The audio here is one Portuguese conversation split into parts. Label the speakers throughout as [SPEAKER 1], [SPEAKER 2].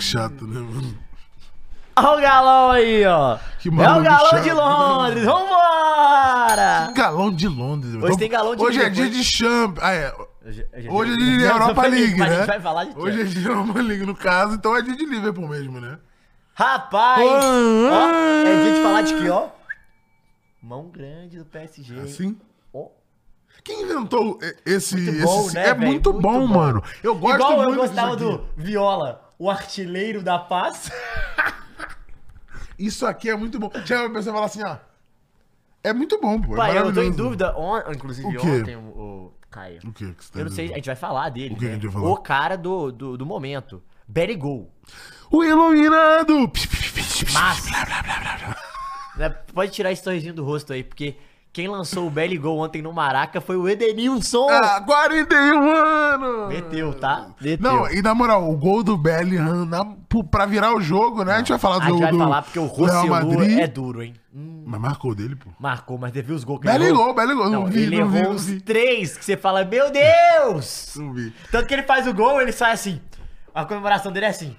[SPEAKER 1] chato, né, mano?
[SPEAKER 2] Olha o galão aí, ó.
[SPEAKER 1] Que
[SPEAKER 2] é o
[SPEAKER 1] maluco
[SPEAKER 2] galão
[SPEAKER 1] chato.
[SPEAKER 2] de Londres. Vambora!
[SPEAKER 1] Galão de Londres. mano.
[SPEAKER 2] tem galão de
[SPEAKER 1] Hoje é dia
[SPEAKER 2] Liverpool.
[SPEAKER 1] de champ. Ah, é.
[SPEAKER 2] Hoje,
[SPEAKER 1] Hoje é dia de Europa League,
[SPEAKER 2] Mas
[SPEAKER 1] né?
[SPEAKER 2] A gente vai falar de
[SPEAKER 1] Hoje é dia de Europa League, no caso, então é dia de Liverpool mesmo, né?
[SPEAKER 2] Rapaz! ó, é dia de falar de que, ó? Mão grande do PSG. hein?
[SPEAKER 1] Assim.
[SPEAKER 2] Ó.
[SPEAKER 1] Quem inventou e- esse.
[SPEAKER 2] Muito bom,
[SPEAKER 1] esse-
[SPEAKER 2] né,
[SPEAKER 1] é
[SPEAKER 2] velho?
[SPEAKER 1] muito,
[SPEAKER 2] Muito
[SPEAKER 1] bom,
[SPEAKER 2] bom.
[SPEAKER 1] mano. Eu gosto
[SPEAKER 2] Igual
[SPEAKER 1] muito
[SPEAKER 2] eu
[SPEAKER 1] disso
[SPEAKER 2] gostava
[SPEAKER 1] aqui. É
[SPEAKER 2] do Viola, o artilheiro da paz.
[SPEAKER 1] Isso aqui é muito bom. Tinha uma pessoa que fala assim, ó. É muito bom, pô. É
[SPEAKER 2] Pai, eu tô em
[SPEAKER 1] maravilhoso.
[SPEAKER 2] dúvida, on- inclusive
[SPEAKER 1] O quê?
[SPEAKER 2] ontem, o, o Caio.
[SPEAKER 1] O que que você tá
[SPEAKER 2] Eu não sei, a
[SPEAKER 1] dizendo?
[SPEAKER 2] gente vai falar dele.
[SPEAKER 1] O que que
[SPEAKER 2] né?
[SPEAKER 1] a gente vai falar?
[SPEAKER 2] O cara do, do, do momento. Berigol.
[SPEAKER 1] O iluminado!
[SPEAKER 2] Mas. Né, Pode tirar esse sorrisinho do rosto aí, porque quem lançou o Berigol ontem no Maraca foi o Edenilson.
[SPEAKER 1] Ah, 41 anos!
[SPEAKER 2] Meteu, tá? Meteu.
[SPEAKER 1] Não, e na moral, o gol do Bellingham na, pro- pra virar o jogo, né? A gente vai falar do
[SPEAKER 2] a gente vai
[SPEAKER 1] do-
[SPEAKER 2] falar porque o
[SPEAKER 1] do Real
[SPEAKER 2] Rosselu
[SPEAKER 1] Madrid.
[SPEAKER 2] é duro, hein? Hum,
[SPEAKER 1] Mas marcou o dele, pô.
[SPEAKER 2] marcou, mas teve os gols que
[SPEAKER 1] Belo
[SPEAKER 2] errou.
[SPEAKER 1] gol, belo gol. Não,
[SPEAKER 2] Não,
[SPEAKER 1] vi,
[SPEAKER 2] ele
[SPEAKER 1] não vi,
[SPEAKER 2] errou
[SPEAKER 1] não
[SPEAKER 2] uns
[SPEAKER 1] vi.
[SPEAKER 2] três que você fala, meu Deus!
[SPEAKER 1] Não vi.
[SPEAKER 2] Tanto que ele faz o gol, ele sai assim. A comemoração dele é assim.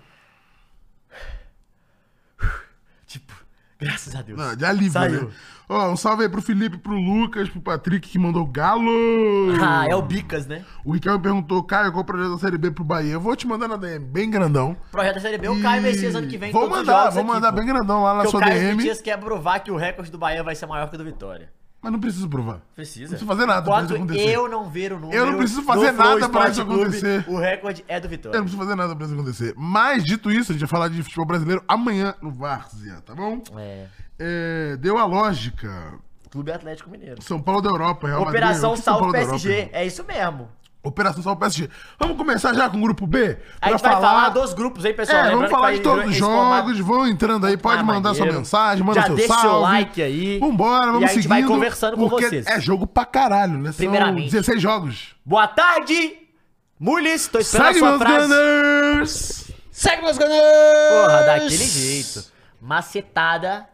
[SPEAKER 2] Tipo, graças a Deus.
[SPEAKER 1] Não, de alívio,
[SPEAKER 2] Saiu.
[SPEAKER 1] né? Ó, um salve aí pro Felipe, pro Lucas, pro Patrick, que mandou galo.
[SPEAKER 2] Ah, é o Bicas, né?
[SPEAKER 1] O Ricardo perguntou, Caio, qual o projeto da Série B pro Bahia? Eu vou te mandar na DM, bem grandão.
[SPEAKER 2] Projeto da Série B, é o Caio Messias ano que vem.
[SPEAKER 1] Vou
[SPEAKER 2] todos os
[SPEAKER 1] mandar,
[SPEAKER 2] jogos
[SPEAKER 1] vou
[SPEAKER 2] aqui,
[SPEAKER 1] mandar
[SPEAKER 2] pô.
[SPEAKER 1] bem grandão lá na
[SPEAKER 2] Porque
[SPEAKER 1] sua
[SPEAKER 2] o Caio
[SPEAKER 1] DM.
[SPEAKER 2] Messias quer provar que o recorde do Bahia vai ser maior que o do Vitória.
[SPEAKER 1] Mas não preciso provar.
[SPEAKER 2] Precisa.
[SPEAKER 1] Não preciso fazer nada pra
[SPEAKER 2] Quando
[SPEAKER 1] isso acontecer.
[SPEAKER 2] eu não ver o número
[SPEAKER 1] Eu não preciso
[SPEAKER 2] do
[SPEAKER 1] fazer
[SPEAKER 2] Flow
[SPEAKER 1] nada pra
[SPEAKER 2] Esporte
[SPEAKER 1] isso
[SPEAKER 2] Clube,
[SPEAKER 1] acontecer.
[SPEAKER 2] O recorde é do
[SPEAKER 1] Eu
[SPEAKER 2] Vitória.
[SPEAKER 1] não preciso fazer nada pra isso acontecer. Mas, dito isso, a gente vai falar de futebol brasileiro amanhã no Várzea, tá bom?
[SPEAKER 2] É.
[SPEAKER 1] É, deu a lógica.
[SPEAKER 2] Clube Atlético Mineiro.
[SPEAKER 1] São Paulo da Europa, Real Madrid,
[SPEAKER 2] Operação
[SPEAKER 1] o que São Paulo
[SPEAKER 2] Salve
[SPEAKER 1] da Europa,
[SPEAKER 2] PSG.
[SPEAKER 1] irmão?
[SPEAKER 2] é isso mesmo.
[SPEAKER 1] Operação Salve PSG. Vamos começar já com o grupo B?
[SPEAKER 2] A
[SPEAKER 1] pra
[SPEAKER 2] gente vai falar dos grupos aí, pessoal.
[SPEAKER 1] É, vamos
[SPEAKER 2] Lembrando que
[SPEAKER 1] falar
[SPEAKER 2] vai-
[SPEAKER 1] de todos os
[SPEAKER 2] esse formato-
[SPEAKER 1] jogos, vão entrando aí, pode
[SPEAKER 2] Ah,
[SPEAKER 1] mandar sua
[SPEAKER 2] maneiro.
[SPEAKER 1] mensagem, manda
[SPEAKER 2] Já
[SPEAKER 1] seu
[SPEAKER 2] deixa
[SPEAKER 1] salve. Um
[SPEAKER 2] seu like aí.
[SPEAKER 1] Vambora, vamos
[SPEAKER 2] E a gente
[SPEAKER 1] seguindo.
[SPEAKER 2] vai conversando com
[SPEAKER 1] porque
[SPEAKER 2] vocês.
[SPEAKER 1] é jogo pra caralho, né? São
[SPEAKER 2] Primeiramente.
[SPEAKER 1] 16 jogos.
[SPEAKER 2] Boa tarde, Mules. Tô esperando
[SPEAKER 1] Segue
[SPEAKER 2] a sua
[SPEAKER 1] meus
[SPEAKER 2] frase.
[SPEAKER 1] Gunners!
[SPEAKER 3] Segue meus ganhadores!
[SPEAKER 2] Porra, daquele jeito. Macetada.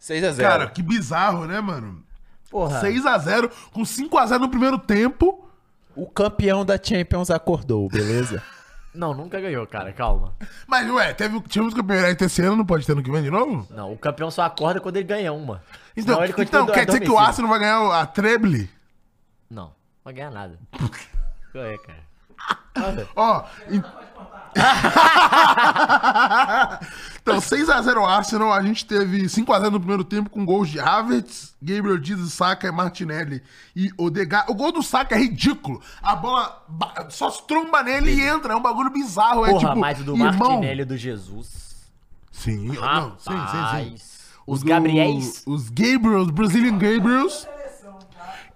[SPEAKER 3] 6x0.
[SPEAKER 1] Cara, que bizarro, né, mano? Ah.
[SPEAKER 2] Porra.
[SPEAKER 1] 6x0, com 5x0 no primeiro tempo.
[SPEAKER 3] o campeão da Champions acordou, beleza?
[SPEAKER 2] Não, nunca ganhou, cara. Calma.
[SPEAKER 1] Mas, ué, teve, um tivemos campeonato esse ano, não pode ter no que vem de novo?
[SPEAKER 2] Não, o campeão só acorda quando ele ganha uma.
[SPEAKER 1] Então,
[SPEAKER 2] Senão ele continua
[SPEAKER 1] então quer dizer que o
[SPEAKER 2] adormecido.
[SPEAKER 1] Arsenal vai ganhar a Treble?
[SPEAKER 2] Não, não vai ganhar nada. Qual é, cara? É.
[SPEAKER 1] Ó. em- então, 6x0 Arsenal. A gente teve 5x0 no primeiro tempo com gols de Havertz, Gabriel Dias, Saka, Martinelli e Odegaard. O gol do Saka é ridículo. A bola ba- só se tromba nele e entra. É um bagulho bizarro. é
[SPEAKER 2] Porra,
[SPEAKER 1] tipo,
[SPEAKER 2] mas o do
[SPEAKER 1] irmão-
[SPEAKER 2] Martinelli e do Jesus.
[SPEAKER 1] Sim, não, sim, sim, sim.
[SPEAKER 2] Rapaz. Os
[SPEAKER 1] O do-
[SPEAKER 2] Gabriéis
[SPEAKER 1] Os Gabriels, Brazilian Gabriels.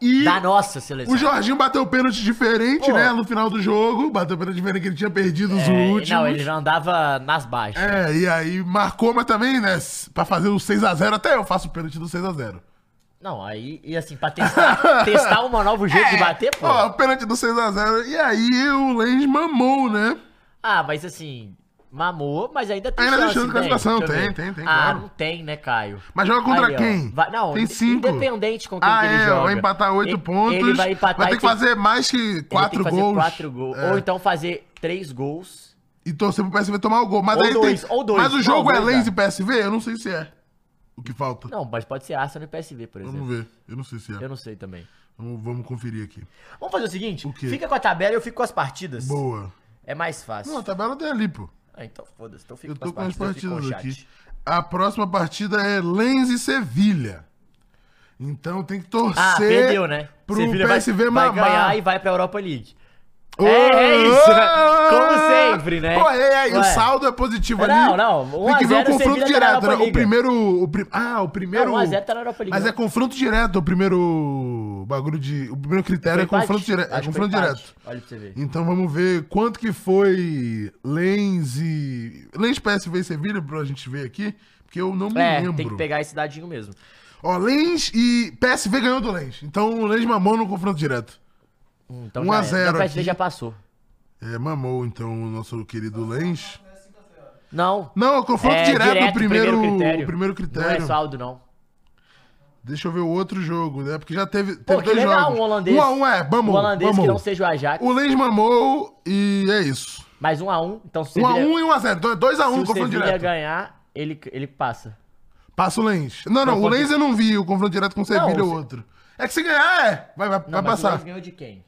[SPEAKER 1] E
[SPEAKER 2] da nossa seleção.
[SPEAKER 1] o Jorginho bateu o pênalti diferente,
[SPEAKER 2] Pô.
[SPEAKER 1] né? No final do jogo. Bateu o pênalti diferente que ele tinha perdido os
[SPEAKER 2] É,
[SPEAKER 1] últimos.
[SPEAKER 2] Não, ele já andava nas baixas.
[SPEAKER 1] É, e aí marcou, mas também, né? s- Pra fazer o 6x0, até eu faço o pênalti do 6x0.
[SPEAKER 2] Não, aí, e assim, pra testar, testar um novo jeito de bater, pô.
[SPEAKER 1] É. Ó, o pênalti do 6x0. E aí o Lenz mamou, né?
[SPEAKER 2] Ah, mas assim, mamou, mas ainda tem
[SPEAKER 1] Ainda tem chance de
[SPEAKER 2] né?
[SPEAKER 1] classificação,
[SPEAKER 2] Deixa eu
[SPEAKER 1] tem,
[SPEAKER 2] ver.
[SPEAKER 1] tem, tem,
[SPEAKER 2] Ah,
[SPEAKER 1] claro.
[SPEAKER 2] não tem, né, Caio?
[SPEAKER 1] Mas joga contra
[SPEAKER 2] Aí, ó,
[SPEAKER 1] quem?
[SPEAKER 2] vai- não,
[SPEAKER 1] tem
[SPEAKER 2] in-
[SPEAKER 1] 5.
[SPEAKER 2] independente com quem
[SPEAKER 1] Ah,
[SPEAKER 2] que ele
[SPEAKER 1] é,
[SPEAKER 2] joga.
[SPEAKER 1] vai empatar 8
[SPEAKER 2] Ele-
[SPEAKER 1] pontos.
[SPEAKER 2] Ele vai empatar
[SPEAKER 1] vai ter
[SPEAKER 2] e
[SPEAKER 1] que
[SPEAKER 2] tem-
[SPEAKER 1] fazer mais que
[SPEAKER 2] ele tem
[SPEAKER 1] 4
[SPEAKER 2] que fazer
[SPEAKER 1] gols.
[SPEAKER 2] quatro gols.
[SPEAKER 1] É,
[SPEAKER 2] Ou então fazer três gols.
[SPEAKER 1] E torcer pro PSV tomar o gol. Mas
[SPEAKER 2] Ou
[SPEAKER 1] aí
[SPEAKER 2] dois,
[SPEAKER 1] tem...
[SPEAKER 2] ou dois.
[SPEAKER 1] Mas o
[SPEAKER 2] Não,
[SPEAKER 1] jogo é
[SPEAKER 2] dois dá.
[SPEAKER 1] Lenz e PSV? Eu não sei se é. O que falta?
[SPEAKER 2] Não, mas pode ser Arsenal e PSV, por exemplo.
[SPEAKER 1] Vamos ver. Eu não sei se é.
[SPEAKER 2] Eu não sei também.
[SPEAKER 1] Vamos, vamos conferir aqui.
[SPEAKER 2] Vamos fazer o seguinte,
[SPEAKER 1] O quê?
[SPEAKER 2] fica com a tabela e eu fico com as partidas.
[SPEAKER 1] Boa.
[SPEAKER 2] É mais fácil.
[SPEAKER 1] Não, a tabela tem ali, pô.
[SPEAKER 2] Ah, então foda-se, então fica
[SPEAKER 1] Eu tô
[SPEAKER 2] com as partidas, eu
[SPEAKER 1] partidas
[SPEAKER 2] fico com o
[SPEAKER 1] aqui.
[SPEAKER 2] chat.
[SPEAKER 1] A próxima partida é Lens e Sevilha. Então tem que torcer.
[SPEAKER 2] Ah, perdeu, né?
[SPEAKER 1] Pro
[SPEAKER 2] Sevilha
[SPEAKER 1] PSV
[SPEAKER 2] vai, vai
[SPEAKER 1] mamar.
[SPEAKER 2] ganhar e vai pra Europa League.
[SPEAKER 1] é Ô,
[SPEAKER 2] É, é isso, né?
[SPEAKER 1] ô,
[SPEAKER 2] Como sempre, né?
[SPEAKER 1] Pô, é, é, o
[SPEAKER 2] Ué.
[SPEAKER 1] saldo é positivo ali.
[SPEAKER 2] Não, não, um
[SPEAKER 1] Tem
[SPEAKER 2] a
[SPEAKER 1] que ver o
[SPEAKER 2] zero,
[SPEAKER 1] confronto
[SPEAKER 2] Sevilha tá na
[SPEAKER 1] direto,
[SPEAKER 2] Europa
[SPEAKER 1] né? O
[SPEAKER 2] Liga.
[SPEAKER 1] primeiro. O prim... Ah, o primeiro.
[SPEAKER 2] Não, 1x0 tá na Europa League.
[SPEAKER 1] Mas é confronto direto, o primeiro bagulho de. O primeiro critério é
[SPEAKER 2] Foi empate?
[SPEAKER 1] confronto direto. É
[SPEAKER 2] Acho que foi
[SPEAKER 1] confronto
[SPEAKER 2] empate.
[SPEAKER 1] direto.
[SPEAKER 2] Olha pra você ver.
[SPEAKER 1] Então vamos ver quanto que foi Lens e. Lens PSV e Sevilha pra gente ver aqui. Porque eu não me
[SPEAKER 2] É,
[SPEAKER 1] lembro.
[SPEAKER 2] tem que pegar esse dadinho mesmo.
[SPEAKER 1] Ó, Lens e PSV ganhou do Lens. Então o Lens mamou no confronto direto.
[SPEAKER 2] Hum, Então
[SPEAKER 1] Um
[SPEAKER 2] já
[SPEAKER 1] a
[SPEAKER 2] é.
[SPEAKER 1] zero
[SPEAKER 2] Não, O PSV
[SPEAKER 1] aqui.
[SPEAKER 2] já passou.
[SPEAKER 1] É, mamou então o nosso querido Lens.
[SPEAKER 2] Não.
[SPEAKER 1] Não, é confronto
[SPEAKER 2] É,
[SPEAKER 1] direto,
[SPEAKER 2] direto,
[SPEAKER 1] o primeiro,
[SPEAKER 2] primeiro
[SPEAKER 1] o
[SPEAKER 2] critério.
[SPEAKER 1] primeiro
[SPEAKER 2] Não é
[SPEAKER 1] critério.
[SPEAKER 2] saldo, não.
[SPEAKER 1] Deixa eu ver o outro jogo, né? Porque já teve, teve
[SPEAKER 2] Pô, que
[SPEAKER 1] dois
[SPEAKER 2] legal
[SPEAKER 1] jogos.
[SPEAKER 2] um holandês.
[SPEAKER 1] Um a um, é, vamos.
[SPEAKER 2] O holandês
[SPEAKER 1] vamos.
[SPEAKER 2] que não seja o Ajax.
[SPEAKER 1] O Um Lens mamou e é isso.
[SPEAKER 2] Mas 1 a 1 então se o
[SPEAKER 1] 1x1
[SPEAKER 2] Sevilha,
[SPEAKER 1] e 1x0. 2x1
[SPEAKER 2] se
[SPEAKER 1] o
[SPEAKER 2] o
[SPEAKER 1] confronto
[SPEAKER 2] Sevilha
[SPEAKER 1] direto.
[SPEAKER 2] ganhar, ele, ele passa.
[SPEAKER 1] Passa o Lens. Não, não, o
[SPEAKER 2] Confronto-
[SPEAKER 1] Lens eu não vi. O confronto direto com o Sevilha é
[SPEAKER 2] o-
[SPEAKER 1] outro. É que se ganhar, é. Vai, vai, vai
[SPEAKER 2] Não, mas o
[SPEAKER 1] passar.
[SPEAKER 2] Lens ganhou de quem?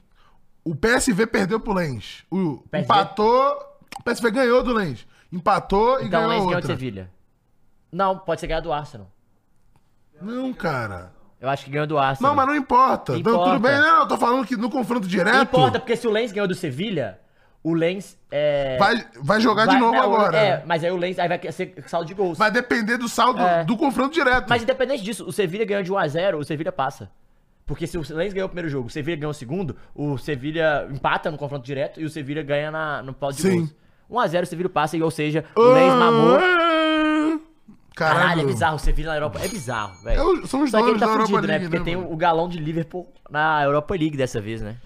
[SPEAKER 1] O PSV perdeu pro Lens. O
[SPEAKER 2] PSV?
[SPEAKER 1] empatou. O PSV ganhou do Lens. Empatou e
[SPEAKER 2] Então o
[SPEAKER 1] ganhou
[SPEAKER 2] Lens
[SPEAKER 1] a
[SPEAKER 2] ganhou de
[SPEAKER 1] outra.
[SPEAKER 2] Sevilha. Não, pode ser ganhar do Arsenal.
[SPEAKER 1] Não, cara.
[SPEAKER 2] Eu acho que ganhou do Arsenal.
[SPEAKER 1] Não, mas não é importa. Então,
[SPEAKER 2] Importa.
[SPEAKER 1] tudo bem, não. Eu tô falando que no confronto
[SPEAKER 2] Não
[SPEAKER 1] direto.
[SPEAKER 2] importa, porque se o Lens ganhou do Sevilha, o Lens é...
[SPEAKER 1] Vai, vai jogar
[SPEAKER 2] vai-
[SPEAKER 1] de novo
[SPEAKER 2] não,
[SPEAKER 1] agora.
[SPEAKER 2] É, mas aí o Lens aí vai ser saldo de gols.
[SPEAKER 1] Vai depender do saldo
[SPEAKER 2] É.
[SPEAKER 1] do confronto direto.
[SPEAKER 2] Mas independente disso, o Sevilha ganhou de 1x0, o Sevilha passa. Porque se o Lens ganhou o primeiro jogo, o Sevilha ganhou o segundo, o Sevilha empata no confronto direto e o Sevilha ganha na, no pau de
[SPEAKER 1] Sim.
[SPEAKER 2] gols. 1x0 o Sevilha passa, e, ou seja, o Lens mamou.
[SPEAKER 1] Ah, Caralho,
[SPEAKER 2] Caralho, é bizarro o Sevilha na Europa. É bizarro,
[SPEAKER 1] É
[SPEAKER 2] velho.
[SPEAKER 1] o- são os
[SPEAKER 2] Só que ele
[SPEAKER 1] donos
[SPEAKER 2] tá
[SPEAKER 1] da
[SPEAKER 2] fudido,
[SPEAKER 1] Europa
[SPEAKER 2] né?
[SPEAKER 1] League,
[SPEAKER 2] Porque
[SPEAKER 1] né,
[SPEAKER 2] tem
[SPEAKER 1] mano?
[SPEAKER 2] o galão de Liverpool na Europa League dessa vez, né?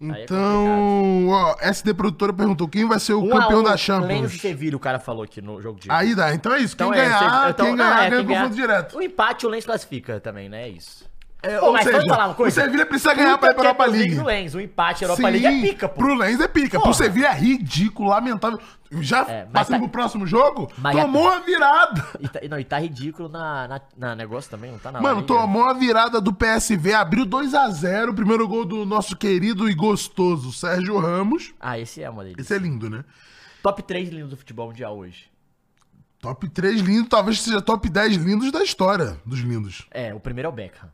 [SPEAKER 2] Aí é
[SPEAKER 1] Então, ó, SD Produtora perguntou quem vai ser o campeão da
[SPEAKER 2] Um Lens e
[SPEAKER 1] Champions.
[SPEAKER 2] Sevilha, o cara falou aqui no jogo de...
[SPEAKER 1] Aí dá, então é isso.
[SPEAKER 2] Então
[SPEAKER 1] quem,
[SPEAKER 2] é,
[SPEAKER 1] ganhar,
[SPEAKER 2] Sevilha- então-
[SPEAKER 1] quem
[SPEAKER 2] não,
[SPEAKER 1] ganhar, ganha o
[SPEAKER 2] é, quem ganhar-
[SPEAKER 1] confronto direto.
[SPEAKER 2] O empate o Lens classifica também, né? É isso.
[SPEAKER 1] É,
[SPEAKER 2] Pô,
[SPEAKER 1] ou
[SPEAKER 2] mas
[SPEAKER 1] seja,
[SPEAKER 2] vamos falar uma coisa?
[SPEAKER 1] o Sevilha precisa ganhar pra ir pra
[SPEAKER 2] Puta é
[SPEAKER 1] Europa
[SPEAKER 2] Champions
[SPEAKER 1] League.
[SPEAKER 2] do Lens, o um empate Europa
[SPEAKER 1] Sim,
[SPEAKER 2] League é pica, pô.
[SPEAKER 1] Pro Lens é pica.
[SPEAKER 2] Porra.
[SPEAKER 1] Pro Sevilha é ridículo, lamentável. Já
[SPEAKER 2] É, mas
[SPEAKER 1] passando
[SPEAKER 2] tá-
[SPEAKER 1] pro próximo jogo,
[SPEAKER 2] Mas- é
[SPEAKER 1] tomou a virada.
[SPEAKER 2] E tá, e não, e tá ridículo na, na, na negócio também, não tá na
[SPEAKER 1] Mano,
[SPEAKER 2] Liga.
[SPEAKER 1] tomou a virada do PSV, abriu 2 a 0 Primeiro gol do nosso querido e gostoso Sérgio Ramos.
[SPEAKER 2] Ah, esse é uma delícia.
[SPEAKER 1] Esse é lindo, né?
[SPEAKER 2] Top 3 lindos do futebol mundial hoje.
[SPEAKER 1] Top 3 lindo, talvez seja top 10 lindos da história dos lindos.
[SPEAKER 2] É, o primeiro é o Beckham.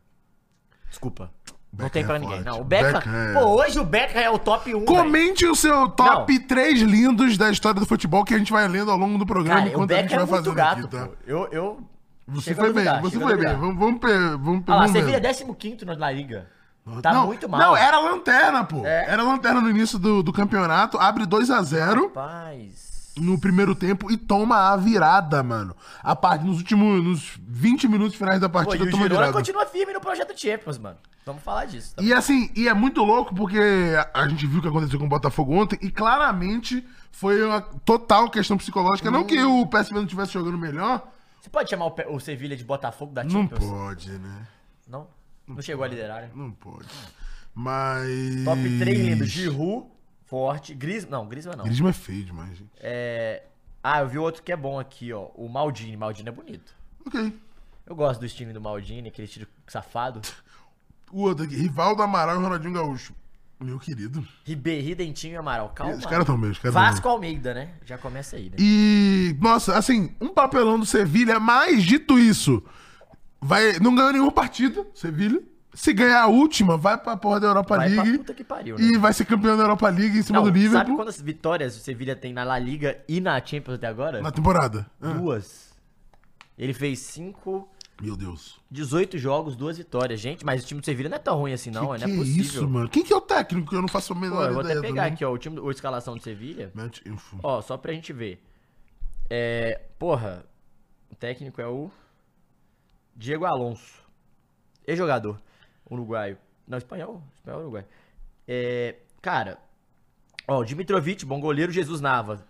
[SPEAKER 2] Desculpa. não
[SPEAKER 1] Beckham
[SPEAKER 2] tem pra
[SPEAKER 1] é
[SPEAKER 2] ninguém.
[SPEAKER 1] forte.
[SPEAKER 2] Não, o Beckham...
[SPEAKER 1] Beckham é-
[SPEAKER 2] Pô, hoje o Beckham é o top 1, velho.
[SPEAKER 1] Comente o seu top 3 lindos da história do futebol que a gente vai lendo ao longo do programa
[SPEAKER 2] Cara, o
[SPEAKER 1] enquanto a gente
[SPEAKER 2] Beckham é
[SPEAKER 1] vai
[SPEAKER 2] muito
[SPEAKER 1] fazendo
[SPEAKER 2] gato,
[SPEAKER 1] aqui, tá?
[SPEAKER 2] pô. Eu... eu...
[SPEAKER 1] Você
[SPEAKER 2] Chega
[SPEAKER 1] foi
[SPEAKER 2] a duvidar,
[SPEAKER 1] bem, você
[SPEAKER 2] chega a
[SPEAKER 1] foi bem.
[SPEAKER 2] duvidar.
[SPEAKER 1] Vamos, vamos, pe- vamos,
[SPEAKER 2] Ah lá,
[SPEAKER 1] vamos
[SPEAKER 2] Sevilha
[SPEAKER 1] vendo.
[SPEAKER 2] é 15 na La Liga. Tá
[SPEAKER 1] não, é-
[SPEAKER 2] muito mal.
[SPEAKER 1] Não, era lanterna, pô.
[SPEAKER 2] É.
[SPEAKER 1] Era lanterna no início do, do campeonato, abre 2 a 0
[SPEAKER 2] Rapaz...
[SPEAKER 1] no primeiro tempo e toma a virada, mano. A parte nos últimos nos 20 minutos finais da
[SPEAKER 2] Pô,
[SPEAKER 1] partida
[SPEAKER 2] e o
[SPEAKER 1] toma a
[SPEAKER 2] Girona
[SPEAKER 1] virada.
[SPEAKER 2] continua firme no projeto Champions, mano. Vamos falar disso. Tá?
[SPEAKER 1] E assim, e é muito louco porque a- a gente viu o que aconteceu com o Botafogo ontem e claramente foi uma total questão psicológica. Não que o PSV não estivesse jogando melhor.
[SPEAKER 2] Você pode chamar o, Pe- o Sevilha de Botafogo da
[SPEAKER 1] Não
[SPEAKER 2] Champions?
[SPEAKER 1] pode, né?
[SPEAKER 2] Não? Não chegou a liderar, né?
[SPEAKER 1] Não pode. Mas.
[SPEAKER 2] Top 3 lindo. Giroud, forte. Gris... Não, Griezmann não.
[SPEAKER 1] Grisma é feio demais, gente.
[SPEAKER 2] É... Ah, eu vi outro que é bom aqui, ó. O Maldini. Maldini é bonito.
[SPEAKER 1] Ok.
[SPEAKER 2] Eu gosto do estilo do Maldini, aquele tiro safado.
[SPEAKER 1] O outro aqui, Rivaldo Amaral e Ronaldinho Gaúcho. Meu querido.
[SPEAKER 2] Ribeirinho, Dentinho e Amaral. Calma.
[SPEAKER 1] Os caras tão bem, os caras tão
[SPEAKER 2] Vasco Almeida, né? Já começa aí, né?
[SPEAKER 1] E, nossa, assim, um papelão do Sevilha, mas dito isso, vai, não ganhou nenhuma partida, Sevilha. Se ganhar a última, vai pra porra da Europa
[SPEAKER 2] Vai pra
[SPEAKER 1] League
[SPEAKER 2] puta que pariu, né?
[SPEAKER 1] e vai ser campeão da Europa League em cima
[SPEAKER 2] Não,
[SPEAKER 1] do
[SPEAKER 2] sabe
[SPEAKER 1] Liverpool
[SPEAKER 2] quantas vitórias o Sevilha tem na La Liga e na Champions até agora?
[SPEAKER 1] na temporada. Ah,
[SPEAKER 2] Duas. Ele fez cinco,
[SPEAKER 1] meu Deus.
[SPEAKER 2] 18 jogos, duas vitórias. Gente, mas o time do Sevilha não é tão ruim assim, não.
[SPEAKER 1] que
[SPEAKER 2] não é
[SPEAKER 1] que é
[SPEAKER 2] possível.
[SPEAKER 1] isso, mano? Quem que é o técnico? que Eu né? não faço a menor
[SPEAKER 2] Pô, eu vou
[SPEAKER 1] ideia.
[SPEAKER 2] até pegar
[SPEAKER 1] também.
[SPEAKER 2] aqui, ó, o time, do- a escalação do Sevilha.
[SPEAKER 1] Match info.
[SPEAKER 2] Ó, só pra gente ver. É, porra, o técnico é o Diego Alonso. Ex-jogador uruguaio. Não, espanhol. Espanhol é uruguai. É, cara, ó, o Dimitrovic, bom goleiro, Jesus Nava.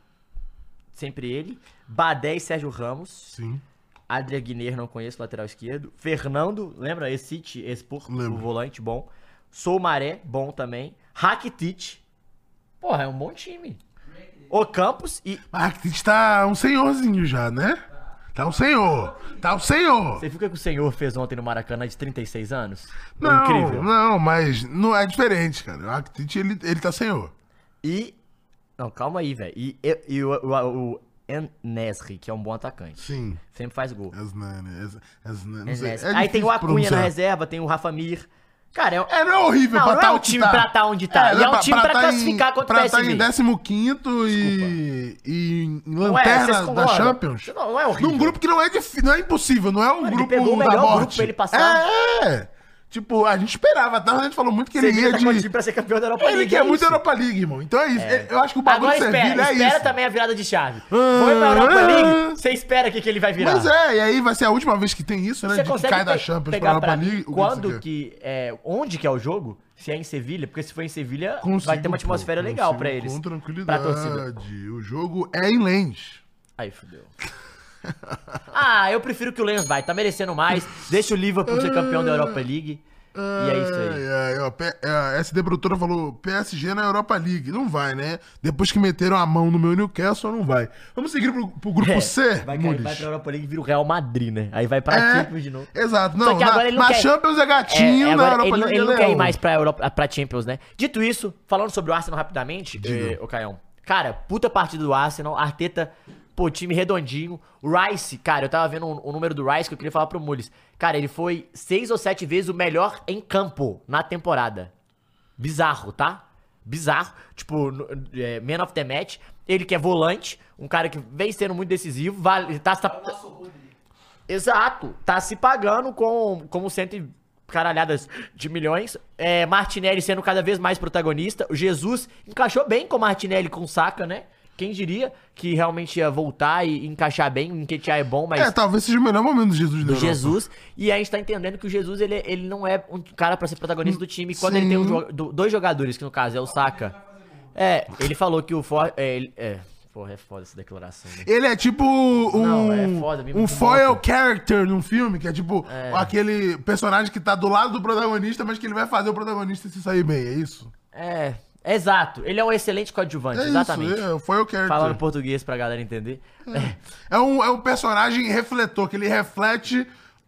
[SPEAKER 2] Sempre ele. Badé e Sérgio Ramos.
[SPEAKER 1] Sim.
[SPEAKER 2] Adria Guiner, não conheço, lateral esquerdo. Fernando, lembra? Esse City, esse por
[SPEAKER 1] Lembro.
[SPEAKER 2] o volante, bom. Sou Maré, bom também. Rakitic. Porra, é um bom time. O Campos e.
[SPEAKER 1] Ah, que tá um senhorzinho já, né? Tá um senhor. Tá um senhor.
[SPEAKER 2] Você viu o que o senhor fez ontem no Maracanã de 36 anos?
[SPEAKER 1] Não,
[SPEAKER 2] Incrível.
[SPEAKER 1] não, mas não é diferente, cara. O Actit, ele, ele tá senhor.
[SPEAKER 2] E. Não, calma aí, velho. E, e, e o, o, o Enesri, que é um bom atacante.
[SPEAKER 1] Sim.
[SPEAKER 2] Sempre faz gol.
[SPEAKER 1] Asnani, as, Asnani, não sei.
[SPEAKER 2] Enesri.
[SPEAKER 1] É
[SPEAKER 2] aí
[SPEAKER 1] difícil
[SPEAKER 2] tem o Acunha na
[SPEAKER 1] pronunciar.
[SPEAKER 2] reserva, tem o Rafa Mir. Cara, é, um-
[SPEAKER 1] É, não é horrível
[SPEAKER 2] Não,
[SPEAKER 1] pra
[SPEAKER 2] não
[SPEAKER 1] tá
[SPEAKER 2] é um
[SPEAKER 1] onde
[SPEAKER 2] time pra tá onde tá. E é um time pra
[SPEAKER 1] tá
[SPEAKER 2] classificar contra o
[SPEAKER 1] pra
[SPEAKER 2] PSV.
[SPEAKER 1] tá em 15 e, e em
[SPEAKER 2] não é,
[SPEAKER 1] lanterna
[SPEAKER 2] vocês
[SPEAKER 1] da
[SPEAKER 2] concordam?
[SPEAKER 1] Champions.
[SPEAKER 2] Não, não é horrível.
[SPEAKER 1] Num grupo que não é, difí- não é impossível, não é um
[SPEAKER 2] Mano, ele
[SPEAKER 1] grupo
[SPEAKER 2] pegou o
[SPEAKER 1] da
[SPEAKER 2] melhor grupo
[SPEAKER 1] morte.
[SPEAKER 2] pra ele passar.
[SPEAKER 1] É, tipo, a gente esperava, tá? a gente falou muito que ele
[SPEAKER 2] Sevilha
[SPEAKER 1] ia
[SPEAKER 2] tá com o time
[SPEAKER 1] de...
[SPEAKER 2] pra ser campeão da Europa
[SPEAKER 1] Ele
[SPEAKER 2] League,
[SPEAKER 1] quer
[SPEAKER 2] é
[SPEAKER 1] muito
[SPEAKER 2] isso.
[SPEAKER 1] a Europa League, irmão. Então é isso. Eu acho que o bagulho
[SPEAKER 2] Agora
[SPEAKER 1] do
[SPEAKER 2] espera,
[SPEAKER 1] Sevilha é
[SPEAKER 2] espera
[SPEAKER 1] isso. Ah, é.
[SPEAKER 2] também a virada de chave. Foi pra Europa League, você espera que, que ele vai virar.
[SPEAKER 1] Mas é, e aí vai ser a última vez que tem isso, né?
[SPEAKER 2] Você
[SPEAKER 1] de que
[SPEAKER 2] consegue
[SPEAKER 1] cai da
[SPEAKER 2] pe-
[SPEAKER 1] Champions pra
[SPEAKER 2] pegar
[SPEAKER 1] Europa
[SPEAKER 2] pra mim
[SPEAKER 1] League. o que você
[SPEAKER 2] quando
[SPEAKER 1] quer.
[SPEAKER 2] que, é, onde que é o jogo? Se é em Sevilha, porque se for em Sevilha,
[SPEAKER 1] Consigo,
[SPEAKER 2] vai ter uma
[SPEAKER 1] pô,
[SPEAKER 2] atmosfera legal
[SPEAKER 1] consigo
[SPEAKER 2] pra eles.
[SPEAKER 1] Com
[SPEAKER 2] pra
[SPEAKER 1] tranquilidade.
[SPEAKER 2] torcida.
[SPEAKER 1] O jogo é em Lens.
[SPEAKER 2] Aí fudeu.
[SPEAKER 1] Ah,
[SPEAKER 2] ah, eu prefiro que o Lens vai, tá merecendo mais. Deixa o Liverpool ser campeão da Europa League. E é isso aí.
[SPEAKER 1] Ai, ai, ó, P- é, a SD Produtora falou PSG na Europa League. Não vai, né? Depois que meteram a mão no meu Newcastle, não vai. Vamos seguir pro, pro grupo
[SPEAKER 2] É,
[SPEAKER 1] C,
[SPEAKER 2] vai, cair,
[SPEAKER 1] Mules? É,
[SPEAKER 2] vai pra Europa League e vira o Real Madrid, né? Aí vai pra Champions de novo.
[SPEAKER 1] Exato.
[SPEAKER 2] Só
[SPEAKER 1] Não,
[SPEAKER 2] que
[SPEAKER 1] na,
[SPEAKER 2] agora ele não
[SPEAKER 1] na
[SPEAKER 2] quer-
[SPEAKER 1] Champions é gatinho,
[SPEAKER 2] É,
[SPEAKER 1] na
[SPEAKER 2] agora
[SPEAKER 1] Europa
[SPEAKER 2] ele, não-
[SPEAKER 1] League
[SPEAKER 2] ele não
[SPEAKER 1] é
[SPEAKER 2] quer ir
[SPEAKER 1] leão.
[SPEAKER 2] mais pra, Europa, pra Champions, né? Dito isso, falando sobre o Arsenal rapidamente, eh, ô Caião. Cara, puta partida do Arsenal, Arteta, pô, time redondinho. O Rice, cara, eu tava vendo o número do Rice que eu queria falar pro Mules. Cara, ele foi seis ou sete vezes o melhor em campo na temporada. Bizarro, tá? Bizarro. Tipo, no- é, Man of the Match. Ele que é volante, um cara que vem sendo muito decisivo. Vale, ele tá, tá- Exato. Tá se pagando com como cento e caralhadas de milhões. É, Martinelli sendo cada vez mais protagonista. O Jesus encaixou bem com o Martinelli com o Saka, né? Quem diria que realmente ia voltar e encaixar bem? O Nketiah é bom, mas
[SPEAKER 1] É, talvez seja o melhor momento do Jesus da
[SPEAKER 2] do
[SPEAKER 1] Europa.
[SPEAKER 2] Jesus. E a gente tá entendendo que o Jesus, ele, ele não é um cara pra ser protagonista do time. Quando ele tem um
[SPEAKER 1] Sim.
[SPEAKER 2] jo- do- dois jogadores, que no caso é o Saka. É, ele falou que o For... É, ele- é, porra, é foda essa declaração, né?
[SPEAKER 1] Ele é tipo um,
[SPEAKER 2] Não, é foda, me-
[SPEAKER 1] um
[SPEAKER 2] me
[SPEAKER 1] foil
[SPEAKER 2] mata.
[SPEAKER 1] character num filme, que é tipo aquele personagem que tá do lado do protagonista, mas que ele vai fazer o protagonista se sair bem, é isso?
[SPEAKER 2] É, exato. Ele é um excelente coadjuvante,
[SPEAKER 1] É
[SPEAKER 2] exatamente.
[SPEAKER 1] isso, é o foil character.
[SPEAKER 2] Falando português pra galera entender.
[SPEAKER 1] É um, é um personagem refletor, que ele reflete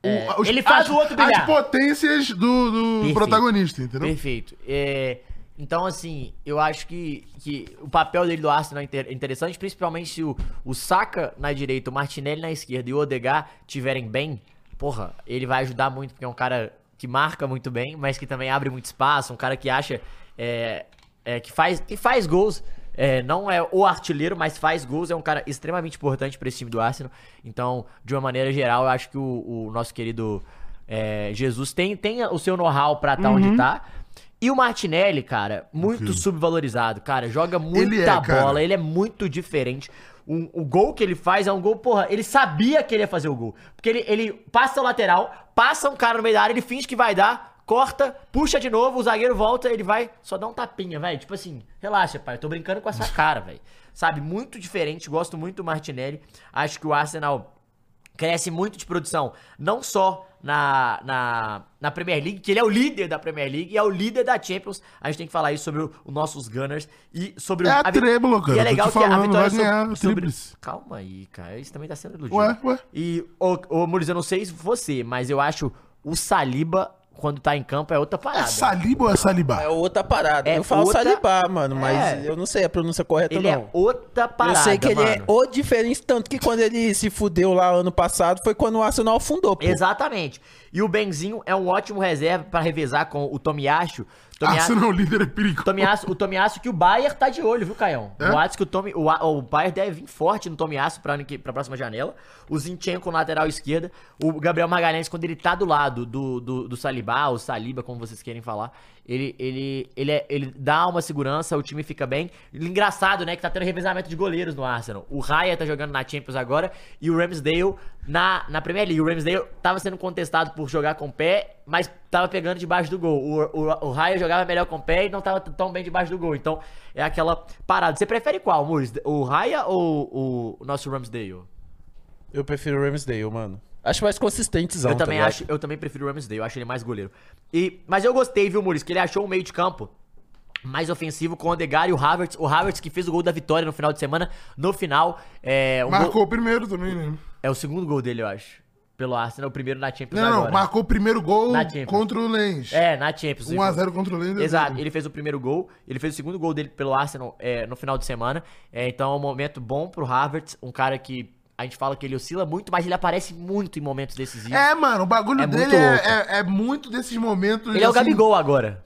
[SPEAKER 1] o- os-
[SPEAKER 2] É, ele faz
[SPEAKER 1] as,
[SPEAKER 2] o outro brilhar.
[SPEAKER 1] as potências do, do
[SPEAKER 2] Perfeito.
[SPEAKER 1] protagonista, entendeu?
[SPEAKER 2] Perfeito. É, então, assim, eu acho que, que o papel dele do Arsenal é inter- interessante, principalmente se o, o Saka na direita, o Martinelli na esquerda e o Odegar tiverem bem, porra, ele vai ajudar muito, porque é um cara que marca muito bem, mas que também abre muito espaço, um cara que acha. é, é, que, faz, que faz gols. é, não é o artilheiro, mas faz gols. É um cara extremamente importante pra esse time do Arsenal. Então, de uma maneira geral, eu acho que o, o nosso querido é, Jesus tem, tem o seu know-how pra tá
[SPEAKER 1] Uhum.
[SPEAKER 2] onde tá. E o Martinelli, cara, muito subvalorizado, cara. Joga muita
[SPEAKER 1] Ele é, cara.
[SPEAKER 2] bola, ele é muito diferente. Um- o gol que ele faz é um gol, porra, ele sabia que ele ia fazer o gol. Porque ele, ele passa o lateral, passa um cara no meio da área, ele finge que vai dar, corta, puxa de novo, o zagueiro volta, ele vai, só dá um tapinha, velho. Tipo assim, relaxa, pai, eu tô brincando com essa cara, velho. Sabe, muito diferente, gosto muito do Martinelli. Acho que o Arsenal cresce muito de produção, não só na, na, na Premier League, que ele é o líder da Premier League e é o líder da Champions. A gente tem que falar aí sobre o- os nossos Gunners e sobre
[SPEAKER 1] É
[SPEAKER 2] o-
[SPEAKER 1] a
[SPEAKER 2] vi-
[SPEAKER 1] trêmulo, cara,
[SPEAKER 2] E é
[SPEAKER 1] tô
[SPEAKER 2] legal
[SPEAKER 1] te
[SPEAKER 2] que a
[SPEAKER 1] falando,
[SPEAKER 2] vitória
[SPEAKER 1] vai ganhar
[SPEAKER 2] sobre,
[SPEAKER 1] o
[SPEAKER 2] sobre-
[SPEAKER 1] tríplice.
[SPEAKER 2] Calma aí, cara, isso também tá sendo iludido.
[SPEAKER 1] Ué, ué.
[SPEAKER 2] E, ô, ô Muris, eu não sei você, mas eu acho o Saliba, quando tá em campo, é outra
[SPEAKER 1] É
[SPEAKER 2] parada.
[SPEAKER 1] Saliba ou é Saliba?
[SPEAKER 3] É outra parada.
[SPEAKER 2] É
[SPEAKER 3] eu falo
[SPEAKER 2] outra-
[SPEAKER 3] salibar, mano, mas
[SPEAKER 2] É.
[SPEAKER 3] eu não sei a pronúncia
[SPEAKER 1] tá
[SPEAKER 3] correta,
[SPEAKER 2] ele
[SPEAKER 3] não.
[SPEAKER 2] é outra parada,
[SPEAKER 3] eu sei que ele é
[SPEAKER 2] mano.
[SPEAKER 3] o diferente, tanto que quando ele se fudeu lá ano passado, foi quando o Arsenal afundou, pô.
[SPEAKER 2] Exatamente. E o Benzinho é um ótimo reserva pra revezar com o Tomiacho.
[SPEAKER 1] Ah,
[SPEAKER 2] Tomiacho-
[SPEAKER 1] Arsenal líder é perigoso.
[SPEAKER 2] Tomiasso, o Tomiasso que o Bayer tá de olho, viu, Caião?
[SPEAKER 1] É?
[SPEAKER 2] O Atos que o, Tomi, o, A- o Bayer deve vir forte no Tomiasso pra, ano que- pra próxima janela. O Zinchenko na lateral esquerda. O Gabriel Magalhães, quando ele tá do lado do, do, do Salibá, ou Saliba, como vocês querem falar, ele, ele, ele, é- ele dá uma segurança, o time fica bem. Engraçado, né, que tá tendo revezamento de goleiros no Arsenal. O Raya tá jogando na Champions agora e o Ramsdale na, na Premier League. O Ramsdale tava sendo contestado por jogar com o pé, mas tava pegando debaixo do gol. O, o, o Raya jogava melhor com o pé e não tava t- tão bem debaixo do gol. Então é aquela parada. Você prefere qual, Muris? O Raya ou o, o nosso Ramsdale?
[SPEAKER 3] Eu prefiro o Ramsdale, mano. Acho mais consistentezão.
[SPEAKER 2] Eu
[SPEAKER 3] tá
[SPEAKER 2] também
[SPEAKER 3] ligado?
[SPEAKER 2] acho, eu também prefiro o Ramsdale, eu acho ele mais goleiro. E, mas eu gostei, viu, Muris, que ele achou o meio de campo mais ofensivo com o Odegaard e o Havertz. O Havertz que fez o gol da vitória no final de semana. No final, é, um gol-
[SPEAKER 1] Marcou o primeiro também, né?
[SPEAKER 2] é o segundo gol dele, eu acho. Pelo Arsenal, o primeiro na Champions
[SPEAKER 1] Não,
[SPEAKER 2] agora.
[SPEAKER 1] não, marcou o primeiro gol
[SPEAKER 2] Na Champions.
[SPEAKER 1] contra o Lens.
[SPEAKER 2] É, na Champions.
[SPEAKER 1] 1x0 contra o Lens. é
[SPEAKER 2] Exato,
[SPEAKER 1] dele.
[SPEAKER 2] ele fez o primeiro gol, ele fez o segundo gol dele pelo Arsenal é, no final de semana. É, então é um momento bom pro Havertz, um cara que a gente fala que ele oscila muito, mas ele aparece muito em momentos decisivos.
[SPEAKER 1] É, mano, o bagulho
[SPEAKER 2] É muito
[SPEAKER 1] dele é,
[SPEAKER 2] louco.
[SPEAKER 1] é- é muito desses momentos.
[SPEAKER 2] ele é o
[SPEAKER 1] assim-
[SPEAKER 2] Gabigol agora.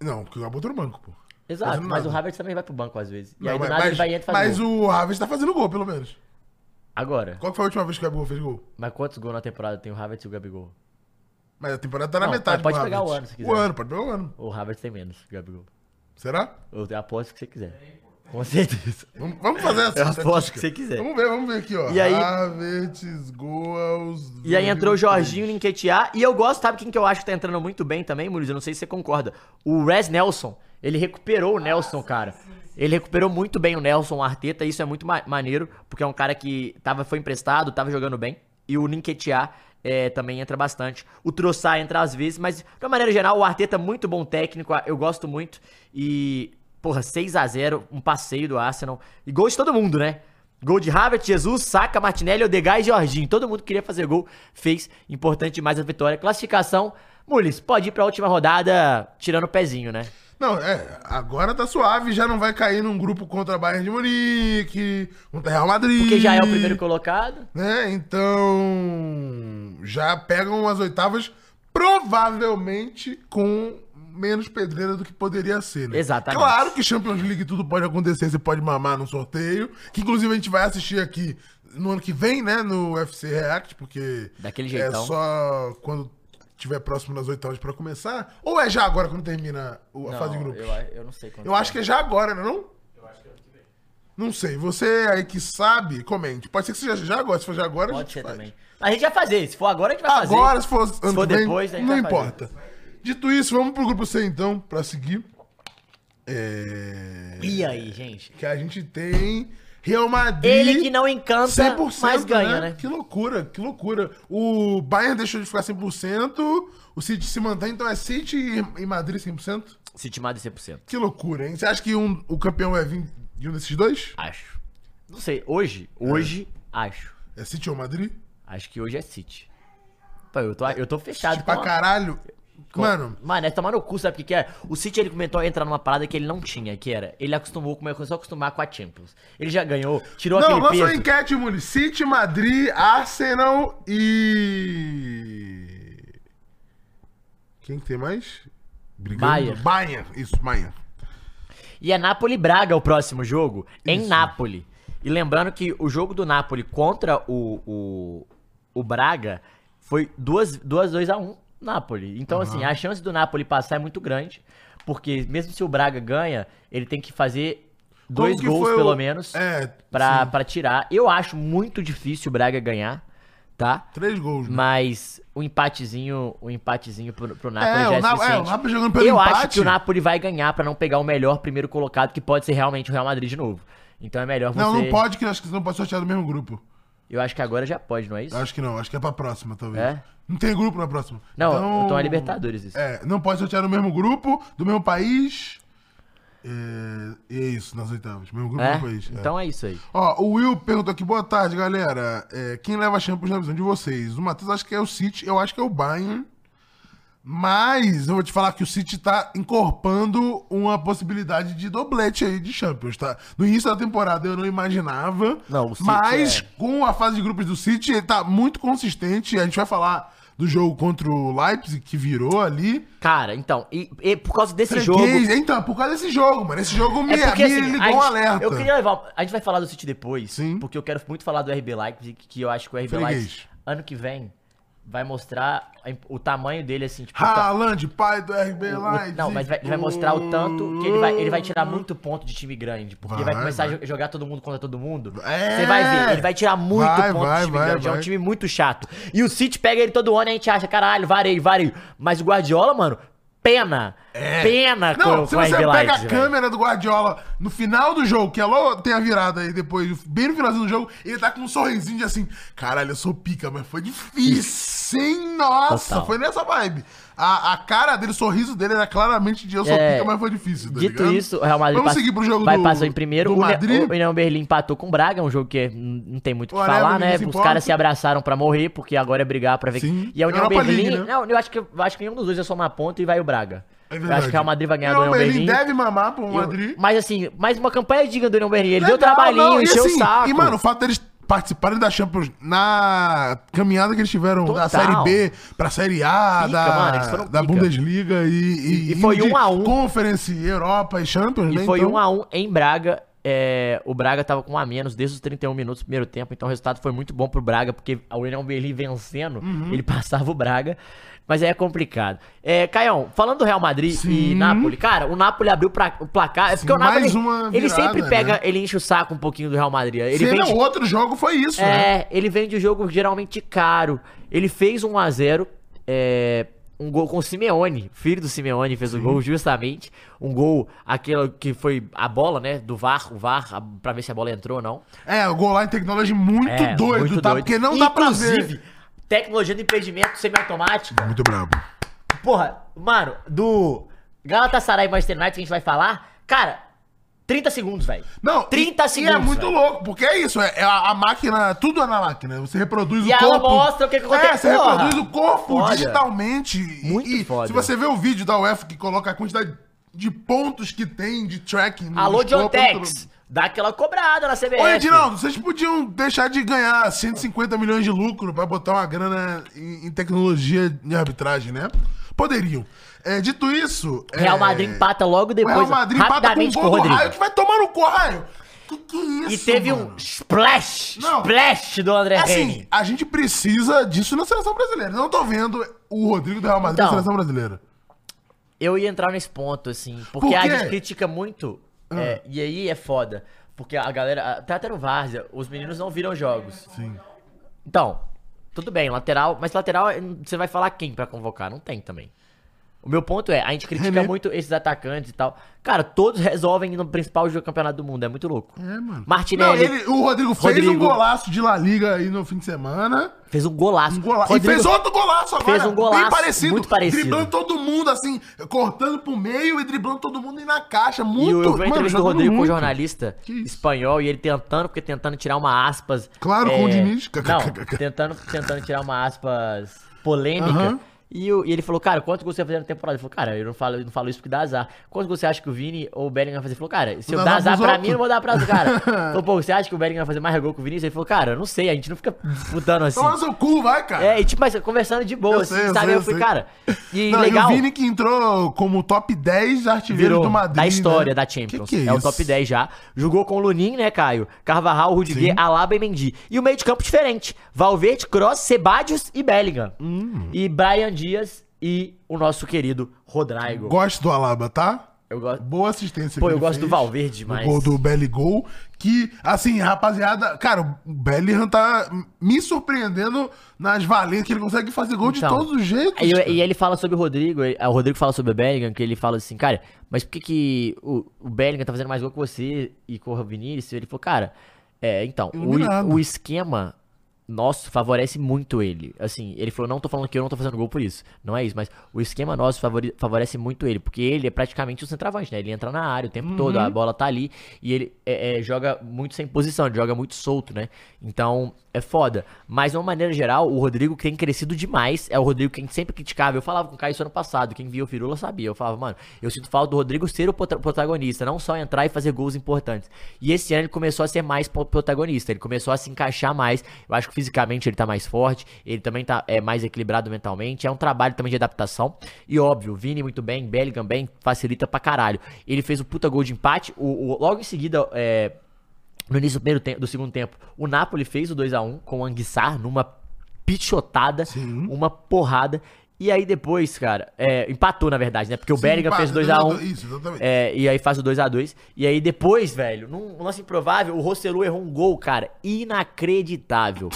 [SPEAKER 1] Não, porque o Gabigol tá no banco, pô.
[SPEAKER 2] Exato,
[SPEAKER 1] Fazendo
[SPEAKER 2] mas o
[SPEAKER 1] nada.
[SPEAKER 2] Havertz também vai pro banco às vezes. E
[SPEAKER 1] Não,
[SPEAKER 2] aí do
[SPEAKER 1] mas
[SPEAKER 2] nada ele vai e entra e faz
[SPEAKER 1] mas
[SPEAKER 2] gol.
[SPEAKER 1] o Havertz tá fazendo gol, pelo menos.
[SPEAKER 2] Agora.
[SPEAKER 1] Qual que foi a última vez que o Gabigol fez gol?
[SPEAKER 2] Mas quantos gols na temporada tem o Havertz e o Gabigol?
[SPEAKER 1] Mas a temporada tá na
[SPEAKER 2] Não,
[SPEAKER 1] metade.
[SPEAKER 2] pode
[SPEAKER 1] do
[SPEAKER 2] pegar
[SPEAKER 1] Havertz.
[SPEAKER 2] o ano, se quiser.
[SPEAKER 1] O ano, pode pegar o ano.
[SPEAKER 2] O Havertz tem menos que o Gabigol.
[SPEAKER 1] Será?
[SPEAKER 2] Eu aposto o que você quiser. Com certeza.
[SPEAKER 1] Vamos, vamos fazer essa.
[SPEAKER 2] Eu aposto
[SPEAKER 1] estatística.
[SPEAKER 2] que você quiser.
[SPEAKER 1] Vamos ver, vamos ver aqui, ó.
[SPEAKER 2] E aí-
[SPEAKER 1] Havertz, gols.
[SPEAKER 2] E aí entrou o Jorginho Ninquetear. E eu gosto, sabe quem que eu acho que tá entrando muito bem também, Muniz? Eu não sei se você concorda. O Res Nelson. Ele recuperou o Nelson, cara. Ele recuperou muito bem o Nelson, o Arteta. Isso é muito ma- maneiro, porque é um cara que tava, foi emprestado, tava jogando bem. E o Ninketia é, também entra bastante. O Troçar entra às vezes, mas de uma maneira geral, o Arteta é muito bom técnico, eu gosto muito. E, porra, 6 a 0 um passeio do Arsenal. E gol de todo mundo, né? Gol de Havertz, Jesus, Saca, Martinelli, Odegaard e Jorginho. Todo mundo que queria fazer gol, fez. Importante demais a vitória. Classificação, Mules, pode ir pra última rodada tirando o pezinho, né?
[SPEAKER 1] Não, é, agora tá suave, já não vai cair num grupo contra a Bayern de Munique, contra Real Madrid.
[SPEAKER 2] Porque já é o primeiro colocado.
[SPEAKER 1] Né? Então, já pegam as oitavas provavelmente com menos pedreira do que poderia ser, né?
[SPEAKER 2] Exatamente.
[SPEAKER 1] Claro que Champions League tudo pode acontecer, você pode mamar num sorteio, que inclusive a gente vai assistir aqui no ano que vem, né, no UFC React, porque
[SPEAKER 2] Daquele
[SPEAKER 1] é
[SPEAKER 2] jeitão.
[SPEAKER 1] só quando tiver próximo das oitavas pra começar, ou é já agora quando termina o- a fase de grupos?
[SPEAKER 2] Eu, eu não sei quando.
[SPEAKER 1] Eu acho que é já agora, não? é não? Não sei, você aí que sabe, comente. Pode ser que seja já agora, se for já agora. a
[SPEAKER 2] Pode
[SPEAKER 1] gente
[SPEAKER 2] ser
[SPEAKER 1] faz.
[SPEAKER 2] também. A gente vai fazer, se for agora a gente vai fazer.
[SPEAKER 1] Agora, se for, ano que
[SPEAKER 2] for
[SPEAKER 1] vem,
[SPEAKER 2] depois, a gente
[SPEAKER 1] não
[SPEAKER 2] vai fazer.
[SPEAKER 1] importa. Dito isso, vamos pro grupo C então, pra seguir. É...
[SPEAKER 2] E aí, gente?
[SPEAKER 1] Que a gente tem Real Madrid.
[SPEAKER 2] Ele que não encanta,
[SPEAKER 1] 100%,
[SPEAKER 2] mas ganha, né?
[SPEAKER 1] Que loucura, que loucura. O Bayern deixou de ficar 100%, o City se mantém, então é City e- e Madrid 100%?
[SPEAKER 2] Se é timar de 100%.
[SPEAKER 1] Que loucura, hein? Você acha que um- o campeão vai vir de um desses dois?
[SPEAKER 2] Acho. Não sei, hoje, hoje, acho.
[SPEAKER 1] É City ou Madrid?
[SPEAKER 2] Acho que hoje é City. Pô, eu tô, eu tô fechado
[SPEAKER 1] City pra
[SPEAKER 2] a-
[SPEAKER 1] caralho. Mano,
[SPEAKER 2] Mano, é tomar no cu, sabe o que que é? O City, ele comentou a entrar numa parada que ele não tinha, que era... Ele acostumou, come- começou a acostumar com a Champions. Ele já ganhou, tirou
[SPEAKER 1] não,
[SPEAKER 2] aquele
[SPEAKER 1] lança uma
[SPEAKER 2] peso.
[SPEAKER 1] enquete, Muli. City, Madrid, Arsenal e. Quem que tem mais? Brigando.
[SPEAKER 2] Bayern.
[SPEAKER 1] Bayern, isso, Bayern.
[SPEAKER 2] E é Napoli e Braga o próximo jogo, em Napoli. E lembrando que o jogo do Napoli contra o, o, o Braga foi 2 duas, 2 a 1 um, Napoli. Então, assim, a chance do Napoli passar é muito grande, porque mesmo se o Braga ganha, ele tem que fazer dois
[SPEAKER 1] Como que
[SPEAKER 2] gols,
[SPEAKER 1] foi o-
[SPEAKER 2] pelo menos,
[SPEAKER 1] É,
[SPEAKER 2] pra,
[SPEAKER 1] sim,
[SPEAKER 2] pra tirar. Eu acho muito difícil o Braga ganhar, tá?
[SPEAKER 1] três gols. né?
[SPEAKER 2] Mas o empatezinho, o empatezinho pro, pro Napoli
[SPEAKER 1] É,
[SPEAKER 2] já
[SPEAKER 1] o
[SPEAKER 2] é
[SPEAKER 1] Nap-
[SPEAKER 2] suficiente.
[SPEAKER 1] é, o Napoli jogando pelo
[SPEAKER 2] Eu
[SPEAKER 1] empate.
[SPEAKER 2] acho que o Napoli vai ganhar pra não pegar o melhor primeiro colocado, que pode ser realmente o Real Madrid de novo. Então é melhor você...
[SPEAKER 1] Não, não pode, que eu acho que você não pode sortear do mesmo grupo.
[SPEAKER 2] Eu acho que agora já pode, não é isso?
[SPEAKER 1] Eu acho que não, acho que é pra próxima, talvez.
[SPEAKER 2] É?
[SPEAKER 1] Não tem grupo na próxima.
[SPEAKER 2] Não, então é Libertadores isso.
[SPEAKER 1] É, não pode sortear no mesmo grupo, do mesmo país. É, e é isso, nas oitavas. Mesmo grupo,
[SPEAKER 2] É?
[SPEAKER 1] mesmo país. é.
[SPEAKER 2] Então é isso aí.
[SPEAKER 1] Ó, o Will perguntou aqui, boa tarde, galera. É, quem leva a Champions na visão de vocês? O Matheus acho que é o City, eu acho que é o Bayern. Mas eu vou te falar que o City tá encorpando uma possibilidade de doblete aí de Champions, tá? No início da temporada eu não imaginava.
[SPEAKER 2] Não, o City
[SPEAKER 1] Mas
[SPEAKER 2] é-
[SPEAKER 1] com a fase de grupos do City, ele tá muito consistente. A gente vai falar do jogo contra o Leipzig, que virou ali.
[SPEAKER 2] Cara, então, e, e por causa desse jogo...
[SPEAKER 1] Freguês. Então, é por causa desse jogo, mano. Esse jogo me,
[SPEAKER 2] É porque,
[SPEAKER 1] me
[SPEAKER 2] assim,
[SPEAKER 1] ligou
[SPEAKER 2] a
[SPEAKER 1] um
[SPEAKER 2] gente-
[SPEAKER 1] alerta.
[SPEAKER 2] Eu queria levar. A gente vai falar do City depois,
[SPEAKER 1] Sim.
[SPEAKER 2] porque eu quero muito falar do RB Leipzig, que eu acho que o RB
[SPEAKER 1] Freguês.
[SPEAKER 2] Leipzig, ano que vem, vai mostrar a imp- o tamanho dele, assim, tipo. o ta-
[SPEAKER 1] Haaland, pai do RB
[SPEAKER 2] o-
[SPEAKER 1] Leipzig.
[SPEAKER 2] não, mas vai, ele
[SPEAKER 1] então
[SPEAKER 2] vai mostrar o tanto que ele vai, ele vai tirar muito ponto de time grande. Porque ele vai
[SPEAKER 1] Vai,
[SPEAKER 2] começar
[SPEAKER 1] vai.
[SPEAKER 2] a jo- jogar todo mundo contra todo mundo.
[SPEAKER 1] É!
[SPEAKER 2] Você vai ver, ele vai tirar muito
[SPEAKER 1] Vai,
[SPEAKER 2] ponto
[SPEAKER 1] vai,
[SPEAKER 2] de time
[SPEAKER 1] vai,
[SPEAKER 2] grande. É
[SPEAKER 1] vai.
[SPEAKER 2] um time muito chato. E o City pega ele todo ano e a gente acha, caralho, vareio, vareio. Mas o Guardiola, mano, pena. Pena
[SPEAKER 1] É. Não,
[SPEAKER 2] com-
[SPEAKER 1] se
[SPEAKER 2] com o
[SPEAKER 1] você
[SPEAKER 2] RB
[SPEAKER 1] pega
[SPEAKER 2] Leipzig,
[SPEAKER 1] a
[SPEAKER 2] velho.
[SPEAKER 1] câmera do Guardiola no final do jogo, que ela tem a virada aí depois, bem no finalzinho do jogo, ele tá com um sorrisinho de assim, caralho, eu sou pica, mas foi difícil, hein? Nossa,
[SPEAKER 2] Total.
[SPEAKER 1] foi nessa vibe. A, a cara dele, o sorriso dele era claramente de eu sou
[SPEAKER 2] É,
[SPEAKER 1] pica, mas foi difícil, tá
[SPEAKER 2] Dito
[SPEAKER 1] ligado?
[SPEAKER 2] isso, o Real Madrid
[SPEAKER 1] Vamos
[SPEAKER 2] passa-
[SPEAKER 1] seguir pro jogo
[SPEAKER 2] vai
[SPEAKER 1] do-
[SPEAKER 2] passou em primeiro.
[SPEAKER 1] do
[SPEAKER 2] O Ne-
[SPEAKER 1] Madrid.
[SPEAKER 2] O União Berlim empatou com o Braga, é um jogo que n- não tem muito o que
[SPEAKER 1] Whatever,
[SPEAKER 2] falar,
[SPEAKER 1] ninguém
[SPEAKER 2] né?
[SPEAKER 1] se
[SPEAKER 2] Os
[SPEAKER 1] importa.
[SPEAKER 2] caras se abraçaram pra morrer, porque agora é brigar pra ver.
[SPEAKER 1] Sim.
[SPEAKER 2] E a União
[SPEAKER 1] Europa
[SPEAKER 2] Berlim,
[SPEAKER 1] League, né?
[SPEAKER 2] não, eu acho que eu acho que nenhum dos dois é somar ponto e vai o Braga.
[SPEAKER 1] É
[SPEAKER 2] eu
[SPEAKER 1] verdade.
[SPEAKER 2] acho que o Real Madrid vai ganhar do
[SPEAKER 1] Não,
[SPEAKER 2] União Berlim.
[SPEAKER 1] deve mamar pro
[SPEAKER 2] Eu-
[SPEAKER 1] Madrid.
[SPEAKER 2] Mas assim, mais uma campanha digna do União Berlim. Ele deu
[SPEAKER 1] Legal,
[SPEAKER 2] trabalhinho,
[SPEAKER 1] não, e
[SPEAKER 2] encheu
[SPEAKER 1] assim,
[SPEAKER 2] o saco.
[SPEAKER 1] E, mano, o fato deles participarem da Champions na caminhada que eles tiveram da
[SPEAKER 2] Total.
[SPEAKER 1] Série B pra Série A,
[SPEAKER 2] Pica,
[SPEAKER 1] da,
[SPEAKER 2] mano, eles foram
[SPEAKER 1] da
[SPEAKER 2] pica.
[SPEAKER 1] Bundesliga e, e,
[SPEAKER 2] E- e foi
[SPEAKER 1] de
[SPEAKER 2] um a um.
[SPEAKER 1] Conference, Europa e Champions,
[SPEAKER 2] E
[SPEAKER 1] né?
[SPEAKER 2] foi
[SPEAKER 1] Então,
[SPEAKER 2] 1 a 1 em Braga. É, o Braga tava com um a menos desde os 31 minutos do primeiro tempo, então o resultado foi muito bom pro Braga, porque a União Berlim vencendo,
[SPEAKER 1] Uhum.
[SPEAKER 2] ele passava o Braga, mas aí é complicado. É, Caião, falando do Real Madrid e
[SPEAKER 1] Sim.
[SPEAKER 2] Napoli, cara, o Napoli abriu pra- o placar, é porque o Napoli,
[SPEAKER 1] mais uma
[SPEAKER 2] ele
[SPEAKER 1] virada,
[SPEAKER 2] sempre pega,
[SPEAKER 1] né?
[SPEAKER 2] ele enche o saco um pouquinho do Real Madrid, ele
[SPEAKER 1] se
[SPEAKER 2] vem
[SPEAKER 1] não, outro jogo foi isso, né?
[SPEAKER 2] um é, ele vende o jogo geralmente caro. Ele fez 1 a 0 é, um gol com o Simeone, filho do Simeone fez o gol justamente, um gol aquele que foi a bola, né, do VAR, o VAR, a- pra ver se a bola entrou ou não.
[SPEAKER 1] É, o Go Line Technology muito
[SPEAKER 2] É,
[SPEAKER 1] doido,
[SPEAKER 2] muito
[SPEAKER 1] tá?
[SPEAKER 2] doido.
[SPEAKER 1] Porque não dá pra ver.
[SPEAKER 2] Inclusive, tecnologia do impedimento semiautomática.
[SPEAKER 1] Muito brabo.
[SPEAKER 2] Porra, mano, do Galatasaray e Manchester United que a gente vai falar, cara, 30 segundos, velho.
[SPEAKER 1] Não,
[SPEAKER 2] 30
[SPEAKER 1] e,
[SPEAKER 2] segundos.
[SPEAKER 1] E é muito
[SPEAKER 2] velho.
[SPEAKER 1] louco, porque é isso, é, é a, a máquina, tudo é na máquina. Você reproduz
[SPEAKER 2] E
[SPEAKER 1] o
[SPEAKER 2] ela
[SPEAKER 1] corpo.
[SPEAKER 2] mostra o que que
[SPEAKER 1] É,
[SPEAKER 2] acontece,
[SPEAKER 1] você
[SPEAKER 2] porra.
[SPEAKER 1] reproduz o corpo
[SPEAKER 2] Foda.
[SPEAKER 1] digitalmente. e-
[SPEAKER 2] Muito
[SPEAKER 1] e,
[SPEAKER 2] foda.
[SPEAKER 1] Se você vê o vídeo da UEFA que coloca a quantidade de pontos que tem de tracking no
[SPEAKER 2] Alô, John
[SPEAKER 1] corpo,
[SPEAKER 2] Tex, dá aquela cobrada na CBF.
[SPEAKER 1] Olha, Edinaldo, vocês podiam deixar de ganhar 150 milhões de lucro pra botar uma grana em, em tecnologia de arbitragem, né? Poderiam. É, dito isso.
[SPEAKER 2] Real
[SPEAKER 1] é,
[SPEAKER 2] Madrid empata logo
[SPEAKER 1] O
[SPEAKER 2] depois,
[SPEAKER 1] Real Madrid empata com um
[SPEAKER 2] rapidamente com o
[SPEAKER 1] gol do
[SPEAKER 2] Rodrigo.
[SPEAKER 1] Raio que vai tomar no cu, Raio. Que que é
[SPEAKER 2] E
[SPEAKER 1] isso?
[SPEAKER 2] teve
[SPEAKER 1] mano?
[SPEAKER 2] um splash,
[SPEAKER 1] Não.
[SPEAKER 2] splash do André
[SPEAKER 1] Assim,
[SPEAKER 2] Henry.
[SPEAKER 1] a gente precisa disso na seleção brasileira. Não tô vendo o Rodrigo do Real Madrid na
[SPEAKER 2] Então.
[SPEAKER 1] seleção brasileira.
[SPEAKER 2] Eu ia entrar nesse ponto, assim, porque
[SPEAKER 1] Por
[SPEAKER 2] a
[SPEAKER 1] quê? Ah.
[SPEAKER 2] gente critica muito, é, e aí é foda. Porque a galera, até até no Várzea, os meninos não viram jogos.
[SPEAKER 1] Sim.
[SPEAKER 2] Então, tudo bem, lateral, mas lateral eh, você vai falar quem pra convocar? Não tem também. O meu ponto é, a gente critica
[SPEAKER 1] René.
[SPEAKER 2] muito esses atacantes e tal. Cara, todos resolvem no principal jogo do campeonato do mundo, é muito louco.
[SPEAKER 1] É, mano.
[SPEAKER 2] Martinelli
[SPEAKER 1] Não, ele- o Rodrigo fez um
[SPEAKER 2] Rodrigo.
[SPEAKER 1] golaço de La Liga aí no fim de semana.
[SPEAKER 2] fez um golaço.
[SPEAKER 1] Um golaço.
[SPEAKER 2] Rodrigo-
[SPEAKER 1] E fez outro golaço agora.
[SPEAKER 2] Fez um golaço, muito parecido.
[SPEAKER 1] Driblando todo mundo, assim, cortando pro meio e driblando todo mundo e na caixa. Muito.
[SPEAKER 2] E eu, eu vi a entrevista do
[SPEAKER 1] jogando
[SPEAKER 2] Rodrigo com o
[SPEAKER 1] muito.
[SPEAKER 2] jornalista
[SPEAKER 1] Que isso.
[SPEAKER 2] espanhol e ele tentando, porque tentando tirar uma aspas. é,
[SPEAKER 1] Claro, com o Diniz.
[SPEAKER 2] Não, tentando, tentando tirar uma aspas polêmica.
[SPEAKER 1] Aham.
[SPEAKER 2] E, o- e ele falou, cara, quantos gols você vai fazer na temporada? Ele falou, cara, eu não falo, eu não falo isso porque dá azar. Quantos gols você acha que o Vini ou o Bellingham vai fazer? Ele falou, cara, se
[SPEAKER 1] Vou
[SPEAKER 2] eu
[SPEAKER 1] dar
[SPEAKER 2] dar
[SPEAKER 1] azar
[SPEAKER 2] azar
[SPEAKER 1] pros
[SPEAKER 2] pra mim,
[SPEAKER 1] outros.
[SPEAKER 2] eu não vou dar pra outro cara. falou, pô, você acha que o Bellingham vai fazer mais gol que o Vinícius? Ele falou, cara, eu não sei, a gente não fica disputando assim.
[SPEAKER 1] Toma no seu cu, vai, cara.
[SPEAKER 2] É, e tipo, mas conversando de boa,
[SPEAKER 1] Eu
[SPEAKER 2] assim,
[SPEAKER 1] sei, eu
[SPEAKER 2] sabe?
[SPEAKER 1] sei,
[SPEAKER 2] eu
[SPEAKER 1] eu
[SPEAKER 2] falei,
[SPEAKER 1] sei.
[SPEAKER 2] cara, e
[SPEAKER 1] Não,
[SPEAKER 2] legal.
[SPEAKER 1] E o Vini que entrou como top 10 artilheiro
[SPEAKER 2] Virou
[SPEAKER 1] do Madrid.
[SPEAKER 2] da
[SPEAKER 1] né?
[SPEAKER 2] história da Champions.
[SPEAKER 1] Que que
[SPEAKER 2] é, o top
[SPEAKER 1] isso?
[SPEAKER 2] 10 já. Jogou com o Lunin, né, Caio? Carvajal, Rudiger, Alaba e Mendy. E o meio de campo diferente. Valverde, Cross, Sebadios e Bellingham.
[SPEAKER 1] Hum.
[SPEAKER 2] E Brian Dias e o nosso querido Rodrigo.
[SPEAKER 1] Gosto do Alaba, tá?
[SPEAKER 2] eu gosto.
[SPEAKER 1] Boa assistência
[SPEAKER 2] Pô,
[SPEAKER 1] que
[SPEAKER 2] eu
[SPEAKER 1] ele
[SPEAKER 2] gosto
[SPEAKER 1] fez.
[SPEAKER 2] do Valverde
[SPEAKER 1] O
[SPEAKER 2] demais.
[SPEAKER 1] gol do Belly Gol. Que, assim, rapaziada, cara, o Bellingham tá me surpreendendo nas valências que ele consegue fazer gol
[SPEAKER 2] Então,
[SPEAKER 1] de todos os jeitos.
[SPEAKER 2] E,
[SPEAKER 1] cara.
[SPEAKER 2] e ele fala sobre o Rodrigo, ele- o Rodrigo fala sobre o Bellingham, que ele fala assim, cara, mas por que, que o, o Bellingham tá fazendo mais gol que você e com o Vinícius? Ele falou, cara, é, então,
[SPEAKER 1] Iluminado.
[SPEAKER 2] o, o esquema nosso favorece muito ele. Assim, ele falou, não tô falando que eu não tô fazendo gol por isso. Não é isso, mas o esquema nosso favori- favorece muito ele, porque ele é praticamente o centroavante, né? Ele entra na área o tempo todo, a bola tá ali e ele é, é, joga muito sem posição, ele joga muito solto, né? Então, é foda. Mas, de uma maneira geral, o Rodrigo tem crescido demais. É o Rodrigo que a gente sempre criticava. Eu falava com o Caio isso ano passado. Quem via o Firula sabia. Eu falava, mano, eu sinto falta do Rodrigo ser o prota- protagonista, não só entrar e fazer gols importantes. E esse ano ele começou a ser mais po- protagonista. Ele começou a se encaixar mais. Eu acho que fisicamente ele tá mais forte. Ele também tá é, mais equilibrado mentalmente. É um trabalho também de adaptação. E óbvio, Vini muito bem, Bellingham bem, facilita pra caralho. Ele fez o puta gol de empate. O, o- logo em seguida, é, no início do, primeiro tempo, do segundo tempo, o Napoli fez o 2 a 1 com o Anguissar numa pichotada, uma porrada. E aí depois, cara, é, empatou na verdade, né? Porque o
[SPEAKER 1] Sim,
[SPEAKER 2] Bellingham
[SPEAKER 1] pá,
[SPEAKER 2] fez 2 a 1
[SPEAKER 1] Isso, exatamente.
[SPEAKER 2] é, e aí faz o 2 a 2 E aí depois, velho, num lance improvável, o Rossellu errou um gol, cara. Inacreditável.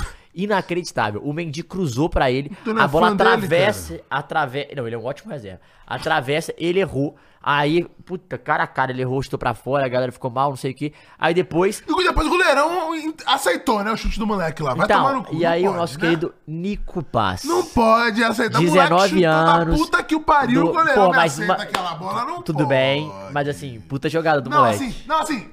[SPEAKER 2] Inacreditável. O Mendy cruzou pra ele.
[SPEAKER 1] Tu não é
[SPEAKER 2] a bola
[SPEAKER 1] fã dele,
[SPEAKER 2] atravessa. atravessa. Não, ele é um ótimo reserva. Atravessa, ele errou. Aí, puta, cara a cara, ele errou, chutou pra fora, a galera ficou mal, não sei o que. Aí depois.
[SPEAKER 1] E depois o goleirão aceitou, né? O chute do moleque lá. Vai
[SPEAKER 2] então,
[SPEAKER 1] tomar no cu.
[SPEAKER 2] e
[SPEAKER 1] não
[SPEAKER 2] aí o
[SPEAKER 1] pode,
[SPEAKER 2] nosso
[SPEAKER 1] né?
[SPEAKER 2] querido Nico Paz.
[SPEAKER 1] Não pode aceitar. O
[SPEAKER 2] 19
[SPEAKER 1] moleque chutou da
[SPEAKER 2] anos.
[SPEAKER 1] puta que o pariu, o
[SPEAKER 2] Do-
[SPEAKER 1] goleirão
[SPEAKER 2] pô,
[SPEAKER 1] me
[SPEAKER 2] mas
[SPEAKER 1] aceita
[SPEAKER 2] ma-
[SPEAKER 1] aquela bola. Não
[SPEAKER 2] Tudo
[SPEAKER 1] pode.
[SPEAKER 2] bem, mas assim, puta jogada do
[SPEAKER 1] Não,
[SPEAKER 2] moleque.
[SPEAKER 1] assim, não, assim,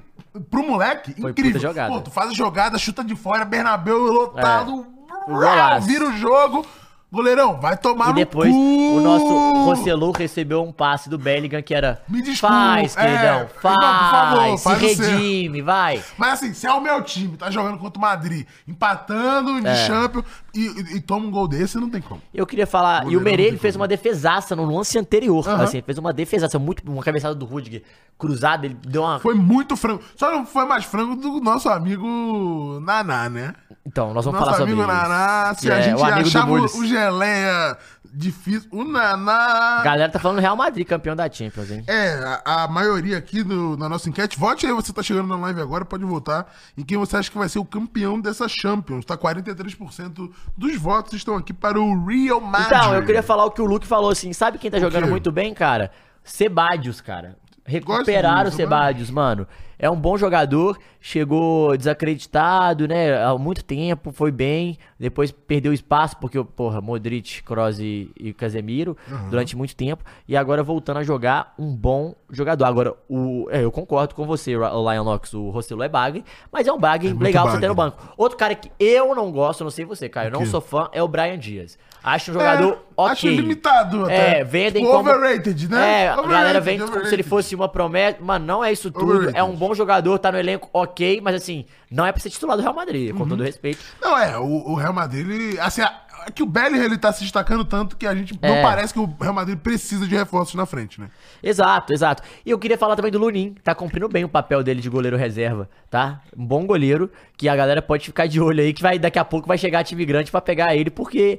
[SPEAKER 1] pro moleque,
[SPEAKER 2] Foi
[SPEAKER 1] incrível.
[SPEAKER 2] puta jogada.
[SPEAKER 1] Pô, tu faz a jogada, chuta de fora, Bernabéu lotado, Ah,
[SPEAKER 2] O É. Um golaço.
[SPEAKER 1] vira o jogo. Goleirão, vai tomar
[SPEAKER 2] E depois
[SPEAKER 1] no cu.
[SPEAKER 2] o nosso Rossellu recebeu um passe do Bellingham que era.
[SPEAKER 1] Me desculpa,
[SPEAKER 2] Faz,
[SPEAKER 1] é.
[SPEAKER 2] queridão,
[SPEAKER 1] Não, por
[SPEAKER 2] faz.
[SPEAKER 1] favor,
[SPEAKER 2] se
[SPEAKER 1] faz o seu."
[SPEAKER 2] redime, vai.
[SPEAKER 1] Mas assim, se é o meu time, tá jogando contra o Madrid, empatando
[SPEAKER 2] É.
[SPEAKER 1] de Champions e, e- e toma um gol desse, não tem como.
[SPEAKER 2] Eu queria falar. e
[SPEAKER 1] Goleiro
[SPEAKER 2] o Merelli
[SPEAKER 1] não tem
[SPEAKER 2] fez uma defesaça no lance anterior.
[SPEAKER 1] Aham.
[SPEAKER 2] Assim, fez uma defesaça, muito. Uma cabeçada do Rudiger cruzada, ele deu uma.
[SPEAKER 1] Foi muito frango. Só não foi mais frango do nosso amigo Naná, né?
[SPEAKER 2] Então, nós vamos
[SPEAKER 1] Nosso
[SPEAKER 2] falar sobre
[SPEAKER 1] amigo
[SPEAKER 2] isso.
[SPEAKER 1] Naná, se
[SPEAKER 2] É,
[SPEAKER 1] a
[SPEAKER 2] o
[SPEAKER 1] gente
[SPEAKER 2] amigo do
[SPEAKER 1] achava o
[SPEAKER 2] Mules.
[SPEAKER 1] o Jean geleia difícil. O Naná.
[SPEAKER 2] Galera tá falando Real Madrid, campeão da Champions, hein?
[SPEAKER 1] É, a, a maioria aqui no- na nossa enquete. Vote aí, você tá chegando na live agora, pode votar. Em quem você acha que vai ser o campeão dessa Champions. Tá 43% dos votos estão aqui para o Real Madrid.
[SPEAKER 2] Então, eu queria falar o que o Luke falou assim. Sabe quem tá jogando
[SPEAKER 1] quê?
[SPEAKER 2] muito bem, cara? Sebadios, cara. Recuperaram o
[SPEAKER 1] Gosto do
[SPEAKER 2] Sebadios, mano. É um bom jogador, chegou desacreditado, né? Há muito tempo, foi bem. Depois perdeu espaço, porque, porra, Modric, Kroos e, e Casemiro, durante muito tempo. E agora voltando a jogar, um bom jogador. Agora, o, é, eu concordo com você, Ra- o Lion Ox, o Rossello é bagre, mas é um bagre
[SPEAKER 1] muito
[SPEAKER 2] legal pra você ter
[SPEAKER 1] bagre.
[SPEAKER 2] no banco. Outro cara que eu não gosto, não sei você, Caio, eu não
[SPEAKER 1] Ok.
[SPEAKER 2] sou fã, é o Brian Dias. Acho um
[SPEAKER 1] É,
[SPEAKER 2] jogador ok.
[SPEAKER 1] Acho limitado até.
[SPEAKER 2] É, vendem
[SPEAKER 1] Tipo,
[SPEAKER 2] como...
[SPEAKER 1] Overrated, né?
[SPEAKER 2] É, a
[SPEAKER 1] Overrated,
[SPEAKER 2] galera vende como se ele
[SPEAKER 1] overrated.
[SPEAKER 2] fosse uma promessa. Mano, não é isso tudo.
[SPEAKER 1] Overrated.
[SPEAKER 2] É um bom jogador, tá no elenco ok, mas assim, não é pra ser titular do Real Madrid, com todo respeito.
[SPEAKER 1] Não, é, o, o Real Madrid, ele, assim, a- é que o Bellingham ele tá se destacando tanto que a gente não
[SPEAKER 2] É.
[SPEAKER 1] parece que o Real Madrid precisa de reforços na frente, né?
[SPEAKER 2] Exato, exato. E eu queria falar também do Lunin, tá cumprindo bem o papel dele de goleiro reserva, tá? Um bom goleiro, que a galera pode ficar de olho aí, que vai daqui a pouco vai chegar time grande pra pegar ele, porque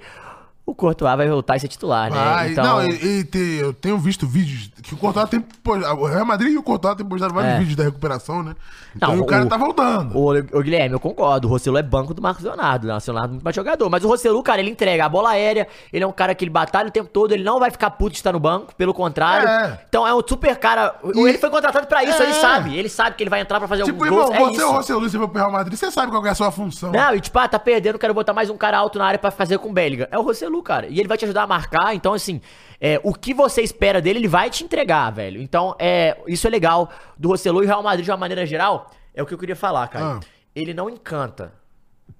[SPEAKER 2] o Courtois vai voltar e ser titular,
[SPEAKER 1] Vai,
[SPEAKER 2] né? Então,
[SPEAKER 1] não, e, e tem- eu tenho visto vídeos que o Courtois tem, pô, o Real Madrid e o Courtois tem postado vários
[SPEAKER 2] É.
[SPEAKER 1] vídeos da recuperação, né? Então
[SPEAKER 2] Não,
[SPEAKER 1] o cara
[SPEAKER 2] o-
[SPEAKER 1] tá voltando.
[SPEAKER 2] Ô, ô, Guilherme, eu concordo. O Rossello é banco do Marcos Leonardo. Né? O Leonardo é muito mais jogador. Mas o Rossello, cara, ele entrega a bola aérea. Ele é um cara que ele batalha o tempo todo. Ele não vai ficar puto de estar no banco. Pelo contrário.
[SPEAKER 1] É.
[SPEAKER 2] Então é um super cara.
[SPEAKER 1] E-
[SPEAKER 2] Ele foi contratado pra isso.
[SPEAKER 1] É.
[SPEAKER 2] Ele sabe. Ele sabe que ele vai entrar pra fazer
[SPEAKER 1] tipo,
[SPEAKER 2] alguns
[SPEAKER 1] irmão,
[SPEAKER 2] gols. é
[SPEAKER 1] você é o
[SPEAKER 2] isso.
[SPEAKER 1] Rossellu, você vai pro Real Madrid, você sabe qual que é a sua função.
[SPEAKER 2] Não, e tipo, ah, tá perdendo, quero botar mais um cara alto na área pra fazer com o Bellingham. É o Rossellu, cara. E ele vai te ajudar a marcar. Então, assim, é, o que você espera dele, ele vai te entregar, velho. Então, é, isso é legal do Rossellu e o Real Madrid de uma maneira geral. É o que eu queria falar, cara.
[SPEAKER 1] Ah.
[SPEAKER 2] Ele não encanta.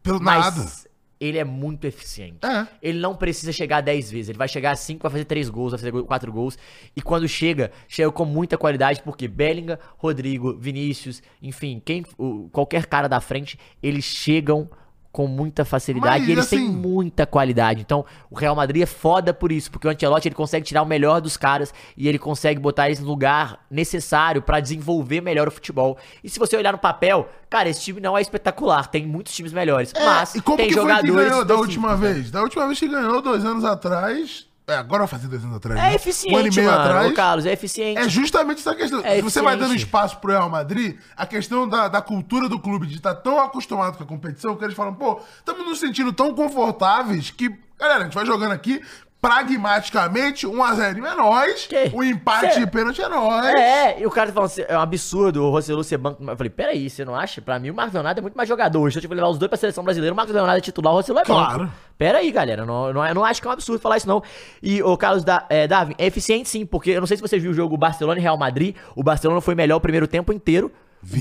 [SPEAKER 1] Pelo nada.
[SPEAKER 2] Mas ele é muito eficiente.
[SPEAKER 1] É.
[SPEAKER 2] Ele não precisa chegar 10 vezes. Ele vai chegar 5, vai fazer 3 gols, vai fazer 4 gols. E quando chega, chega com muita qualidade, porque Bellingham, Rodrigo, Vinícius, enfim, quem, o- qualquer cara da frente, eles chegam com muita facilidade
[SPEAKER 1] Mas,
[SPEAKER 2] e eles têm
[SPEAKER 1] assim,
[SPEAKER 2] muita qualidade. Então, o Real Madrid é foda por isso, porque o Ancelotti ele consegue tirar o melhor dos caras e ele consegue botar eles no lugar necessário pra desenvolver melhor o futebol. E se você olhar no papel, cara, esse time não é espetacular, tem muitos times melhores,
[SPEAKER 1] É,
[SPEAKER 2] mas
[SPEAKER 1] e como
[SPEAKER 2] tem
[SPEAKER 1] que foi que
[SPEAKER 2] jogadores
[SPEAKER 1] ganhou da
[SPEAKER 2] específicos,
[SPEAKER 1] última
[SPEAKER 2] né?
[SPEAKER 1] vez? Da última vez que ganhou, dois anos atrás. É, agora vai fazer dois anos atrás. né?
[SPEAKER 2] É
[SPEAKER 1] Um ano e
[SPEAKER 2] eficiente,
[SPEAKER 1] meio
[SPEAKER 2] mano,
[SPEAKER 1] atrás.
[SPEAKER 2] ô Carlos, é eficiente.
[SPEAKER 1] É justamente essa questão.
[SPEAKER 2] É
[SPEAKER 1] Se você vai dando
[SPEAKER 2] eficiente.
[SPEAKER 1] espaço pro Real Madrid, a questão da, da cultura do clube, de estar tão acostumado com a competição, que eles falam, pô, estamos nos sentindo tão confortáveis que, galera, a gente vai jogando aqui pragmaticamente, 1x0 é nós,
[SPEAKER 2] Que?
[SPEAKER 1] o empate
[SPEAKER 2] Cê-
[SPEAKER 1] de pênalti é nós.
[SPEAKER 2] É, é, e o cara tá falando assim, é um absurdo o Rossellu ser banco. Eu falei, peraí, você não acha? Pra mim o Marcos Leonardo é muito mais jogador. Hoje eu tive que levar os dois pra seleção brasileira, o Marcos Leonardo é titular, o Rossellu é banco.
[SPEAKER 1] Claro.
[SPEAKER 2] Peraí, galera, não, não, eu não acho que é um absurdo falar isso não. E o Carlos da, é, Darwin, é eficiente sim, porque eu não sei se você viu o jogo Barcelona e Real Madrid, o Barcelona foi melhor o primeiro tempo inteiro.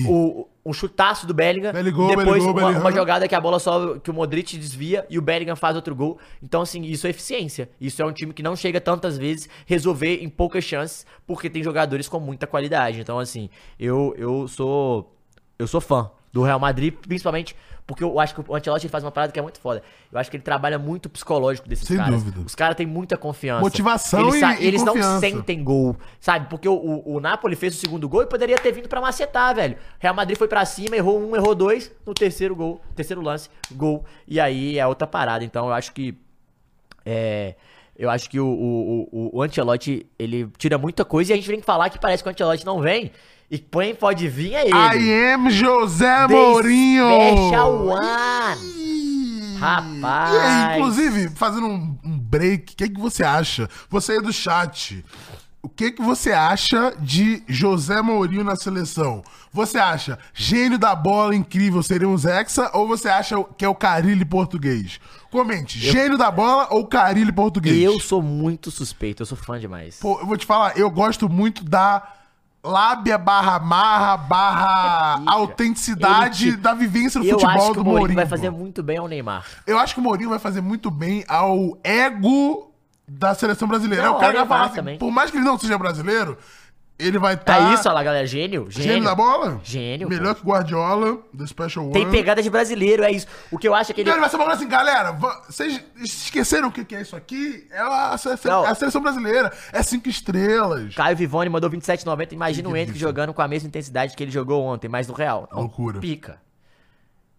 [SPEAKER 2] O, um chutaço do Bellingham,
[SPEAKER 1] Beligol,
[SPEAKER 2] depois
[SPEAKER 1] Beligol,
[SPEAKER 2] uma,
[SPEAKER 1] Bellingham.
[SPEAKER 2] uma jogada que a bola só que o Modric desvia e o Bellingham faz outro gol. Então assim, isso é eficiência. Isso é um time que não chega tantas vezes resolver em poucas chances, porque tem jogadores com muita qualidade. Então assim, eu eu sou eu sou fã do Real Madrid, principalmente porque eu acho que o Ancelotti ele faz uma parada que é muito foda. Eu acho que ele trabalha muito o psicológico desses
[SPEAKER 1] Sem
[SPEAKER 2] caras.
[SPEAKER 1] dúvida.
[SPEAKER 2] Os caras têm muita confiança.
[SPEAKER 1] Motivação
[SPEAKER 2] eles,
[SPEAKER 1] e-
[SPEAKER 2] sa-
[SPEAKER 1] e
[SPEAKER 2] Eles não
[SPEAKER 1] confiança.
[SPEAKER 2] sentem tem gol, sabe? Porque o, o, o Napoli fez o segundo gol e poderia ter vindo pra macetar, velho. Real Madrid foi pra cima, errou um, errou dois, no terceiro gol, terceiro lance, gol. E aí é outra parada. Então eu acho que. É. Eu acho que o, o, o, o Ancelotti, ele tira muita coisa e a gente vem falar que parece que o Ancelotti não vem. E quem pode vir é ele.
[SPEAKER 1] I am José
[SPEAKER 2] Despecha
[SPEAKER 1] Mourinho!
[SPEAKER 2] o ar.
[SPEAKER 1] Ih!
[SPEAKER 2] Rapaz.
[SPEAKER 1] E aí, inclusive, fazendo um, um break, o que, que você acha? Você aí do chat, o que, que você acha de José Mourinho na seleção? Você acha gênio da bola, incrível, seria um Zexa? Ou você acha que é o Carilli português? Comente, gênio da bola ou Carilli português?
[SPEAKER 2] Eu sou muito suspeito, eu sou fã demais.
[SPEAKER 1] Pô, eu vou te falar, eu gosto muito da lábia barra marra barra
[SPEAKER 2] Ih,
[SPEAKER 1] autenticidade
[SPEAKER 2] ele te-
[SPEAKER 1] da vivência do
[SPEAKER 2] eu
[SPEAKER 1] futebol
[SPEAKER 2] acho que
[SPEAKER 1] do
[SPEAKER 2] o Mourinho, vai
[SPEAKER 1] pô.
[SPEAKER 2] fazer muito bem ao Neymar.
[SPEAKER 1] Eu acho que o Mourinho vai fazer muito bem ao ego da seleção brasileira.
[SPEAKER 2] Não,
[SPEAKER 1] é o cara que
[SPEAKER 2] ao
[SPEAKER 1] vai falar
[SPEAKER 2] Neymar
[SPEAKER 1] assim,
[SPEAKER 2] também.
[SPEAKER 1] por mais que ele não seja brasileiro, ele vai estar...
[SPEAKER 2] Tá isso, olha lá, galera. Gênio, gênio.
[SPEAKER 1] Gênio da bola?
[SPEAKER 2] Gênio,
[SPEAKER 1] Melhor que Guardiola, do Special
[SPEAKER 2] Tem
[SPEAKER 1] One.
[SPEAKER 2] pegada de brasileiro, é isso. O que eu acho é que ele.
[SPEAKER 1] Cara, ele vai ser uma coisa assim, galera, va- vocês esqueceram o que que é isso aqui? É a, se- se-
[SPEAKER 2] Não.
[SPEAKER 1] a seleção brasileira. É cinco estrelas.
[SPEAKER 2] Caio Vivone mandou 27,90. Imagina o Henrique
[SPEAKER 1] delícia.
[SPEAKER 2] jogando com a mesma intensidade que ele jogou ontem, mas no Real. Então,
[SPEAKER 1] Loucura.
[SPEAKER 2] Pica.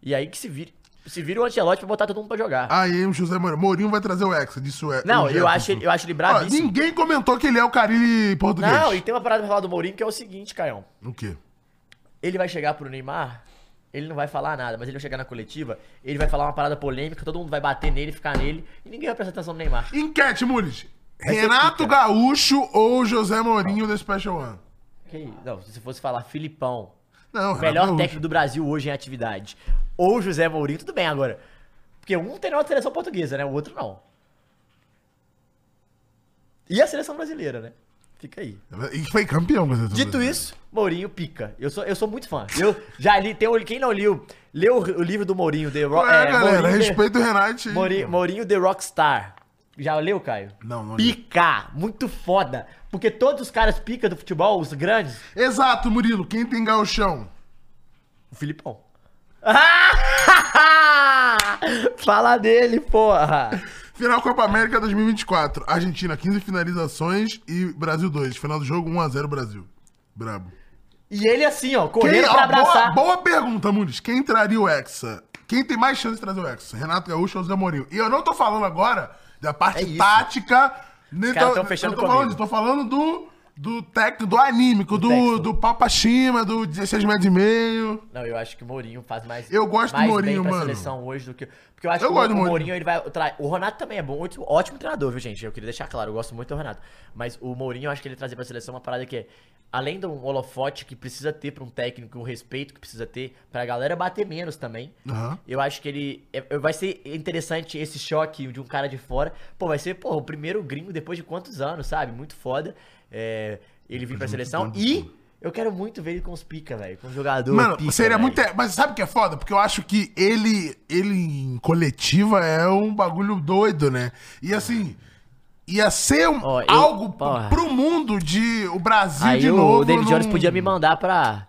[SPEAKER 2] E aí que se vire. Se vira o Ancelotti pra botar todo mundo pra jogar.
[SPEAKER 1] Aí o José Mourinho, Mourinho vai trazer o Hexa, disse o
[SPEAKER 2] não,
[SPEAKER 1] o
[SPEAKER 2] eu acho,
[SPEAKER 1] Jefferson.
[SPEAKER 2] ele, eu acho ele
[SPEAKER 1] Ó,
[SPEAKER 2] bravíssimo.
[SPEAKER 1] ninguém comentou que ele é o Carilli português.
[SPEAKER 2] Não, e tem uma parada pra falar do Mourinho que é o seguinte, Caião.
[SPEAKER 1] O quê?
[SPEAKER 2] Ele vai chegar pro Neymar, ele não vai falar nada, mas ele vai chegar na coletiva, ele vai falar uma parada polêmica, todo mundo vai bater nele, ficar nele, e ninguém vai prestar atenção no Neymar.
[SPEAKER 1] Enquete, Mules. Renato Gaúcho ou José Mourinho da Special One?
[SPEAKER 2] Que isso? Não, se fosse falar Filipão,
[SPEAKER 1] Não,
[SPEAKER 2] o
[SPEAKER 1] Renato
[SPEAKER 2] melhor
[SPEAKER 1] Gaúcho.
[SPEAKER 2] técnico do Brasil hoje em atividade, ou José Mourinho, tudo bem agora. Porque um tem na seleção portuguesa, né? O outro não. E a seleção brasileira, né? Fica aí.
[SPEAKER 1] E foi campeão com a seleção
[SPEAKER 2] Dito
[SPEAKER 1] brasileira.
[SPEAKER 2] isso, Mourinho pica. Eu sou, eu sou muito fã. Eu já li, tem, um- quem não liu, leu o livro do Mourinho, The Ro-
[SPEAKER 1] Qual é,
[SPEAKER 2] é,
[SPEAKER 1] galera?
[SPEAKER 2] Mourinho, The-
[SPEAKER 1] Respeita o Renato. aí.
[SPEAKER 2] Mourinho, Mourinho The Rockstar. Já leu, Caio?
[SPEAKER 1] Não, não. li.
[SPEAKER 2] Pica! Muito foda. Porque todos os caras pica do futebol, os grandes,
[SPEAKER 1] Exato, Murilo. Quem tem gauchão?
[SPEAKER 2] o Filipão. Fala dele, porra!
[SPEAKER 1] Final Copa América 2024. Argentina, 15 finalizações e Brasil 2. Final do jogo, 1x0 Brasil. Brabo.
[SPEAKER 2] E ele assim, ó,
[SPEAKER 1] Quem-
[SPEAKER 2] correndo
[SPEAKER 1] ó,
[SPEAKER 2] pra abraçar.
[SPEAKER 1] Ah, Boa, boa pergunta, Muniz. Quem traria o Hexa? Quem tem mais chance de trazer o Hexa? Renato Gaúcho ou Zé Mourinho? E eu não tô falando agora da parte tática. Nem
[SPEAKER 2] É caras
[SPEAKER 1] tô-
[SPEAKER 2] tão fechando
[SPEAKER 1] eu tô falando,
[SPEAKER 2] comigo.
[SPEAKER 1] tô falando do, do técnico, do anímico, do,
[SPEAKER 2] texto.
[SPEAKER 1] do Papa Chima, do 16 metros e meio.
[SPEAKER 2] Não, eu acho que o Mourinho faz mais.
[SPEAKER 1] Eu gosto do
[SPEAKER 2] mais
[SPEAKER 1] Mourinho,
[SPEAKER 2] bem pra
[SPEAKER 1] mano.
[SPEAKER 2] seleção hoje do que. Porque eu acho
[SPEAKER 1] Eu
[SPEAKER 2] que o,
[SPEAKER 1] gosto do
[SPEAKER 2] o
[SPEAKER 1] Mourinho.
[SPEAKER 2] Mourinho ele vai. tra- O Renato também é bom, ótimo, ótimo treinador, viu, gente? Eu queria deixar claro, eu gosto muito do Renato. Mas o Mourinho, eu acho que ele trazer pra seleção uma parada que é. Além de um holofote que precisa ter pra um técnico, o respeito que precisa ter, pra galera bater menos também.
[SPEAKER 1] Aham.
[SPEAKER 2] Eu acho que ele. é- é- vai ser interessante esse choque de um cara de fora. Pô, vai ser, pô, o primeiro gringo depois de quantos anos, sabe? Muito foda. É, ele vir pra seleção. E eu quero muito ver ele com os pica, velho. Com os jogadores.
[SPEAKER 1] Mano,
[SPEAKER 2] pica,
[SPEAKER 1] seria
[SPEAKER 2] velho.
[SPEAKER 1] muito. Mas sabe o que é foda? Porque eu acho que ele, ele em coletiva é um bagulho doido, né? E assim. Ia ser um-
[SPEAKER 2] Ó, eu-
[SPEAKER 1] algo
[SPEAKER 2] ó.
[SPEAKER 1] pro mundo de. O Brasil
[SPEAKER 2] Aí
[SPEAKER 1] de
[SPEAKER 2] o
[SPEAKER 1] novo.
[SPEAKER 2] David Jones
[SPEAKER 1] num-
[SPEAKER 2] podia me mandar pra.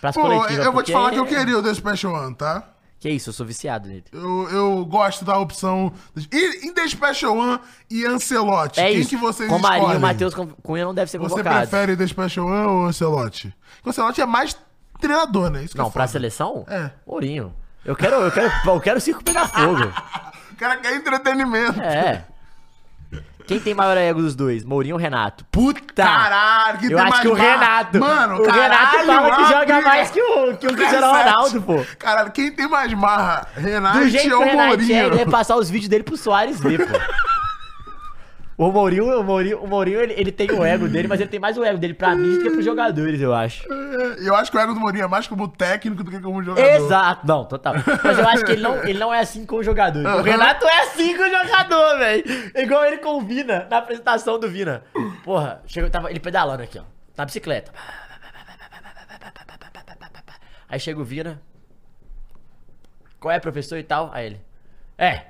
[SPEAKER 2] Pras
[SPEAKER 1] Pô,
[SPEAKER 2] coletivas.
[SPEAKER 1] eu vou te
[SPEAKER 2] porque-
[SPEAKER 1] falar que eu queria o The Special One, tá?
[SPEAKER 2] Que isso, eu sou viciado nele.
[SPEAKER 1] Eu, eu gosto da opção. E em The Special One e Ancelotti.
[SPEAKER 2] É
[SPEAKER 1] quem
[SPEAKER 2] isso.
[SPEAKER 1] que vocês
[SPEAKER 2] Com
[SPEAKER 1] escolhem?
[SPEAKER 2] Marinho, Matheus Com- Cunha não deve ser
[SPEAKER 1] Você
[SPEAKER 2] convocado.
[SPEAKER 1] prefere The Special One ou Ancelotti? Porque o Ancelotti é mais treinador, né? Isso que
[SPEAKER 2] Não,
[SPEAKER 1] é
[SPEAKER 2] pra
[SPEAKER 1] foda.
[SPEAKER 2] seleção?
[SPEAKER 1] É.
[SPEAKER 2] Ourinho. Eu quero, eu quero, eu quero o circo pegar fogo.
[SPEAKER 1] O cara quer entretenimento.
[SPEAKER 2] É. Quem tem maior ego dos dois? Mourinho ou Renato? Puta!
[SPEAKER 1] Caralho, que
[SPEAKER 2] eu acho que o
[SPEAKER 1] mais barra.
[SPEAKER 2] Renato.
[SPEAKER 1] Mano,
[SPEAKER 2] o
[SPEAKER 1] caralho,
[SPEAKER 2] Renato fala que
[SPEAKER 1] abre.
[SPEAKER 2] joga mais que o, que o Cristiano Ronaldo, pô.
[SPEAKER 1] Caralho, quem tem mais marra? Renato
[SPEAKER 2] Do jeito que
[SPEAKER 1] ou
[SPEAKER 2] o Renato é, ele
[SPEAKER 1] Mourinho?
[SPEAKER 2] deve passar os vídeos dele pro Soares ver, pô. O Mourinho, o Mourinho, o Mourinho ele, ele tem o ego dele, mas ele tem mais o ego dele pra mim do que pros jogadores, eu acho.
[SPEAKER 1] Eu acho que o ego do Mourinho é mais como técnico do que como jogador.
[SPEAKER 2] Exato, não, total. Mas eu acho que ele não, ele não é assim com o jogador. O Renato é assim com o jogador, velho. Igual ele com o Vina, na apresentação do Vina. Porra, chegou, tava ele pedalando aqui, ó, na bicicleta. Aí chega o Vina. Qual é, professor e tal? Aí ele. É.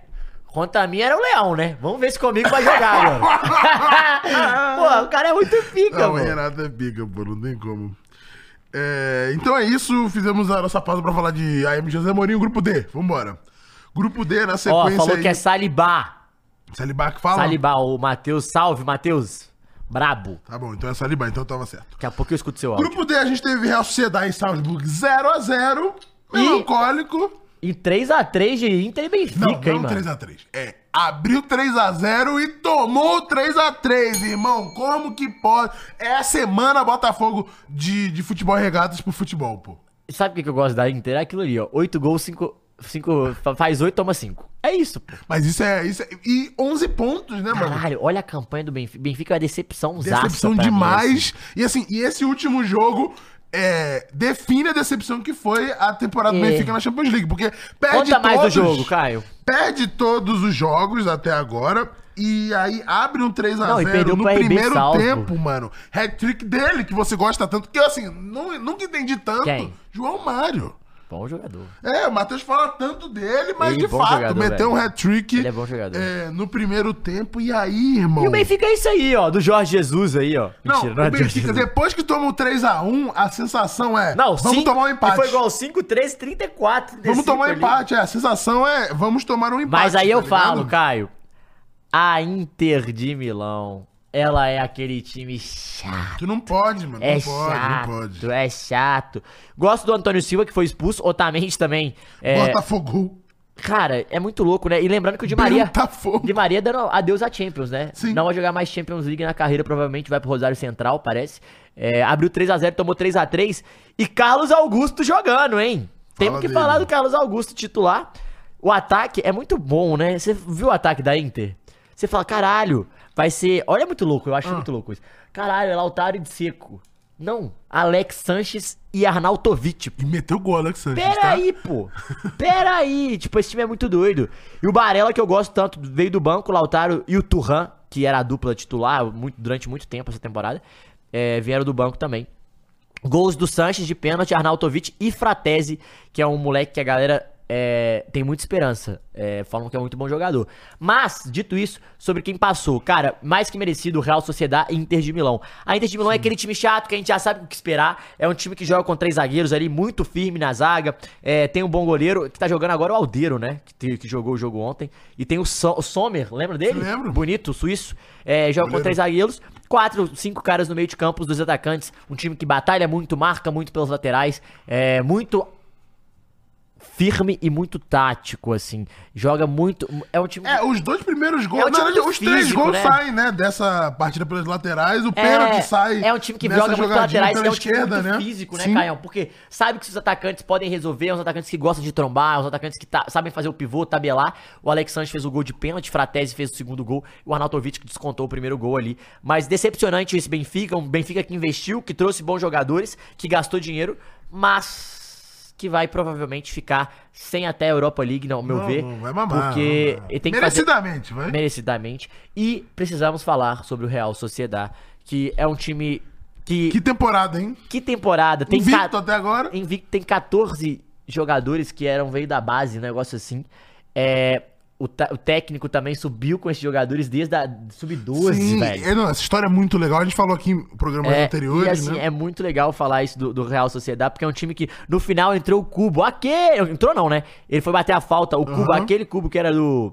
[SPEAKER 2] Contra mim era o Leão, né? Vamos ver se comigo vai jogar agora. Pô, o cara é muito pica,
[SPEAKER 1] Não, o
[SPEAKER 2] mano.
[SPEAKER 1] Renato é biga, pô, não tem como. É, então é isso, fizemos a nossa pausa pra falar de AM José Mourinho, grupo D, vambora. Grupo D, na
[SPEAKER 2] Ó,
[SPEAKER 1] sequência
[SPEAKER 2] falou
[SPEAKER 1] aí,
[SPEAKER 2] que é Salibá.
[SPEAKER 1] Salibá que fala?
[SPEAKER 2] Salibá, o Matheus, salve, Matheus. Brabo.
[SPEAKER 1] Tá bom, então é Salibá, então tava certo.
[SPEAKER 2] Daqui a pouco eu escuto seu áudio.
[SPEAKER 1] Grupo D, a gente teve Real Sociedade e Salzburg 0x0,
[SPEAKER 2] E-
[SPEAKER 1] melancólico.
[SPEAKER 2] E 3x3 de Inter e
[SPEAKER 1] Não,
[SPEAKER 2] Benfica, hein,
[SPEAKER 1] não
[SPEAKER 2] mano?
[SPEAKER 1] 3x3. É, abriu 3x0 e tomou 3x3, irmão. Como que pode? É a semana Botafogo de, de futebol e regatas pro futebol, pô.
[SPEAKER 2] Sabe o que que eu gosto da Inter? É aquilo ali, ó. 8 gols, 5... 5 faz 8, toma 5. É isso, pô.
[SPEAKER 1] Mas isso é, isso é. E 11 pontos, né, mano?
[SPEAKER 2] Caralho, olha a campanha do Benfica. Benfica é uma decepção
[SPEAKER 1] Decepção demais. E assim, e esse último jogo é, define a decepção que foi a temporada do
[SPEAKER 2] É.
[SPEAKER 1] Benfica na Champions League. Porque perde
[SPEAKER 2] Conta mais do
[SPEAKER 1] É todos-
[SPEAKER 2] jogo, Caio.
[SPEAKER 1] Perde todos os jogos até agora. E aí abre um 3 a
[SPEAKER 2] Não, e
[SPEAKER 1] 0
[SPEAKER 2] perdeu
[SPEAKER 1] no
[SPEAKER 2] pro RB
[SPEAKER 1] primeiro
[SPEAKER 2] Salzburg.
[SPEAKER 1] tempo, mano. Hat-trick dele, que você gosta tanto. Que eu, assim, nu- nunca entendi tanto.
[SPEAKER 2] Quem?
[SPEAKER 1] João Mário.
[SPEAKER 2] Bom jogador.
[SPEAKER 1] É, o Matheus fala tanto dele, mas
[SPEAKER 2] Ele é
[SPEAKER 1] de
[SPEAKER 2] bom
[SPEAKER 1] fato,
[SPEAKER 2] jogador,
[SPEAKER 1] meteu
[SPEAKER 2] velho.
[SPEAKER 1] um hat-trick
[SPEAKER 2] Ele é bom jogador.
[SPEAKER 1] é, no primeiro tempo. E aí, irmão?
[SPEAKER 2] E o Benfica é isso aí, ó. Do Jorge Jesus aí, ó.
[SPEAKER 1] Não,
[SPEAKER 2] Mentira, não, é
[SPEAKER 1] o
[SPEAKER 2] do Jorge
[SPEAKER 1] Benfica,
[SPEAKER 2] Jesus.
[SPEAKER 1] depois que toma o 3x1, a sensação é.
[SPEAKER 2] Não,
[SPEAKER 1] vamos
[SPEAKER 2] cinco-
[SPEAKER 1] tomar um
[SPEAKER 2] e
[SPEAKER 1] empate.
[SPEAKER 2] Foi igual 5, 13, 34.
[SPEAKER 1] Vamos tomar um
[SPEAKER 2] 35 ali.
[SPEAKER 1] empate, é. A sensação é. Vamos tomar um empate.
[SPEAKER 2] Mas aí
[SPEAKER 1] tá
[SPEAKER 2] eu
[SPEAKER 1] ligado?
[SPEAKER 2] falo, Caio, a Inter de Milão, ela é aquele time chato.
[SPEAKER 1] Tu não pode, mano.
[SPEAKER 2] É
[SPEAKER 1] não pode,
[SPEAKER 2] chato,
[SPEAKER 1] não pode.
[SPEAKER 2] é chato. Gosto do Antônio Silva, que foi expulso. Otamendi também. É,
[SPEAKER 1] Botafogo.
[SPEAKER 2] Cara, é muito louco, né? E lembrando que o Di Maria.
[SPEAKER 1] Botafogo.
[SPEAKER 2] Di Maria dando adeus à Champions, né?
[SPEAKER 1] Sim.
[SPEAKER 2] Não vai jogar mais Champions League na carreira, provavelmente vai pro Rosário Central, parece. É, abriu 3x0, tomou 3x3. E Carlos Augusto jogando, hein? Temos
[SPEAKER 1] Fala
[SPEAKER 2] que
[SPEAKER 1] dele.
[SPEAKER 2] falar do Carlos Augusto titular. O ataque é muito bom, né? Você viu o ataque da Inter? Você fala, caralho, vai ser. Olha, é muito louco, eu
[SPEAKER 1] Ah.
[SPEAKER 2] acho muito louco isso. Caralho, é Lautaro e de Seco. Não, Alex Sanches e Arnautovic,
[SPEAKER 1] E meteu gol, Alex Sanches, tá?
[SPEAKER 2] Peraí, pô. Peraí. Tipo, esse time é muito doido. E o Barella, que eu gosto tanto, veio do banco, o Lautaro e o Turhan, que era a dupla titular muito- durante muito tempo essa temporada, é, vieram do banco também. Gols do Sanches de pênalti, Arnautovic e Fratese, que é um moleque que a galera é, tem muita esperança. É, falam que é muito bom jogador. Mas, dito isso, sobre quem passou, cara, mais que merecido, Real Sociedade e Inter de Milão. A Inter de Milão é aquele time chato que a gente já sabe o que esperar. É um time que joga com três zagueiros ali, muito firme na zaga. É, tem um bom goleiro, que tá jogando agora o Aldeiro, né? Que, te- que jogou o jogo ontem. E tem o, So- o Sommer, lembra dele?
[SPEAKER 1] Lembro.
[SPEAKER 2] Bonito, o suíço. É, joga com
[SPEAKER 1] Goleiro.
[SPEAKER 2] três zagueiros, quatro, cinco caras no meio de campo, os dois atacantes, um time que batalha muito, marca muito pelas laterais, é muito firme e muito tático, assim. Joga muito. É um time.
[SPEAKER 1] É, os dois primeiros gols,
[SPEAKER 2] É um
[SPEAKER 1] na
[SPEAKER 2] time
[SPEAKER 1] verdade,
[SPEAKER 2] muito
[SPEAKER 1] os três
[SPEAKER 2] físico,
[SPEAKER 1] gols
[SPEAKER 2] né?
[SPEAKER 1] saem, né? Dessa partida pelas laterais, o pênalti sai.
[SPEAKER 2] é um time que
[SPEAKER 1] nessa
[SPEAKER 2] joga muito
[SPEAKER 1] jogadinha
[SPEAKER 2] laterais,
[SPEAKER 1] pela
[SPEAKER 2] é um time muito
[SPEAKER 1] esquerda, né?
[SPEAKER 2] físico, né,
[SPEAKER 1] Sim.
[SPEAKER 2] Caião? Porque sabe que os atacantes podem resolver, os atacantes que gostam de trombar, os atacantes que tá- sabem fazer o pivô, tabelar. O Alex Sanches fez o gol de pênalti, Fratese fez o segundo gol, o Arnautovic que descontou o primeiro gol ali. Mas decepcionante esse Benfica, um Benfica que investiu, que trouxe bons jogadores, que gastou dinheiro, mas que vai provavelmente ficar sem até a Europa League, não, ao meu
[SPEAKER 1] Não,
[SPEAKER 2] ver.
[SPEAKER 1] vai mamar,
[SPEAKER 2] porque
[SPEAKER 1] vai
[SPEAKER 2] ele tem que fazer
[SPEAKER 1] Merecidamente, vai.
[SPEAKER 2] merecidamente. E precisamos falar sobre o Real Sociedad, que é um time que.
[SPEAKER 1] Que
[SPEAKER 2] Que,
[SPEAKER 1] temporada, hein?
[SPEAKER 2] temporada? Tem
[SPEAKER 1] Invicto
[SPEAKER 2] ca-
[SPEAKER 1] até agora.
[SPEAKER 2] Invicto tem 14 jogadores que eram veio da base, um negócio assim. É, o, ta- o técnico também subiu com esses jogadores desde a sub-12,
[SPEAKER 1] Sim,
[SPEAKER 2] velho.
[SPEAKER 1] é, não, essa história é muito legal. A gente falou aqui em programas
[SPEAKER 2] É,
[SPEAKER 1] anteriores,
[SPEAKER 2] e assim,
[SPEAKER 1] né?
[SPEAKER 2] é muito legal falar isso do, do Real Sociedade, porque é um time que no final entrou o Cubo, aquele, entrou não, né? Ele foi bater a falta, o Cubo,
[SPEAKER 1] Aham.
[SPEAKER 2] aquele Cubo que era do,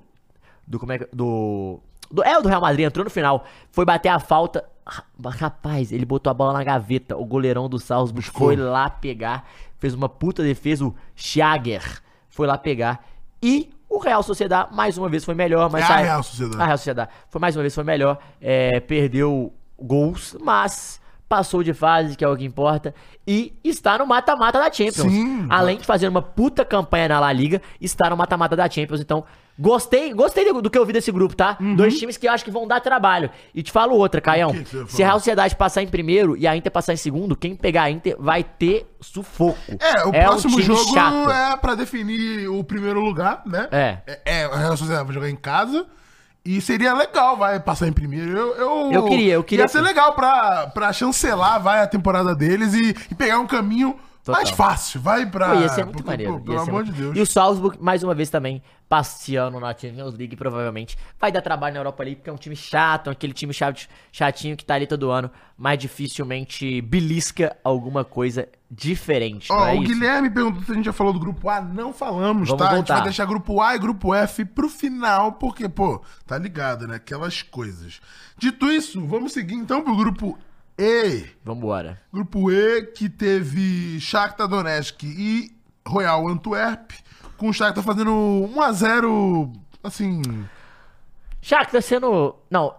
[SPEAKER 2] do, como é que, do, do, é o do Real Madrid, entrou no final, foi bater a falta, ra- rapaz, ele botou a bola na gaveta, o goleirão do Salzburg
[SPEAKER 1] Buscou.
[SPEAKER 2] foi lá pegar, fez uma puta defesa, o Schager foi lá pegar, e o Real Sociedade mais uma vez foi melhor, mas
[SPEAKER 1] É a
[SPEAKER 2] saiu-
[SPEAKER 1] Real Sociedad.
[SPEAKER 2] a Real Sociedade. Foi mais uma vez, foi melhor. É, perdeu gols, mas passou de fase, que é o que importa. E está no mata-mata da Champions.
[SPEAKER 1] Sim.
[SPEAKER 2] Além de fazer uma puta campanha na La Liga, está no mata-mata da Champions. Então, gostei, gostei do, do que eu vi desse grupo, tá? Dois times que eu acho que vão dar trabalho. E te falo outra, Caião.
[SPEAKER 1] Uhum. que que você vai
[SPEAKER 2] Se a
[SPEAKER 1] falar?
[SPEAKER 2] Real Sociedade passar em primeiro e a Inter passar em segundo, quem pegar a Inter vai ter sufoco.
[SPEAKER 1] É, o
[SPEAKER 2] um
[SPEAKER 1] próximo
[SPEAKER 2] time
[SPEAKER 1] jogo
[SPEAKER 2] chato.
[SPEAKER 1] é pra definir o primeiro lugar, né?
[SPEAKER 2] É.
[SPEAKER 1] É, a Real Sociedade vai jogar em casa. E seria legal, vai, passar em primeiro. Eu, eu,
[SPEAKER 2] Eu queria, eu queria
[SPEAKER 1] Ia ser
[SPEAKER 2] sim.
[SPEAKER 1] legal pra, pra chancelar, vai, a temporada deles e, e pegar um caminho
[SPEAKER 2] Total.
[SPEAKER 1] mais fácil. Vai pra...
[SPEAKER 2] Pô, ia ser muito
[SPEAKER 1] porque,
[SPEAKER 2] maneiro.
[SPEAKER 1] Ah, pô,
[SPEAKER 2] ia
[SPEAKER 1] Pelo
[SPEAKER 2] ser
[SPEAKER 1] amor
[SPEAKER 2] muito-
[SPEAKER 1] de Deus.
[SPEAKER 2] E o Salzburg, mais uma vez também, passeando na Champions League, provavelmente. Vai dar trabalho na Europa League, porque é um time chato, aquele time chato, chatinho que tá ali todo ano, mas dificilmente belisca alguma coisa diferente.
[SPEAKER 1] Ó,
[SPEAKER 2] não é
[SPEAKER 1] o
[SPEAKER 2] isso?
[SPEAKER 1] Guilherme perguntou se a gente já falou do grupo A. Não falamos,
[SPEAKER 2] Vamos
[SPEAKER 1] tá? A gente
[SPEAKER 2] voltar.
[SPEAKER 1] vai deixar grupo A e grupo F pro final, porque, pô, tá ligado, né? Aquelas coisas. Dito isso, vamos seguir então pro grupo E.
[SPEAKER 2] Vambora.
[SPEAKER 1] Grupo E, que teve Shakhtar Donetsk e Royal Antwerp, com o Shakhtar fazendo 1x0, assim...
[SPEAKER 2] Shakhtar tá sendo. Não.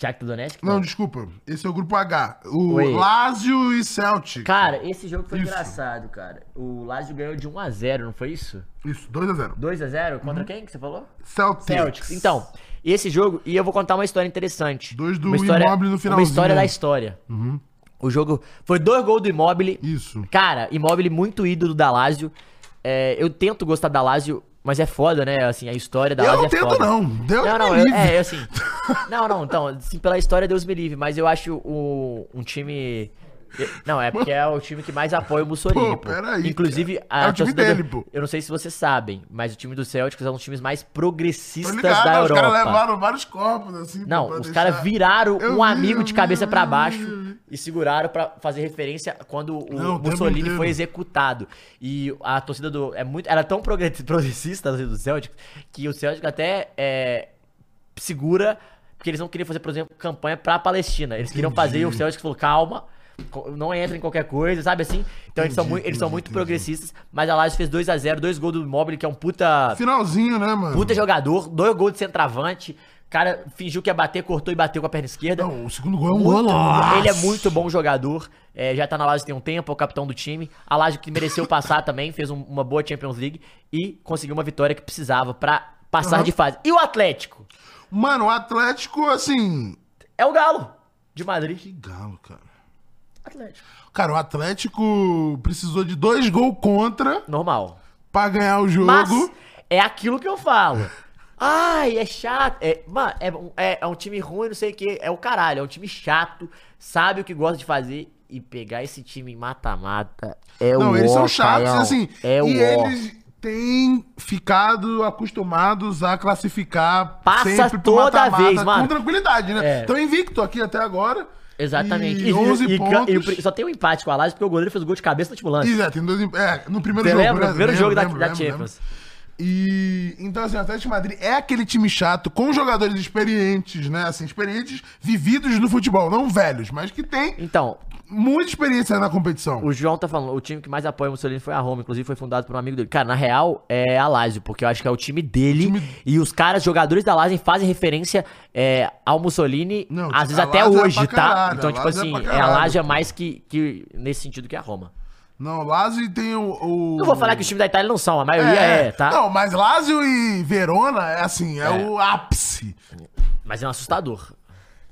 [SPEAKER 2] Shakhtar Donetsk?
[SPEAKER 1] Não, desculpa, esse é o grupo H. O
[SPEAKER 2] Oi.
[SPEAKER 1] Lazio e Celtic.
[SPEAKER 2] Cara, esse jogo foi
[SPEAKER 1] Isso.
[SPEAKER 2] engraçado, cara. O Lazio ganhou de 1x0, não foi isso?
[SPEAKER 1] Isso, 2x0.
[SPEAKER 2] 2x0? Contra
[SPEAKER 1] Uhum.
[SPEAKER 2] quem que você falou?
[SPEAKER 1] Celtics.
[SPEAKER 2] Celtics. Então, esse jogo, e eu vou contar uma história interessante.
[SPEAKER 1] Dois do
[SPEAKER 2] uma história,
[SPEAKER 1] Immobile no
[SPEAKER 2] Uma
[SPEAKER 1] finalzinho. Uhum.
[SPEAKER 2] história da história. O jogo foi dois gols do Immobile.
[SPEAKER 1] Isso.
[SPEAKER 2] Cara, Immobile muito ídolo da Lazio. É, eu tento gostar da Lazio, mas é foda, né? Assim, a história da
[SPEAKER 1] Eu
[SPEAKER 2] Lazio
[SPEAKER 1] não
[SPEAKER 2] é
[SPEAKER 1] tento
[SPEAKER 2] foda.
[SPEAKER 1] não, Deus
[SPEAKER 2] Não,
[SPEAKER 1] me
[SPEAKER 2] não, eu,
[SPEAKER 1] livre.
[SPEAKER 2] é, eu assim. Não, não, então, assim, pela história, Deus me livre, mas eu acho o, um time. eu- Não, é porque é o time que mais apoia o
[SPEAKER 1] Pô,
[SPEAKER 2] Mussolini, pô.
[SPEAKER 1] peraí,
[SPEAKER 2] Inclusive,
[SPEAKER 1] cara. É o time
[SPEAKER 2] torcida do-
[SPEAKER 1] dele, pô.
[SPEAKER 2] Eu não sei se vocês sabem, mas o time do Celtics é um dos times mais
[SPEAKER 1] Tô
[SPEAKER 2] progressistas
[SPEAKER 1] ligado,
[SPEAKER 2] da
[SPEAKER 1] os
[SPEAKER 2] Europa.
[SPEAKER 1] caras levaram vários corpos, assim.
[SPEAKER 2] Não,
[SPEAKER 1] pra
[SPEAKER 2] os
[SPEAKER 1] deixar-
[SPEAKER 2] caras viraram
[SPEAKER 1] Eu
[SPEAKER 2] um
[SPEAKER 1] vi,
[SPEAKER 2] amigo
[SPEAKER 1] eu
[SPEAKER 2] de
[SPEAKER 1] vi,
[SPEAKER 2] cabeça
[SPEAKER 1] eu vi,
[SPEAKER 2] pra
[SPEAKER 1] eu vi.
[SPEAKER 2] baixo e seguraram pra fazer referência quando o
[SPEAKER 1] Não, o tempo
[SPEAKER 2] Mussolini
[SPEAKER 1] inteiro.
[SPEAKER 2] foi executado. E a torcida do é muito, era tão progre- progressista a torcida do Celtic que o Celtic até é, segura porque eles não queriam fazer, por exemplo, campanha pra Palestina. Eles queriam fazer e o Celtic falou: "Calma, co- não entra em qualquer coisa, sabe assim? Então eles são,
[SPEAKER 1] Entendi,
[SPEAKER 2] mui- eles são
[SPEAKER 1] entendi,
[SPEAKER 2] muito
[SPEAKER 1] entendi.
[SPEAKER 2] progressistas, mas a Lazio fez 2 a 0 dois gols do Mobile, que é um puta
[SPEAKER 1] Finalzinho, né, mano?
[SPEAKER 2] puta jogador, dois gols de centroavante. Cara, fingiu que ia bater, cortou e bateu com a perna esquerda.
[SPEAKER 1] Não, o segundo gol é um
[SPEAKER 2] Muito-
[SPEAKER 1] golaço.
[SPEAKER 2] ele é muito bom jogador. é, já tá na Lazio tem um tempo, é o capitão do time. A Lazio que mereceu passar também, fez um- uma boa Champions League e conseguiu uma vitória que precisava pra passar
[SPEAKER 1] Aham.
[SPEAKER 2] de fase. E o Atlético?
[SPEAKER 1] Mano, o Atlético, assim.
[SPEAKER 2] É o Galo de Madrid.
[SPEAKER 1] Que galo, cara.
[SPEAKER 2] Atlético.
[SPEAKER 1] Cara, o Atlético precisou de dois gols contra
[SPEAKER 2] Normal.
[SPEAKER 1] pra ganhar o jogo.
[SPEAKER 2] Mas é aquilo que eu falo. Ai, é chato. É, mano, é, um- é- é um time ruim, não sei o que. É o caralho. É um time chato. Sabe o que gosta de fazer. E pegar esse time em mata-mata é o
[SPEAKER 1] Não, eles
[SPEAKER 2] ó,
[SPEAKER 1] são chatos,
[SPEAKER 2] Caião.
[SPEAKER 1] assim.
[SPEAKER 2] É o
[SPEAKER 1] e
[SPEAKER 2] ó.
[SPEAKER 1] eles têm ficado acostumados a classificar
[SPEAKER 2] Passa
[SPEAKER 1] pro
[SPEAKER 2] toda
[SPEAKER 1] mata-mata
[SPEAKER 2] vez, mano.
[SPEAKER 1] Com tranquilidade, né?
[SPEAKER 2] É.
[SPEAKER 1] Estão invicto aqui até agora.
[SPEAKER 2] Exatamente.
[SPEAKER 1] E 11
[SPEAKER 2] e- e-
[SPEAKER 1] pontos.
[SPEAKER 2] e o pri- só tem um empate com a Lazio porque o goleiro fez o gol de cabeça no Timulante.
[SPEAKER 1] Exato, tem dois, em- é, no primeiro
[SPEAKER 2] Você
[SPEAKER 1] jogo.
[SPEAKER 2] lembra?
[SPEAKER 1] né?
[SPEAKER 2] Primeiro jogo da- da
[SPEAKER 1] lembro.
[SPEAKER 2] Champions.
[SPEAKER 1] E então assim, o Atlético de Madrid é aquele time chato com jogadores experientes, né? Assim, experientes vividos no futebol, não velhos, mas que tem
[SPEAKER 2] Então,
[SPEAKER 1] muita experiência na competição.
[SPEAKER 2] o João tá falando, o time que mais apoia o Mussolini foi a Roma, inclusive foi fundado por um amigo dele. Cara, na real, é a Lazio, porque eu acho que é o time dele e os caras, jogadores da Lazio, fazem referência é, ao Mussolini,
[SPEAKER 1] Não,
[SPEAKER 2] às vezes
[SPEAKER 1] a
[SPEAKER 2] até
[SPEAKER 1] Lazio é
[SPEAKER 2] hoje,
[SPEAKER 1] pra
[SPEAKER 2] tá?
[SPEAKER 1] caralho,
[SPEAKER 2] então,
[SPEAKER 1] a
[SPEAKER 2] tipo
[SPEAKER 1] Lazio é
[SPEAKER 2] assim,
[SPEAKER 1] pra
[SPEAKER 2] é a
[SPEAKER 1] caralho.
[SPEAKER 2] Lazio é mais que, que nesse sentido que a Roma.
[SPEAKER 1] Não, Lazio e tem o, o-
[SPEAKER 2] Não vou falar que os times da Itália não são, a maioria é, tá?
[SPEAKER 1] Não, mas Lazio e Verona é assim, é, o ápice.
[SPEAKER 2] Mas é um assustador.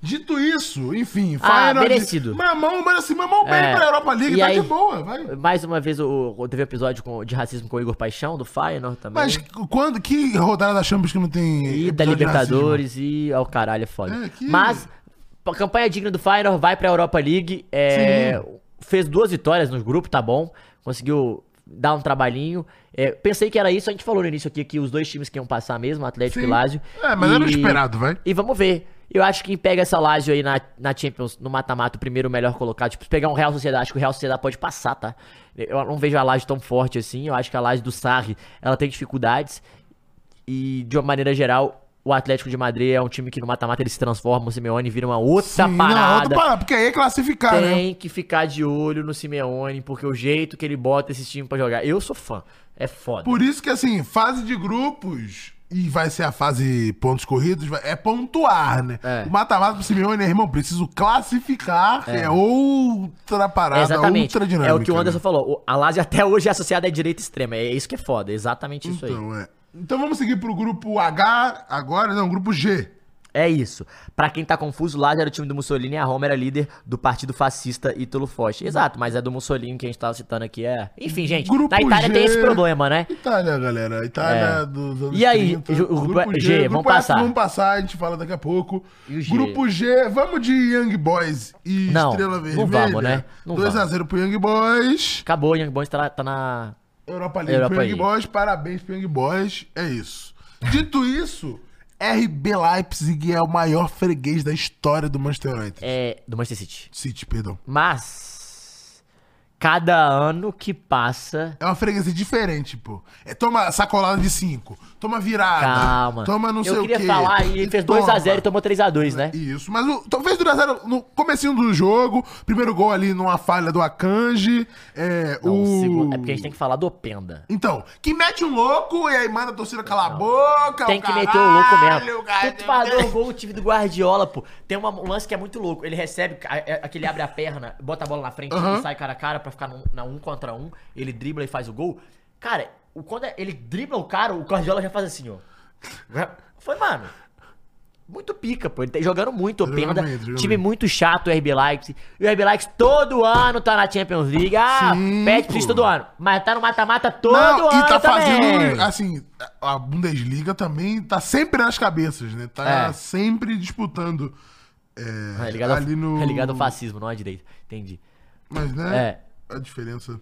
[SPEAKER 1] Dito isso, enfim,
[SPEAKER 2] Ah,
[SPEAKER 1] Feyenoord-
[SPEAKER 2] merecido.
[SPEAKER 1] Mamão, mas assim, mamão bem
[SPEAKER 2] É.
[SPEAKER 1] pra Europa League,
[SPEAKER 2] E
[SPEAKER 1] tá
[SPEAKER 2] aí?
[SPEAKER 1] de boa, vai.
[SPEAKER 2] Mais uma vez, o, o- teve um episódio com- de racismo com o Igor Paixão, do Feyenoord também.
[SPEAKER 1] Mas quando, que rodada da Champions que não tem.
[SPEAKER 2] E
[SPEAKER 1] episódio
[SPEAKER 2] da
[SPEAKER 1] de
[SPEAKER 2] Libertadores e ao caralho, é foda.
[SPEAKER 1] É, que-
[SPEAKER 2] Mas, a campanha digna do Feyenoord vai pra Europa League. é, fez duas vitórias no grupo, tá bom. Conseguiu dar um trabalhinho. É, pensei que era isso, a gente falou no início aqui que os dois times que iam passar mesmo, Atlético
[SPEAKER 1] Sim.
[SPEAKER 2] e Lazio.
[SPEAKER 1] É, mas
[SPEAKER 2] e...
[SPEAKER 1] era o esperado, vai.
[SPEAKER 2] E vamos ver. Eu acho que quem pega essa Lazio aí na, na Champions, no mata-mata, o primeiro melhor colocado, tipo, se pegar um Real Sociedade, acho que o Real Sociedade pode passar, tá? Eu não vejo a Lazio tão forte assim, eu acho que a Lazio do Sarri, ela tem dificuldades, e de uma maneira geral, o Atlético de Madrid é um time que no mata-mata ele se transforma, o Simeone vira uma outra
[SPEAKER 1] Sim, não,
[SPEAKER 2] parada.
[SPEAKER 1] outra parada, porque aí é classificar, né?
[SPEAKER 2] Tem que ficar de olho no Simeone, porque o jeito que ele bota esse time pra jogar, eu sou fã, é foda.
[SPEAKER 1] Por isso que, assim, fase de grupos e vai ser a fase pontos corridos, vai- é pontuar, né?
[SPEAKER 2] É.
[SPEAKER 1] O mata-mata pro Simeone, né, irmão, preciso classificar, é, outra parada,
[SPEAKER 2] Exatamente.
[SPEAKER 1] outra dinâmica.
[SPEAKER 2] É o que o
[SPEAKER 1] né?
[SPEAKER 2] Anderson falou. O- A Lazio até hoje é associada à direita extrema. É isso que é foda. É exatamente isso aí.
[SPEAKER 1] Então, é. Então vamos seguir pro grupo H agora, não, grupo G.
[SPEAKER 2] É isso. Pra quem tá confuso, Lazio era o time do Mussolini e a Roma era líder do partido fascista Ítalo Foch. Exato, mas é do Mussolini que a gente tava citando aqui. É. Enfim, gente,
[SPEAKER 1] Grupo
[SPEAKER 2] na Itália
[SPEAKER 1] G.
[SPEAKER 2] tem esse problema, né?
[SPEAKER 1] Itália, galera. Itália
[SPEAKER 2] É.
[SPEAKER 1] dos anos
[SPEAKER 2] E aí, ju-
[SPEAKER 1] grupo
[SPEAKER 2] grupo é
[SPEAKER 1] G,
[SPEAKER 2] G,
[SPEAKER 1] grupo
[SPEAKER 2] vamos
[SPEAKER 1] F,
[SPEAKER 2] passar.
[SPEAKER 1] Vamos passar, a gente fala daqui a pouco.
[SPEAKER 2] E o G?
[SPEAKER 1] Grupo G, vamos de Young Boys e
[SPEAKER 2] Não,
[SPEAKER 1] Estrela
[SPEAKER 2] não
[SPEAKER 1] Vermelha.
[SPEAKER 2] vamos, né? Não
[SPEAKER 1] 2x0 pro Young Boys.
[SPEAKER 2] Acabou, o Young Boys tá, tá na.
[SPEAKER 1] Europa League
[SPEAKER 2] Europa
[SPEAKER 1] pro Young
[SPEAKER 2] League.
[SPEAKER 1] Boys. Parabéns pro Young Boys. É isso. Dito isso, RB Leipzig é o maior freguês da história do Manchester United.
[SPEAKER 2] É. Do Manchester City.
[SPEAKER 1] City, perdão.
[SPEAKER 2] Mas. Cada ano que passa.
[SPEAKER 1] É uma freguesia diferente, pô. É, toma sacolada de 5, toma virada,
[SPEAKER 2] Calma.
[SPEAKER 1] toma Ah, não sei
[SPEAKER 2] Eu
[SPEAKER 1] o quê.
[SPEAKER 2] queria falar, e ele fez
[SPEAKER 1] toma.
[SPEAKER 2] 2x0 e tomou 3x2, né?
[SPEAKER 1] Isso, mas o, talvez 2x0 no comecinho do jogo, primeiro gol ali numa falha do Akanji, é,
[SPEAKER 2] Não,
[SPEAKER 1] o...
[SPEAKER 2] segundo- é porque a gente tem que falar do Openda.
[SPEAKER 1] Então, que mete um louco e aí manda a torcida calar a boca,
[SPEAKER 2] Tem que
[SPEAKER 1] caralho,
[SPEAKER 2] meter o louco mesmo.
[SPEAKER 1] cara.
[SPEAKER 2] Tanto fazer o gol, o time do Guardiola, pô. Tem uma- um lance que é muito louco. Ele recebe, a- é- aquele abre a perna, bota a bola na frente
[SPEAKER 1] Aham.
[SPEAKER 2] e sai cara a cara pra ficar num- na um contra um. Ele dribla e faz o gol. Cara, o- quando é, ele dribla o cara, o Guardiola já faz assim, ó. Foi, mano. Muito pica, pô. Ele tá jogando muito, o
[SPEAKER 1] Jogando
[SPEAKER 2] Penda.
[SPEAKER 1] muito, jogando
[SPEAKER 2] Time
[SPEAKER 1] muito.
[SPEAKER 2] muito chato, o RB Leipzig. E o RB Leipzig todo ano tá na Champions League. Ah,
[SPEAKER 1] Sim,
[SPEAKER 2] pede pra
[SPEAKER 1] pô.
[SPEAKER 2] isso todo ano. Mas tá no mata-mata todo
[SPEAKER 1] Não,
[SPEAKER 2] ano
[SPEAKER 1] e tá
[SPEAKER 2] também.
[SPEAKER 1] fazendo, assim, a Bundesliga também tá sempre nas cabeças, né? Tá
[SPEAKER 2] É.
[SPEAKER 1] sempre disputando. É,
[SPEAKER 2] É ligado, ao,
[SPEAKER 1] ali no...
[SPEAKER 2] é ligado ao fascismo, não à direita. Entendi.
[SPEAKER 1] Mas, né?
[SPEAKER 2] É.
[SPEAKER 1] A diferença.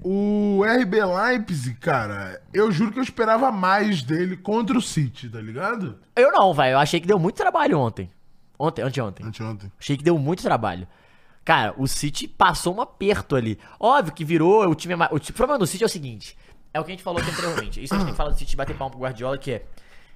[SPEAKER 1] O RB Leipzig, cara, eu juro que eu esperava mais dele contra o City, tá ligado?
[SPEAKER 2] Eu não, velho. Eu achei que deu muito trabalho ontem. Ontem, anteontem.
[SPEAKER 1] Anteontem.
[SPEAKER 2] Achei que deu muito trabalho. Cara, o City passou um aperto ali. Óbvio que virou, o time é mais... O ti- o problema do City é o seguinte. É o que a gente falou aqui anteriormente. Isso a gente tem que falar do City bater palma pro Guardiola, que é...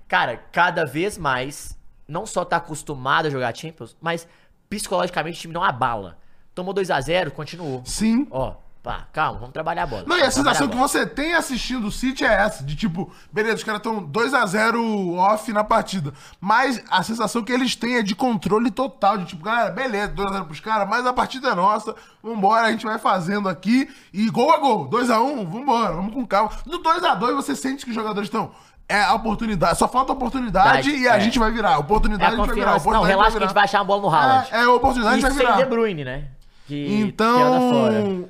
[SPEAKER 2] Cara, cada vez mais, não só tá acostumado a jogar Champions, mas psicologicamente o time não abala. Tomou 2x0, continuou.
[SPEAKER 1] Sim.
[SPEAKER 2] Ó, pá, calma, vamos trabalhar a bola.
[SPEAKER 1] Não, e a
[SPEAKER 2] Vamos
[SPEAKER 1] sensação que
[SPEAKER 2] trabalhar a
[SPEAKER 1] você
[SPEAKER 2] bola.
[SPEAKER 1] tem assistindo o City é essa, de tipo, beleza, os caras estão 2x0 off na partida. Mas a sensação que eles têm é de controle total, de tipo, galera, beleza, 2x0 pros caras, mas a partida é nossa, vambora, a gente vai fazendo aqui, e gol a gol, 2x1, vambora, vamos com calma. No 2x2 você sente que os jogadores estão, é a oportunidade, só falta oportunidade
[SPEAKER 2] Dade,
[SPEAKER 1] e a
[SPEAKER 2] é.
[SPEAKER 1] gente vai virar,
[SPEAKER 2] É
[SPEAKER 1] oportunidade
[SPEAKER 2] a
[SPEAKER 1] a gente vai virar,
[SPEAKER 2] confiança. Não,
[SPEAKER 1] oportunidade
[SPEAKER 2] relaxa que a gente vai achar a bola no Haaland.
[SPEAKER 1] É, é, oportunidade a gente vai
[SPEAKER 2] Isso sem
[SPEAKER 1] virar.
[SPEAKER 2] De Bruyne, né? Que, que anda fora.
[SPEAKER 1] Então,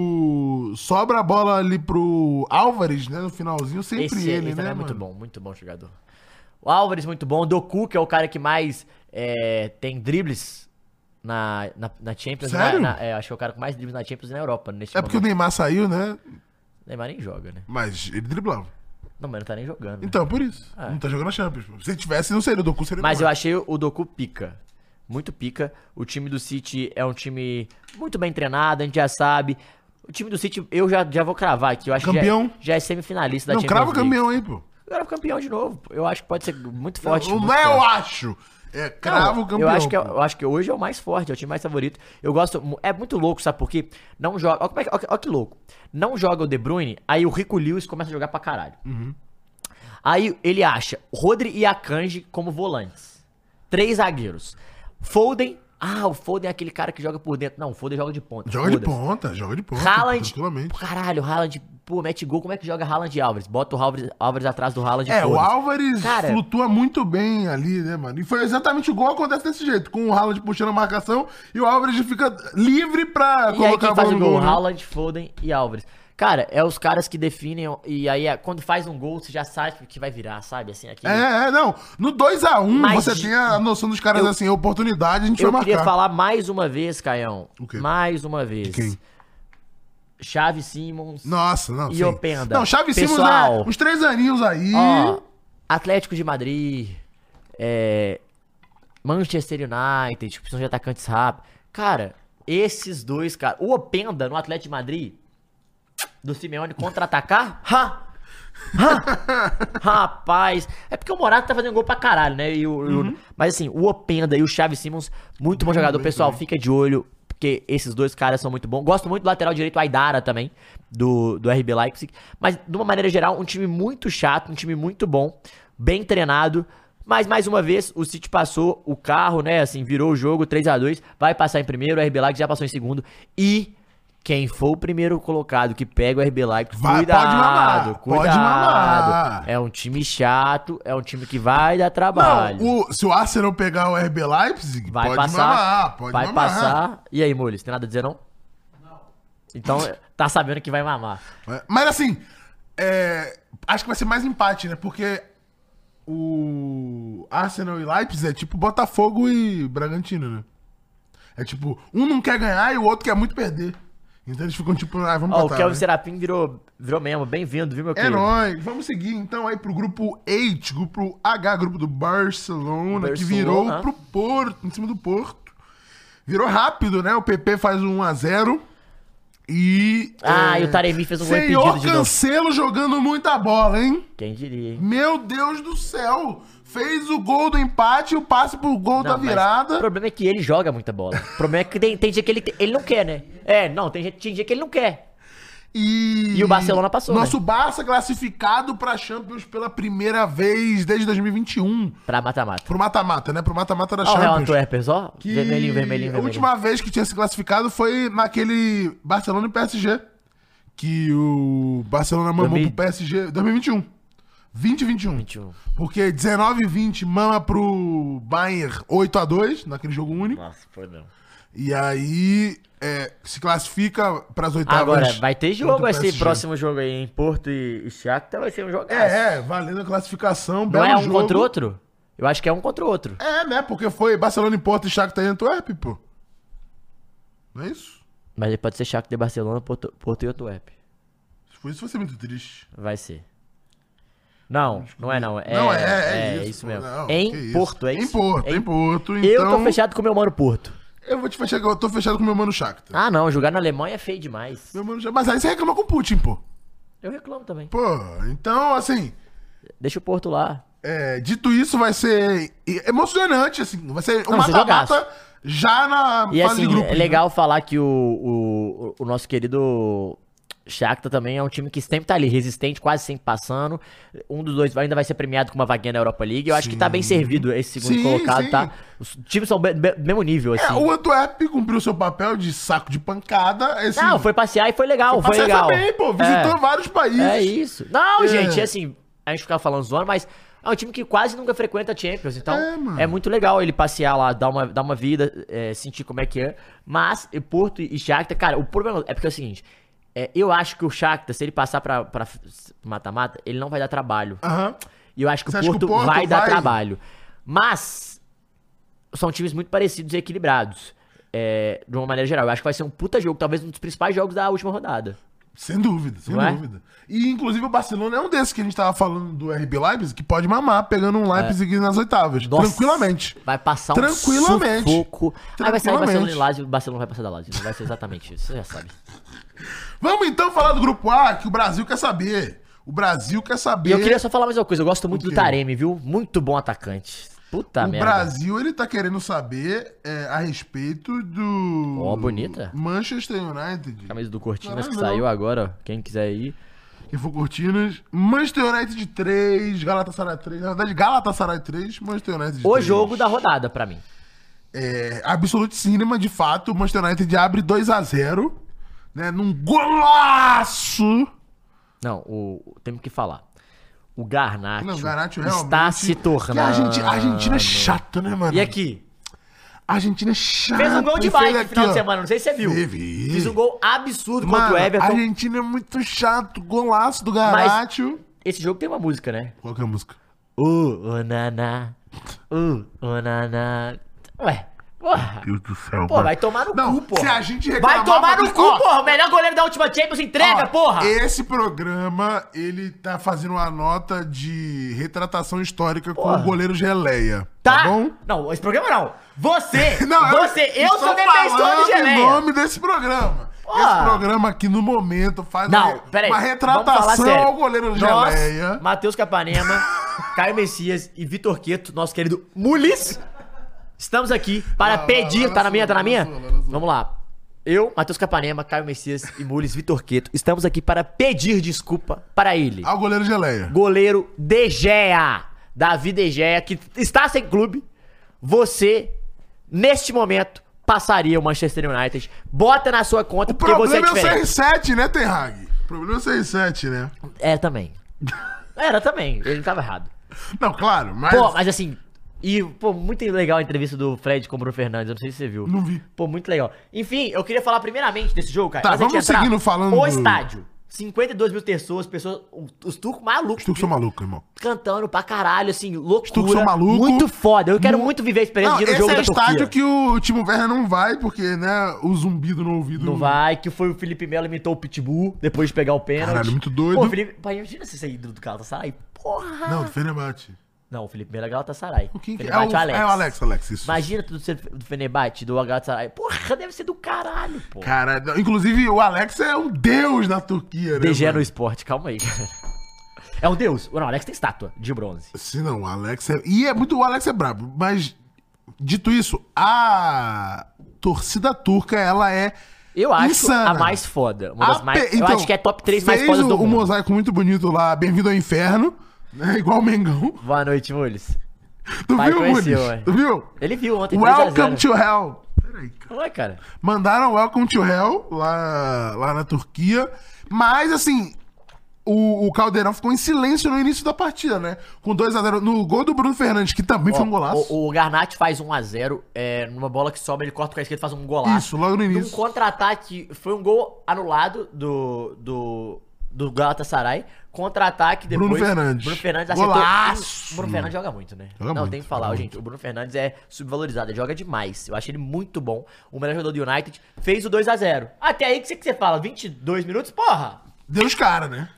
[SPEAKER 1] o... sobra a bola ali pro Álvares, né? No finalzinho, sempre
[SPEAKER 2] Esse,
[SPEAKER 1] ele,
[SPEAKER 2] ele
[SPEAKER 1] né?
[SPEAKER 2] também é muito
[SPEAKER 1] mano?
[SPEAKER 2] bom, muito bom jogador. O Álvares, muito bom. O Doku, que é o cara que mais é, tem dribles na, na, na Champions.
[SPEAKER 1] Sério?
[SPEAKER 2] Na, na- é, acho que é o cara com mais dribles na Champions e na Europa neste
[SPEAKER 1] É porque o
[SPEAKER 2] momento.
[SPEAKER 1] Neymar saiu, né?
[SPEAKER 2] O Neymar nem joga, né?
[SPEAKER 1] Mas ele driblava.
[SPEAKER 2] Não, mas não tá nem jogando. né?
[SPEAKER 1] Então, por isso.
[SPEAKER 2] Ah.
[SPEAKER 1] Não tá jogando a Champions. pô. Se tivesse, não seria. O Doku seria o
[SPEAKER 2] Mas eu
[SPEAKER 1] Neymar.
[SPEAKER 2] achei o Doku pica. Muito pica. O time do City é um time muito bem treinado, a gente já sabe. O time do City, eu já, já vou cravar aqui. Eu acho
[SPEAKER 1] Campeão.
[SPEAKER 2] que já, já é semifinalista da
[SPEAKER 1] Não,
[SPEAKER 2] Champions
[SPEAKER 1] crava
[SPEAKER 2] League.
[SPEAKER 1] campeão aí, pô.
[SPEAKER 2] Agora campeão de novo. Eu acho que pode ser muito forte.
[SPEAKER 1] não
[SPEAKER 2] muito
[SPEAKER 1] é eu
[SPEAKER 2] forte.
[SPEAKER 1] acho. É cravo
[SPEAKER 2] Não,
[SPEAKER 1] campeão.
[SPEAKER 2] Eu acho, que, é-
[SPEAKER 1] pô.
[SPEAKER 2] eu acho que hoje é o mais forte, é o time mais favorito. Eu gosto. mu- É muito louco, sabe por quê? Não joga. Olha, como é que- olha que- olha que louco. Não joga o De Bruyne, aí o Rico Lewis começa a jogar pra caralho.
[SPEAKER 1] Uhum.
[SPEAKER 2] Aí ele acha Rodri e Akanji como volantes. Três zagueiros. Foden. Ah, o Foden é aquele cara que joga por dentro. Não, o Foden joga de ponta.
[SPEAKER 1] Joga de
[SPEAKER 2] Foda-se.
[SPEAKER 1] ponta, joga de ponta.
[SPEAKER 2] Haaland.
[SPEAKER 1] Tranquilamente.
[SPEAKER 2] Caralho, Haaland. Pô, mete gol. Como é que joga Haaland e Álvares? Bota o Álvares, Álvares atrás do Haaland.
[SPEAKER 1] É, o
[SPEAKER 2] foda-se.
[SPEAKER 1] Álvares
[SPEAKER 2] Cara-
[SPEAKER 1] flutua muito bem ali, né, mano? E foi exatamente igual acontece desse jeito, com o Haaland puxando a marcação e o Álvares fica livre pra
[SPEAKER 2] E aí
[SPEAKER 1] colocar a
[SPEAKER 2] quem
[SPEAKER 1] bola
[SPEAKER 2] faz
[SPEAKER 1] no
[SPEAKER 2] o gol?
[SPEAKER 1] gol. né?
[SPEAKER 2] Haaland, Foden e Álvares. Cara, é os caras que definem. E aí, é- quando faz um gol, você já sabe que vai virar, sabe? Assim, aqui.
[SPEAKER 1] É, é, não. No 2x1,
[SPEAKER 2] Mas
[SPEAKER 1] você
[SPEAKER 2] de-
[SPEAKER 1] tem a noção dos caras assim, oportunidade, a gente
[SPEAKER 2] Eu
[SPEAKER 1] vai
[SPEAKER 2] queria
[SPEAKER 1] marcar.
[SPEAKER 2] falar mais uma vez, Caião.
[SPEAKER 1] O quê?
[SPEAKER 2] Mais uma vez.
[SPEAKER 1] quem?
[SPEAKER 2] Chave Simmons.
[SPEAKER 1] Nossa, não.
[SPEAKER 2] E
[SPEAKER 1] sim.
[SPEAKER 2] Openda.
[SPEAKER 1] Não, Chave Simmons,
[SPEAKER 2] Pessoal.
[SPEAKER 1] né? Uns três aninhos aí.
[SPEAKER 2] Ó, Atlético de Madrid. é, Manchester United. Tipo, precisam de atacantes rápidos. Cara, esses dois, cara. O Openda no Atlético de Madrid. Do Simeone contra-atacar? Ha! Rapaz, é porque o Morata tá fazendo gol pra caralho, né? E o, e o-
[SPEAKER 1] Uhum.
[SPEAKER 2] Mas assim, o Openda e o Chave Simmons, muito bom jogador. Pessoal, fica de olho, porque esses dois caras são muito bons. Gosto muito do lateral direito, Aidara também, do, do RB Leipzig. Mas, de uma maneira geral, um time muito chato, um time muito bom, bem treinado. Mas, mais uma vez, o City passou o carro, né? Assim, virou o jogo 3 a 2 vai passar em primeiro, o RB Leipzig já passou em segundo. E quem for o primeiro colocado que pega o RB Leipzig,
[SPEAKER 1] Vai, pode
[SPEAKER 2] cuidado,
[SPEAKER 1] mamar, pode
[SPEAKER 2] cuidado.
[SPEAKER 1] mamar.
[SPEAKER 2] É um time chato, é um time que vai dar
[SPEAKER 1] Não,
[SPEAKER 2] trabalho.
[SPEAKER 1] o- se o Arsenal pegar o RB Leipzig,
[SPEAKER 2] vai
[SPEAKER 1] pode
[SPEAKER 2] passar,
[SPEAKER 1] mamar, pode
[SPEAKER 2] vai
[SPEAKER 1] mamar.
[SPEAKER 2] passar. E aí, Molis, tem nada a dizer não? Não. Então, tá sabendo que vai mamar.
[SPEAKER 1] Mas assim, é, acho que vai ser mais empate, né? Porque o Arsenal e Leipzig é tipo Botafogo e Bragantino, né? É tipo, um não quer ganhar e o outro quer muito perder. Então eles ficam tipo, ah, vamos
[SPEAKER 2] Ó, o
[SPEAKER 1] empatar,
[SPEAKER 2] Kelvin
[SPEAKER 1] né?
[SPEAKER 2] Serapim virou, virou mesmo. Bem-vindo, viu, meu
[SPEAKER 1] É
[SPEAKER 2] querido?
[SPEAKER 1] nóis. Vamos seguir então aí pro grupo H, grupo H, grupo do Barcelona, que
[SPEAKER 2] Barcelona.
[SPEAKER 1] virou pro Porto, em cima do Porto. Virou rápido, né? O PP faz um 1x0. E.
[SPEAKER 2] Ah,
[SPEAKER 1] é,
[SPEAKER 2] e o Taremi fez um gol
[SPEAKER 1] Senhor
[SPEAKER 2] impedido de novo.
[SPEAKER 1] Cancelo jogando muita bola, hein?
[SPEAKER 2] Quem diria, hein?
[SPEAKER 1] Meu Deus do céu! Fez o gol do empate e o passe pro gol da
[SPEAKER 2] Não, mas
[SPEAKER 1] virada.
[SPEAKER 2] O problema é que ele joga muita bola. O problema é que tem, tem dia que ele, ele não quer, né? É, não, tem, gente- tem dia que ele não quer.
[SPEAKER 1] E,
[SPEAKER 2] E o Barcelona passou, né?
[SPEAKER 1] Nosso Barça classificado pra Champions pela primeira vez desde 2021.
[SPEAKER 2] Pra mata-mata.
[SPEAKER 1] Pro mata-mata, né? Pro mata-mata da
[SPEAKER 2] Ó, o Real
[SPEAKER 1] Champions.
[SPEAKER 2] Antwerpers, ó.
[SPEAKER 1] Que
[SPEAKER 2] Vermelhinho, vermelhinho,
[SPEAKER 1] A
[SPEAKER 2] vermelhinho.
[SPEAKER 1] última vez que tinha se classificado foi naquele Barcelona e PSG. Que o Barcelona mamou
[SPEAKER 2] Dois mil-
[SPEAKER 1] pro PSG 2021. 2021.
[SPEAKER 2] 21.
[SPEAKER 1] Porque 19 e 20 mama pro Bayern 8x2, naquele jogo único.
[SPEAKER 2] Nossa, foi mesmo.
[SPEAKER 1] E aí é, se classifica pras oitavas.
[SPEAKER 2] Então Agora, vai ter jogo
[SPEAKER 1] contra o
[SPEAKER 2] esse
[SPEAKER 1] PSG.
[SPEAKER 2] próximo jogo aí em Porto e, e Shakhtar, vai ser um jogo.
[SPEAKER 1] É, é, valendo a classificação.
[SPEAKER 2] Não
[SPEAKER 1] belo
[SPEAKER 2] é um
[SPEAKER 1] jogo.
[SPEAKER 2] contra o outro? Eu acho que é um contra o outro.
[SPEAKER 1] É, né? Porque foi Barcelona e Porto e Shakhtar e Antwerp, pô. Não é isso?
[SPEAKER 2] Mas ele pode ser Shakhtar de Barcelona, Porto, Porto e outro app.
[SPEAKER 1] Se for Tipo, isso, vai ser muito triste.
[SPEAKER 2] Vai ser. Não, não é não. É,
[SPEAKER 1] não, é, é,
[SPEAKER 2] é
[SPEAKER 1] isso, pô,
[SPEAKER 2] mesmo.
[SPEAKER 1] não, que
[SPEAKER 2] em
[SPEAKER 1] isso.
[SPEAKER 2] Porto, é isso?
[SPEAKER 1] Em Porto, em, Porto. Então,
[SPEAKER 2] Eu tô fechado com meu mano Porto.
[SPEAKER 1] Eu vou te fechar, que eu tô fechado com meu mano Shakhtar.
[SPEAKER 2] Ah, não, jogar na Alemanha é feio demais.
[SPEAKER 1] Meu mano Shakhtar. Mas aí você reclamou com o Putin, pô.
[SPEAKER 2] Eu reclamo também.
[SPEAKER 1] Pô, então, assim,
[SPEAKER 2] Deixa o Porto lá.
[SPEAKER 1] é, dito isso, vai ser emocionante, assim. Vai ser um
[SPEAKER 2] Não, vai ser
[SPEAKER 1] mata-mata. já na
[SPEAKER 2] E
[SPEAKER 1] fase
[SPEAKER 2] assim,
[SPEAKER 1] de grupos.
[SPEAKER 2] é
[SPEAKER 1] né?
[SPEAKER 2] legal falar que o, o, o nosso querido Shakhtar também é um time que sempre tá ali, resistente, quase sempre passando. Um dos dois ainda vai ser premiado com uma vaguinha na Europa League. Eu acho que tá bem servido esse segundo
[SPEAKER 1] Sim,
[SPEAKER 2] colocado,
[SPEAKER 1] sim.
[SPEAKER 2] tá? Os times são be- be- mesmo nível, assim.
[SPEAKER 1] É, o Antwerp cumpriu seu papel de saco de pancada. Esse...
[SPEAKER 2] Não, foi passear e foi legal, foi
[SPEAKER 1] Mas você
[SPEAKER 2] legal.
[SPEAKER 1] assim, também, pô, visitou vários países.
[SPEAKER 2] É isso. Não,
[SPEAKER 1] É.
[SPEAKER 2] gente, assim, a gente ficava falando zoando, mas é um time que quase nunca frequenta a Champions, então
[SPEAKER 1] É, mano.
[SPEAKER 2] é, muito legal ele passear lá, dar uma, dar uma vida, é, sentir como é que é. Mas e Porto e Shakhtar, cara, o problema é porque é o seguinte, é, eu acho que o Shakhtar, se ele passar pra, pra mata-mata, ele não vai dar trabalho.
[SPEAKER 1] Aham.
[SPEAKER 2] E eu acho que
[SPEAKER 1] Você
[SPEAKER 2] o
[SPEAKER 1] acha que
[SPEAKER 2] Porto,
[SPEAKER 1] o Porto
[SPEAKER 2] vai, dar
[SPEAKER 1] vai?
[SPEAKER 2] trabalho. Mas são times muito parecidos e equilibrados. é, de uma maneira geral. Eu acho que vai ser um puta jogo, talvez um dos principais jogos da última rodada.
[SPEAKER 1] Sem dúvida, sem
[SPEAKER 2] Não é?
[SPEAKER 1] dúvida. E inclusive o Barcelona é um desses que a gente tava falando do RB Leipzig, que pode mamar pegando um Leipzig nas oitavas.
[SPEAKER 2] É. Nossa,
[SPEAKER 1] Tranquilamente.
[SPEAKER 2] Vai passar um
[SPEAKER 1] Tranquilamente.
[SPEAKER 2] sufoco. Aí vai sair
[SPEAKER 1] Tranquilamente.
[SPEAKER 2] Barcelona e Lazio, o Barcelona vai passar da Lazio. Vai ser exatamente isso, você já sabe.
[SPEAKER 1] Vamos então falar do grupo A, que o Brasil quer saber. O Brasil quer
[SPEAKER 2] E
[SPEAKER 1] saber.
[SPEAKER 2] eu queria só falar mais uma coisa, eu gosto muito
[SPEAKER 1] O
[SPEAKER 2] do
[SPEAKER 1] quê?
[SPEAKER 2] Taremi, viu? Muito bom atacante. Puta
[SPEAKER 1] O
[SPEAKER 2] merda.
[SPEAKER 1] Brasil, ele tá querendo saber é, a respeito do.
[SPEAKER 2] Ó, bonita.
[SPEAKER 1] Manchester United.
[SPEAKER 2] Camisa do Cortinas que
[SPEAKER 1] Caralho, não.
[SPEAKER 2] saiu agora, ó. quem quiser ir.
[SPEAKER 1] Que for Cortinas. Manchester United 3, Galatasaray 3. Na verdade, Galatasaray 3, Manchester United 3.
[SPEAKER 2] O jogo da rodada pra mim.
[SPEAKER 1] É, Absolute Cinema, de fato, o Manchester United abre 2x0, né? Num golaço!
[SPEAKER 2] Não, o, o- temos que falar. O Garnacho,
[SPEAKER 1] Não, o Garnacho
[SPEAKER 2] está
[SPEAKER 1] realmente-
[SPEAKER 2] se
[SPEAKER 1] Que
[SPEAKER 2] tornando.
[SPEAKER 1] a Argentina, a Argentina é chato, né, mano?
[SPEAKER 2] E aqui,
[SPEAKER 1] A Argentina é chata.
[SPEAKER 2] fez um gol de
[SPEAKER 1] e fez
[SPEAKER 2] bike no
[SPEAKER 1] aqui,
[SPEAKER 2] final de
[SPEAKER 1] ó.
[SPEAKER 2] semana, não sei se você viu.
[SPEAKER 1] Teve.
[SPEAKER 2] Fiz um gol absurdo
[SPEAKER 1] Mano,
[SPEAKER 2] contra o
[SPEAKER 1] a
[SPEAKER 2] Everton.
[SPEAKER 1] Argentina é muito chato. Golaço do Garnacho.
[SPEAKER 2] Esse jogo tem uma música, né?
[SPEAKER 1] Qual que é a música?
[SPEAKER 2] Uh, onaná. Uh, onaná. Ué, porra.
[SPEAKER 1] Deus do céu,
[SPEAKER 2] Pô, vai tomar no
[SPEAKER 1] Não,
[SPEAKER 2] cu, porra.
[SPEAKER 1] se a gente
[SPEAKER 2] Vai
[SPEAKER 1] reclamar,
[SPEAKER 2] tomar
[SPEAKER 1] vai-
[SPEAKER 2] no cu,
[SPEAKER 1] Ó.
[SPEAKER 2] porra. O melhor goleiro da última Champions entrega,
[SPEAKER 1] Ó,
[SPEAKER 2] porra.
[SPEAKER 1] Esse programa, ele tá fazendo uma nota de retratação histórica com o goleiro Geleia. Tá,
[SPEAKER 2] Tá?
[SPEAKER 1] bom?
[SPEAKER 2] Não, esse programa não. Você,
[SPEAKER 1] Não,
[SPEAKER 2] você, eu,
[SPEAKER 1] estou
[SPEAKER 2] sou defensor
[SPEAKER 1] falando
[SPEAKER 2] de
[SPEAKER 1] em
[SPEAKER 2] geleia.
[SPEAKER 1] nome desse programa. Esse
[SPEAKER 2] Ó.
[SPEAKER 1] programa aqui, no momento, faz
[SPEAKER 2] Não,
[SPEAKER 1] uma,
[SPEAKER 2] peraí.
[SPEAKER 1] uma retratação ao goleiro
[SPEAKER 2] Nós,
[SPEAKER 1] Geleia.
[SPEAKER 2] Matheus Capanema, Caio Messias e Vitor Queto, nosso querido Mulis, estamos aqui para
[SPEAKER 1] Lá, lá,
[SPEAKER 2] pedir.
[SPEAKER 1] lá na
[SPEAKER 2] tá na
[SPEAKER 1] sua,
[SPEAKER 2] minha? Tá
[SPEAKER 1] lá
[SPEAKER 2] na
[SPEAKER 1] na
[SPEAKER 2] minha?
[SPEAKER 1] sua, lá na sua.
[SPEAKER 2] Vamos lá. Eu, Matheus Capanema, Caio Messias e Mulis, Vitor Queto, estamos aqui para pedir desculpa para ele.
[SPEAKER 1] Ao goleiro Geleia.
[SPEAKER 2] Goleiro De Gea, Davi De Gea, que está sem clube. Você, neste momento, passaria o Manchester United. Bota na sua conta,
[SPEAKER 1] O
[SPEAKER 2] porque você é
[SPEAKER 1] problema é o
[SPEAKER 2] diferente.
[SPEAKER 1] CR7, né, Ten Hag? O problema é o CR7, né?
[SPEAKER 2] É, também. Era também, ele tava errado.
[SPEAKER 1] Não, claro, mas...
[SPEAKER 2] Pô, mas assim, e, pô, muito legal a entrevista do Fred com o Bruno Fernandes, eu não sei se você viu.
[SPEAKER 1] Não vi.
[SPEAKER 2] Pô, muito legal. Enfim, eu queria falar primeiramente desse jogo, cara.
[SPEAKER 1] Tá,
[SPEAKER 2] antes de
[SPEAKER 1] vamos seguindo falando
[SPEAKER 2] O
[SPEAKER 1] do-
[SPEAKER 2] estádio. 52 mil pessoas, pessoas, um, os turcos malucos.
[SPEAKER 1] Os turcos são malucos, irmão.
[SPEAKER 2] Cantando pra caralho, assim, loucura.
[SPEAKER 1] turcos são malucos.
[SPEAKER 2] Muito foda. Eu quero
[SPEAKER 1] Mu-
[SPEAKER 2] muito viver a experiência
[SPEAKER 1] Não,
[SPEAKER 2] de ir no
[SPEAKER 1] esse
[SPEAKER 2] jogo
[SPEAKER 1] é
[SPEAKER 2] da
[SPEAKER 1] estádio
[SPEAKER 2] Turquia.
[SPEAKER 1] que o Timo Werner não vai, porque, né, o zumbido no ouvido...
[SPEAKER 2] Não vai, que foi o Felipe Melo imitou o Pitbull depois de pegar o pênalti.
[SPEAKER 1] Caralho, muito doido.
[SPEAKER 2] Pô, Felipe, pai, imagina se sair do, do Galatasaray. Porra!
[SPEAKER 1] Não, do Fenerbahçe.
[SPEAKER 2] Não, o Felipe Melo é Galatasaray.
[SPEAKER 1] O quem que é?
[SPEAKER 2] Fenerbahçe
[SPEAKER 1] o, é o Alex, Alex, isso.
[SPEAKER 2] Imagina tudo ser do Fenerbahçe, do Galatasaray. Porra, deve ser do caralho, pô.
[SPEAKER 1] Cara, não, inclusive o Alex é um deus na Turquia, né?
[SPEAKER 2] DG
[SPEAKER 1] mano?
[SPEAKER 2] é no esporte, calma aí, cara. É um deus. Não, o Alex tem estátua de bronze.
[SPEAKER 1] Se não, o Alex é. E é muito. O Alex é brabo. Mas, dito isso, a torcida turca, ela é.
[SPEAKER 2] Eu acho
[SPEAKER 1] Insana.
[SPEAKER 2] a mais foda. Uma das
[SPEAKER 1] a
[SPEAKER 2] mais,
[SPEAKER 1] pe- então,
[SPEAKER 2] eu acho que é top 3 mais
[SPEAKER 1] fez
[SPEAKER 2] fodas do
[SPEAKER 1] o- um
[SPEAKER 2] mundo.
[SPEAKER 1] mosaico muito bonito lá, Bem-vindo ao Inferno, né? Igual o Mengão.
[SPEAKER 2] Boa noite, Mules.
[SPEAKER 1] Tu
[SPEAKER 2] Pai
[SPEAKER 1] viu,
[SPEAKER 2] conheceu,
[SPEAKER 1] Muniz?
[SPEAKER 2] é.
[SPEAKER 1] Tu viu?
[SPEAKER 2] Ele viu ontem. 3 a 0.
[SPEAKER 1] Welcome to Hell. Peraí, cara.
[SPEAKER 2] Ué, cara.
[SPEAKER 1] Mandaram Welcome to Hell lá, lá na Turquia. Mas, assim, o, o Caldeirão ficou em silêncio no início da partida, né? Com 2x0 no gol do Bruno Fernandes, que também foi um golaço.
[SPEAKER 2] O, o Garnat faz 1x0, é, numa bola que sobra, ele corta com a esquerda e faz um golaço.
[SPEAKER 1] Isso, logo no início.
[SPEAKER 2] Num contra-ataque, foi um gol anulado do, do, do Galatasaray. Contra-ataque depois.
[SPEAKER 1] Bruno Fernandes.
[SPEAKER 2] Bruno Fernandes acertou.
[SPEAKER 1] Golaço!
[SPEAKER 2] O Bruno Fernandes joga muito, né?
[SPEAKER 1] Joga
[SPEAKER 2] Não,
[SPEAKER 1] muito,
[SPEAKER 2] tem que falar,
[SPEAKER 1] joga
[SPEAKER 2] gente. O Bruno Fernandes é subvalorizado, ele joga demais. Eu acho ele muito bom. O melhor jogador do United fez o 2x0. Até aí, o que você, que você fala? 22 minutos? Porra!
[SPEAKER 1] Deu os caras, né?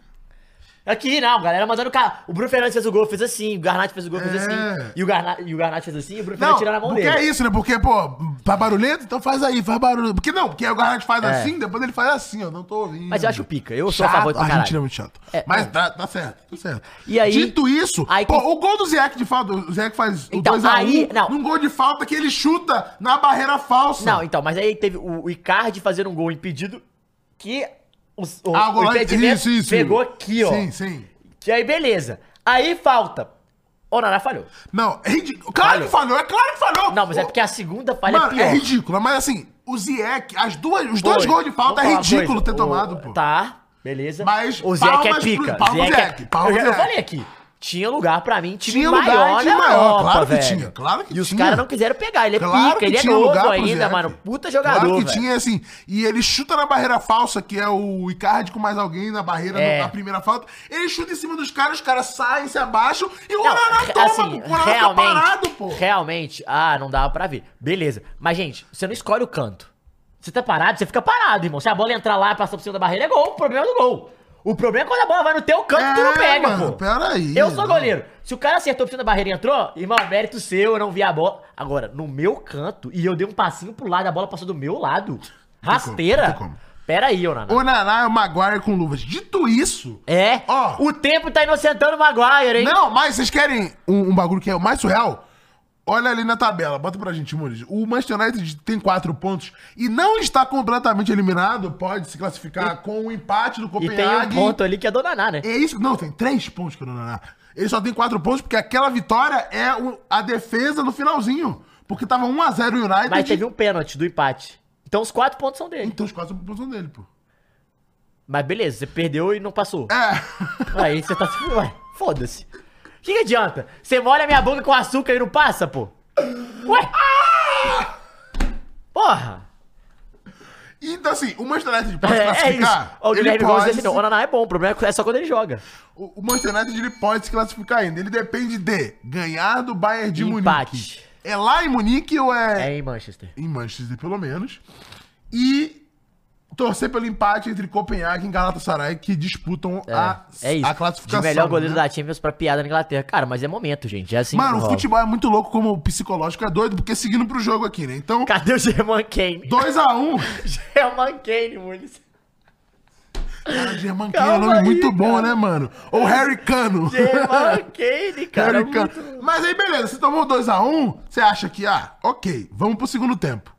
[SPEAKER 2] Aqui, não, galera mandando o cara. O Bruno Fernandes fez o gol, fez assim. O Garnat fez o gol, fez
[SPEAKER 1] É.
[SPEAKER 2] assim. E o, Garna... e o Garnat fez assim. E o Bruno
[SPEAKER 1] Não,
[SPEAKER 2] Fernandes tirou na mão
[SPEAKER 1] porque
[SPEAKER 2] dele.
[SPEAKER 1] é isso, né? Porque, pô, tá barulhento? Então faz aí, faz barulho. Porque não, porque o Garnet faz assim, depois ele faz assim, ó, não tô ouvindo.
[SPEAKER 2] É. Mas eu acho pica. Eu sou
[SPEAKER 1] chato.
[SPEAKER 2] a favor do
[SPEAKER 1] a
[SPEAKER 2] caralho.
[SPEAKER 1] gente é muito chato.
[SPEAKER 2] É,
[SPEAKER 1] Mas tá, tá certo, tá certo.
[SPEAKER 2] E aí-
[SPEAKER 1] Dito isso,
[SPEAKER 2] aí
[SPEAKER 1] pô,
[SPEAKER 2] que-
[SPEAKER 1] o gol do Ziyech de falta, o Ziyech faz
[SPEAKER 2] Então,
[SPEAKER 1] o 2x1
[SPEAKER 2] aí- não.
[SPEAKER 1] num gol de falta que ele chuta na barreira falsa.
[SPEAKER 2] Não, então, mas aí teve o, o Icardi fazendo um gol impedido que o, o,
[SPEAKER 1] Ah, o
[SPEAKER 2] o
[SPEAKER 1] golaço-
[SPEAKER 2] impedimento
[SPEAKER 1] isso, isso.
[SPEAKER 2] pegou aqui, ó.
[SPEAKER 1] Sim, sim.
[SPEAKER 2] Que aí, beleza. Aí falta. O Naná falhou.
[SPEAKER 1] Não, é ridículo. Claro que falhou, é claro que falhou.
[SPEAKER 2] Não, mas é
[SPEAKER 1] Ô,
[SPEAKER 2] porque a segunda falha é
[SPEAKER 1] Mano,
[SPEAKER 2] pior.
[SPEAKER 1] é ridículo. Mas assim, o Ziyech, as duas, os dois
[SPEAKER 2] Oi,
[SPEAKER 1] gols de falta é
[SPEAKER 2] vamos falar uma
[SPEAKER 1] ridículo
[SPEAKER 2] coisa.
[SPEAKER 1] ter
[SPEAKER 2] O-
[SPEAKER 1] tomado, pô.
[SPEAKER 2] Tá, beleza.
[SPEAKER 1] Mas
[SPEAKER 2] o Zeke é
[SPEAKER 1] palmas
[SPEAKER 2] pica.
[SPEAKER 1] pro- palmas pro
[SPEAKER 2] Zeke é-
[SPEAKER 1] Zeke, palmas
[SPEAKER 2] eu, já- eu
[SPEAKER 1] Zeke.
[SPEAKER 2] falei aqui. Tinha lugar pra mim, time
[SPEAKER 1] Tinha lugar e
[SPEAKER 2] maior
[SPEAKER 1] time
[SPEAKER 2] na
[SPEAKER 1] maior,
[SPEAKER 2] Europa,
[SPEAKER 1] claro que
[SPEAKER 2] velho.
[SPEAKER 1] tinha, claro que
[SPEAKER 2] E os
[SPEAKER 1] tinha.
[SPEAKER 2] caras não quiseram pegar. Ele é
[SPEAKER 1] Claro
[SPEAKER 2] pica,
[SPEAKER 1] que
[SPEAKER 2] ele é
[SPEAKER 1] tinha lugar
[SPEAKER 2] novo
[SPEAKER 1] pro
[SPEAKER 2] ainda,
[SPEAKER 1] Zeke.
[SPEAKER 2] mano. Puta jogador,
[SPEAKER 1] Claro que
[SPEAKER 2] velho.
[SPEAKER 1] tinha, assim. E ele chuta na barreira falsa, que é o Icardi com mais alguém na barreira
[SPEAKER 2] É.
[SPEAKER 1] no- na primeira falta. Ele chuta em cima dos caras, os caras saem, se abaixam e o
[SPEAKER 2] Não,
[SPEAKER 1] Naná
[SPEAKER 2] re-
[SPEAKER 1] toma,
[SPEAKER 2] assim,
[SPEAKER 1] pô. O Naná fica
[SPEAKER 2] realmente,
[SPEAKER 1] parado, pô.
[SPEAKER 2] realmente, ah, não dava pra ver. Beleza. Mas, gente, você não escolhe o canto. Você tá parado, você fica parado, irmão. Se a bola entrar lá e passar por cima da barreira, é gol. O problema é do gol. O problema é quando a bola vai no teu canto, e tu não
[SPEAKER 1] É,
[SPEAKER 2] pega,
[SPEAKER 1] mano,
[SPEAKER 2] pô.
[SPEAKER 1] peraí,
[SPEAKER 2] Eu sou
[SPEAKER 1] não.
[SPEAKER 2] goleiro. Se o cara acertou por cima da barreira e entrou, irmão, mérito seu, eu não vi a bola. Agora, no meu canto, e eu dei um passinho pro lado, a bola passou do meu lado. Rasteira.
[SPEAKER 1] tem como.
[SPEAKER 2] Pera aí, ô Naná.
[SPEAKER 1] O Naná é o Maguire com luvas. Dito isso.
[SPEAKER 2] É,
[SPEAKER 1] Ó.
[SPEAKER 2] o tempo tá inocentando o Maguire, hein?
[SPEAKER 1] Não, mas vocês querem um, um bagulho que é o mais surreal? Olha ali na tabela, bota pra gente, Muniz. O Manchester United tem quatro pontos e não está completamente eliminado, pode se classificar com o empate do
[SPEAKER 2] e tem um
[SPEAKER 1] Copenhague.
[SPEAKER 2] ponto ali que é do Naná, né?
[SPEAKER 1] É isso? Não, tem três pontos pro Naná. Ele só tem quatro pontos porque aquela vitória é o- a defesa no finalzinho. Porque tava 1x0 o United.
[SPEAKER 2] Mas teve um pênalti do empate. Então os quatro pontos são dele.
[SPEAKER 1] Então os quatro pontos são dele, pô.
[SPEAKER 2] Mas beleza, você perdeu e não passou.
[SPEAKER 1] É.
[SPEAKER 2] Aí você tá tipo, ué, foda-se. O que, que adianta? Você molha minha boca com açúcar e não passa, pô? Ué? Porra!
[SPEAKER 1] Então, assim, o Manchester United pode se
[SPEAKER 2] É, é isso.
[SPEAKER 1] classificar.
[SPEAKER 2] Ó, O
[SPEAKER 1] ele
[SPEAKER 2] Guilherme Gomes
[SPEAKER 1] pode
[SPEAKER 2] disse assim, não,
[SPEAKER 1] se-
[SPEAKER 2] o Naná é bom, o problema é só quando ele joga.
[SPEAKER 1] O o Manchester United ele pode se classificar ainda. Ele depende de ganhar do Bayern de
[SPEAKER 2] Empate.
[SPEAKER 1] Munique. É lá em Munique ou é,
[SPEAKER 2] É em Manchester.
[SPEAKER 1] em Manchester, pelo menos. E torcer pelo empate entre Copenhague e Galatasaray, que disputam
[SPEAKER 2] É,
[SPEAKER 1] a,
[SPEAKER 2] é isso.
[SPEAKER 1] a classificação.
[SPEAKER 2] De melhor goleiro
[SPEAKER 1] né?
[SPEAKER 2] da Champions pra piada na Inglaterra. Cara, mas é momento, gente. É assim que
[SPEAKER 1] Mano, o
[SPEAKER 2] rola.
[SPEAKER 1] futebol é muito louco como o psicológico é doido, porque seguindo pro jogo aqui, né? Então,
[SPEAKER 2] Cadê o German Kane?
[SPEAKER 1] 2x1.
[SPEAKER 2] German Kane, Muniz.
[SPEAKER 1] Cara, German Kane é um
[SPEAKER 2] Calma
[SPEAKER 1] nome
[SPEAKER 2] aí,
[SPEAKER 1] muito bom,
[SPEAKER 2] cara.
[SPEAKER 1] né, mano? Ou Harry Cano.
[SPEAKER 2] German Kane, cara. é
[SPEAKER 1] Harry Cano.
[SPEAKER 2] muito-
[SPEAKER 1] Mas aí, beleza, você tomou 2x1, você acha que, ah, ok, vamos pro segundo tempo.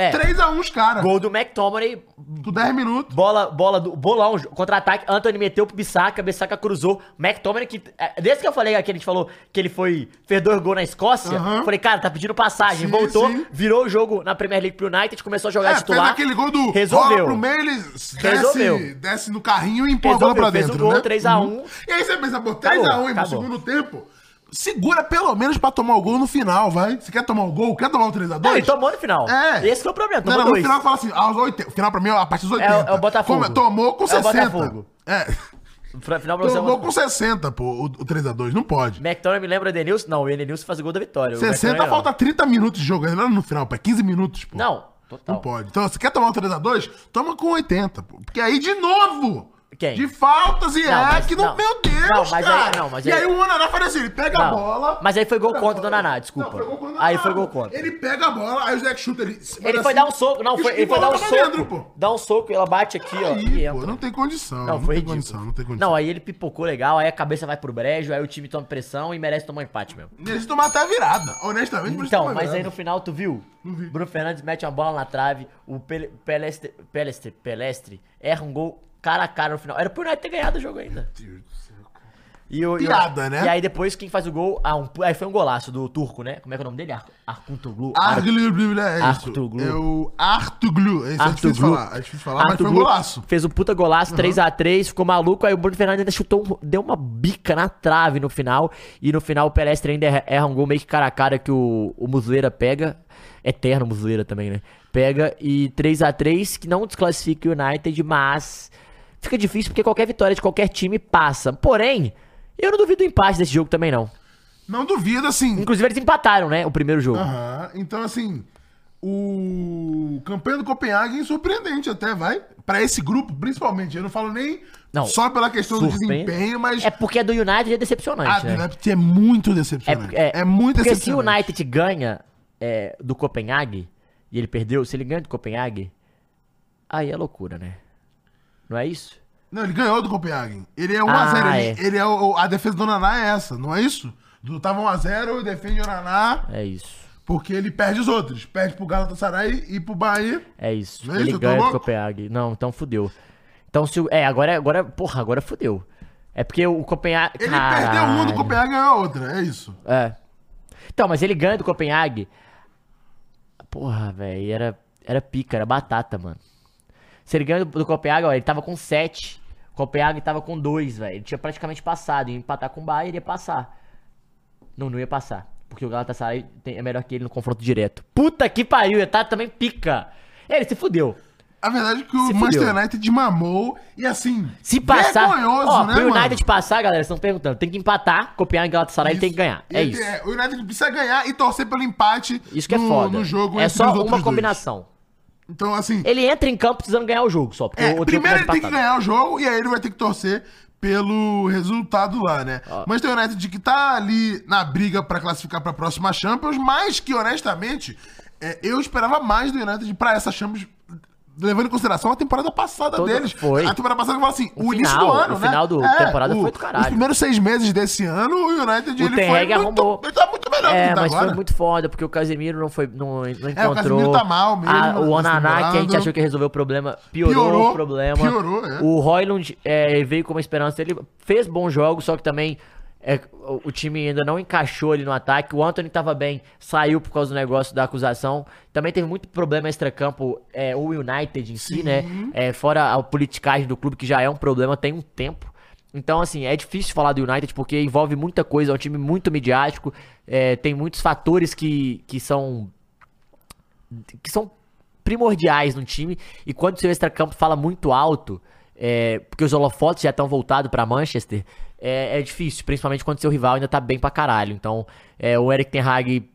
[SPEAKER 2] É.
[SPEAKER 1] 3x1 os caras.
[SPEAKER 2] Gol do McTominay,
[SPEAKER 1] Com 10 minutos.
[SPEAKER 2] bola, bola do bolão, jo- contra-ataque, Anthony meteu pro Bissaka, Bissaka cruzou, McTominay que, é, desde que eu falei aqui, a gente falou que ele foi, fez dois gols na Escócia,
[SPEAKER 1] Aham.
[SPEAKER 2] falei, cara, tá pedindo passagem,
[SPEAKER 1] Sim,
[SPEAKER 2] voltou,
[SPEAKER 1] sim.
[SPEAKER 2] virou o jogo na Premier League pro United, começou a
[SPEAKER 1] É,
[SPEAKER 2] jogar
[SPEAKER 1] fez
[SPEAKER 2] titular,
[SPEAKER 1] aquele gol do rola
[SPEAKER 2] resolveu,
[SPEAKER 1] pro meio, ele desce,
[SPEAKER 2] Resolveu.
[SPEAKER 1] desce no carrinho e empurra a bola pra
[SPEAKER 2] Resolveu, fez o
[SPEAKER 1] dentro,
[SPEAKER 2] gol,
[SPEAKER 1] né?
[SPEAKER 2] 3x1.
[SPEAKER 1] Uhum. E aí você pensa, pô,
[SPEAKER 2] Acabou,
[SPEAKER 1] 3x1 no
[SPEAKER 2] acabou.
[SPEAKER 1] segundo tempo, segura pelo menos pra tomar o gol no final, vai. Você quer tomar o gol? Quer tomar um o 3x2?
[SPEAKER 2] não, ele tomou no final,
[SPEAKER 1] É.
[SPEAKER 2] esse foi o problema,
[SPEAKER 1] Não,
[SPEAKER 2] tomou
[SPEAKER 1] não, no
[SPEAKER 2] dois,
[SPEAKER 1] final fala assim, aos 80. O final pra mim é a partir dos 80.
[SPEAKER 2] é o Botafogo.
[SPEAKER 1] Como- tomou com
[SPEAKER 2] É o
[SPEAKER 1] 60.
[SPEAKER 2] Botafogo.
[SPEAKER 1] É.
[SPEAKER 2] Fra- final pra você, é
[SPEAKER 1] Tomou
[SPEAKER 2] Tomou
[SPEAKER 1] com 60, pô, o, o 3x2. Não pode.
[SPEAKER 2] McTominay me lembra o Edenilson, não, o Edenilson faz o gol da vitória, o
[SPEAKER 1] 60
[SPEAKER 2] McTominay não.
[SPEAKER 1] falta 30 minutos de jogo. ainda Não no final, pô. É 15 minutos, pô.
[SPEAKER 2] é Não,
[SPEAKER 1] Não
[SPEAKER 2] total.
[SPEAKER 1] pode. Então, você quer tomar o 3x2? Toma com 80, pô. Porque aí, de novo...
[SPEAKER 2] Quem?
[SPEAKER 1] De faltas e
[SPEAKER 2] Não, mas-
[SPEAKER 1] é que não,
[SPEAKER 2] não.
[SPEAKER 1] meu Deus,
[SPEAKER 2] Não, mas aí-
[SPEAKER 1] cara.
[SPEAKER 2] não, mas
[SPEAKER 1] e
[SPEAKER 2] aí-
[SPEAKER 1] aí o Onaná faz assim, ele pega a
[SPEAKER 2] Não,
[SPEAKER 1] bola...
[SPEAKER 2] mas aí foi gol contra do Naná,
[SPEAKER 1] Não,
[SPEAKER 2] desculpa.
[SPEAKER 1] foi gol contra o
[SPEAKER 2] Aí
[SPEAKER 1] Naná,
[SPEAKER 2] foi gol
[SPEAKER 1] pô.
[SPEAKER 2] contra.
[SPEAKER 1] Ele pega a bola, aí o Zeke chuta, ele...
[SPEAKER 2] Ele foi dar
[SPEAKER 1] assim,
[SPEAKER 2] um soco, não, foi, ele foi dar um soco. Dá um soco e ela bate aqui, ó. e
[SPEAKER 1] tá Aí,
[SPEAKER 2] entra.
[SPEAKER 1] pô, não tem condição.
[SPEAKER 2] Não,
[SPEAKER 1] tem
[SPEAKER 2] foi ridículo.
[SPEAKER 1] condição, não tem condição.
[SPEAKER 2] Não, é- aí ele pipocou legal, aí a cabeça vai pro brejo, aí o time toma pressão e merece tomar um empate mesmo.
[SPEAKER 1] Eles tomam até a virada, honestamente. eles
[SPEAKER 2] Então,
[SPEAKER 1] tomam a
[SPEAKER 2] mas aí
[SPEAKER 1] virada.
[SPEAKER 2] no final tu viu? Bruno Fernandes mete uma bola na trave, o Pel- Pelestre, Pelestre, Pelestre erra um gol cara a cara no final. Era por United ter ganhado o jogo ainda. E o- e o-
[SPEAKER 1] Piada, né?
[SPEAKER 2] E aí depois quem faz o gol, ah, um- aí foi um golaço do turco, né? Como é que é o nome dele? Ar- Arkuntoglu. Ar-
[SPEAKER 1] Argluglu, é isso.
[SPEAKER 2] Artuglu.
[SPEAKER 1] É o Artuglu. É isso, é difícil
[SPEAKER 2] Artuglu.
[SPEAKER 1] falar. É difícil falar, mas foi um
[SPEAKER 2] Artuglu
[SPEAKER 1] golaço.
[SPEAKER 2] Fez um puta golaço, 3x3, ficou maluco. Aí o Bruno Fernandes ainda chutou, um- deu uma bica na trave no final. E no final o Pelestre ainda erra- erra um gol meio que cara a cara que o, o Muslera pega. Eterno Muslera também, né? Pega e 3x3, que não desclassifica o United, mas fica difícil porque qualquer vitória de qualquer time passa. Porém, eu não duvido do empate desse jogo também, não.
[SPEAKER 1] Não duvido, assim.
[SPEAKER 2] Inclusive eles empataram, né? O primeiro jogo.
[SPEAKER 1] Aham. Então, assim. O campanha do Copenhague é surpreendente até, vai. Pra esse grupo, principalmente. Eu não falo nem
[SPEAKER 2] Não,
[SPEAKER 1] só pela questão do
[SPEAKER 2] surpreende.
[SPEAKER 1] desempenho, mas
[SPEAKER 2] É porque a do United é
[SPEAKER 1] a
[SPEAKER 2] decepcionante, né?
[SPEAKER 1] Draft é muito
[SPEAKER 2] É,
[SPEAKER 1] decepcionante.
[SPEAKER 2] é,
[SPEAKER 1] É, muito
[SPEAKER 2] porque se o
[SPEAKER 1] decepcionante.
[SPEAKER 2] United ganha é, do Copenhague e ele perdeu, se ele ganha do Copenhague, aí é loucura, né? Não é isso?
[SPEAKER 1] Não, ele ganhou do Copenhagen. Ele é 1x0.
[SPEAKER 2] Ah,
[SPEAKER 1] ele, ele é o- a defesa do Naná é essa, não é isso? Do tava 1x0 e defende o Naná
[SPEAKER 2] É isso.
[SPEAKER 1] porque ele perde os outros. Perde pro Galatasaray e pro Bahia.
[SPEAKER 2] É isso.
[SPEAKER 1] Não é
[SPEAKER 2] ele
[SPEAKER 1] isso, eu tô
[SPEAKER 2] ganha do
[SPEAKER 1] louco?
[SPEAKER 2] Copenhague. Não, então fudeu. Então se o. É, agora, agora. Porra, agora fudeu. É porque o Copenhague.
[SPEAKER 1] Ele perdeu uma do Copenhague e ganhou a outra, é isso.
[SPEAKER 2] É. Então, mas ele ganha do Copenhague. Porra, velho, era, era pica, era batata, mano. Se ele ganha do, do Copenhague, ó, ele tava com 7. Copenhague tava com 2, velho. Ele tinha praticamente passado. Ia empatar com o Bahia, ele ia passar. Não, não ia passar. Porque o Galatasaray tem- é melhor que ele no confronto direto. Puta que pariu, ia tá também pica. Ele se fudeu.
[SPEAKER 1] A verdade é que o
[SPEAKER 2] Se
[SPEAKER 1] Manchester
[SPEAKER 2] fudeu.
[SPEAKER 1] United mamou e assim.
[SPEAKER 2] Se passar.
[SPEAKER 1] Vergonhoso,
[SPEAKER 2] ó,
[SPEAKER 1] né,
[SPEAKER 2] pro
[SPEAKER 1] mano?
[SPEAKER 2] United passar, galera, vocês estão perguntando. Tem que empatar, Copenhague e Galatasaray tem que ganhar. É
[SPEAKER 1] Ele-
[SPEAKER 2] isso.
[SPEAKER 1] o United precisa ganhar e torcer pelo empate
[SPEAKER 2] Isso que é
[SPEAKER 1] no,
[SPEAKER 2] foda.
[SPEAKER 1] no jogo
[SPEAKER 2] é
[SPEAKER 1] entre
[SPEAKER 2] só
[SPEAKER 1] os outros
[SPEAKER 2] uma
[SPEAKER 1] dois.
[SPEAKER 2] combinação.
[SPEAKER 1] Então, assim,
[SPEAKER 2] Ele entra em campo precisando ganhar o jogo só. Porque
[SPEAKER 1] É,
[SPEAKER 2] o outro
[SPEAKER 1] primeiro
[SPEAKER 2] jogo
[SPEAKER 1] ele
[SPEAKER 2] tá
[SPEAKER 1] tem que
[SPEAKER 2] empatado.
[SPEAKER 1] ganhar o jogo e aí ele vai ter que torcer pelo resultado lá, né? Mas tem o United que tá ali na briga pra classificar pra próxima Champions, mas que honestamente é, eu esperava mais do United pra essa Champions, levando em consideração a temporada passada
[SPEAKER 2] Toda-
[SPEAKER 1] deles.
[SPEAKER 2] foi.
[SPEAKER 1] A temporada passada eu falo assim, o, início do
[SPEAKER 2] final,
[SPEAKER 1] ano,
[SPEAKER 2] o
[SPEAKER 1] né?
[SPEAKER 2] final do- temporada foi do caralho.
[SPEAKER 1] Os primeiros seis meses desse ano, o United
[SPEAKER 2] O
[SPEAKER 1] ele
[SPEAKER 2] Ten
[SPEAKER 1] foi
[SPEAKER 2] Hag arrumou.
[SPEAKER 1] muito, ele tá muito melhor do
[SPEAKER 2] É,
[SPEAKER 1] que tá
[SPEAKER 2] mas
[SPEAKER 1] agora. É,
[SPEAKER 2] foi muito foda, porque o Casemiro não foi. Não, não encontrou.
[SPEAKER 1] Casemiro tá mal mesmo,
[SPEAKER 2] A- o
[SPEAKER 1] nessa
[SPEAKER 2] Onaná, que a gente
[SPEAKER 1] temporada.
[SPEAKER 2] achou que resolveu o problema, piorou,
[SPEAKER 1] Piorou,
[SPEAKER 2] o problema.
[SPEAKER 1] piorou, é.
[SPEAKER 2] O Royland é, veio com uma esperança. Ele fez bons jogos, só que também. é, o o time ainda não encaixou ele no ataque. O Anthony tava bem, saiu por causa do negócio da acusação. Também teve muito problema extracampo, é, o United em si, né? É, fora a politicagem do clube, que já é um problema tem um tempo. Então, assim, é difícil falar do United porque envolve muita coisa. É um time muito midiático, é, tem muitos fatores que, que são que são primordiais no time. E quando o seu extracampo fala muito alto, é, porque os holofotes já estão voltados pra Manchester, é, é difícil, principalmente quando seu rival ainda tá bem pra caralho. Então, é, o Eric Ten Hag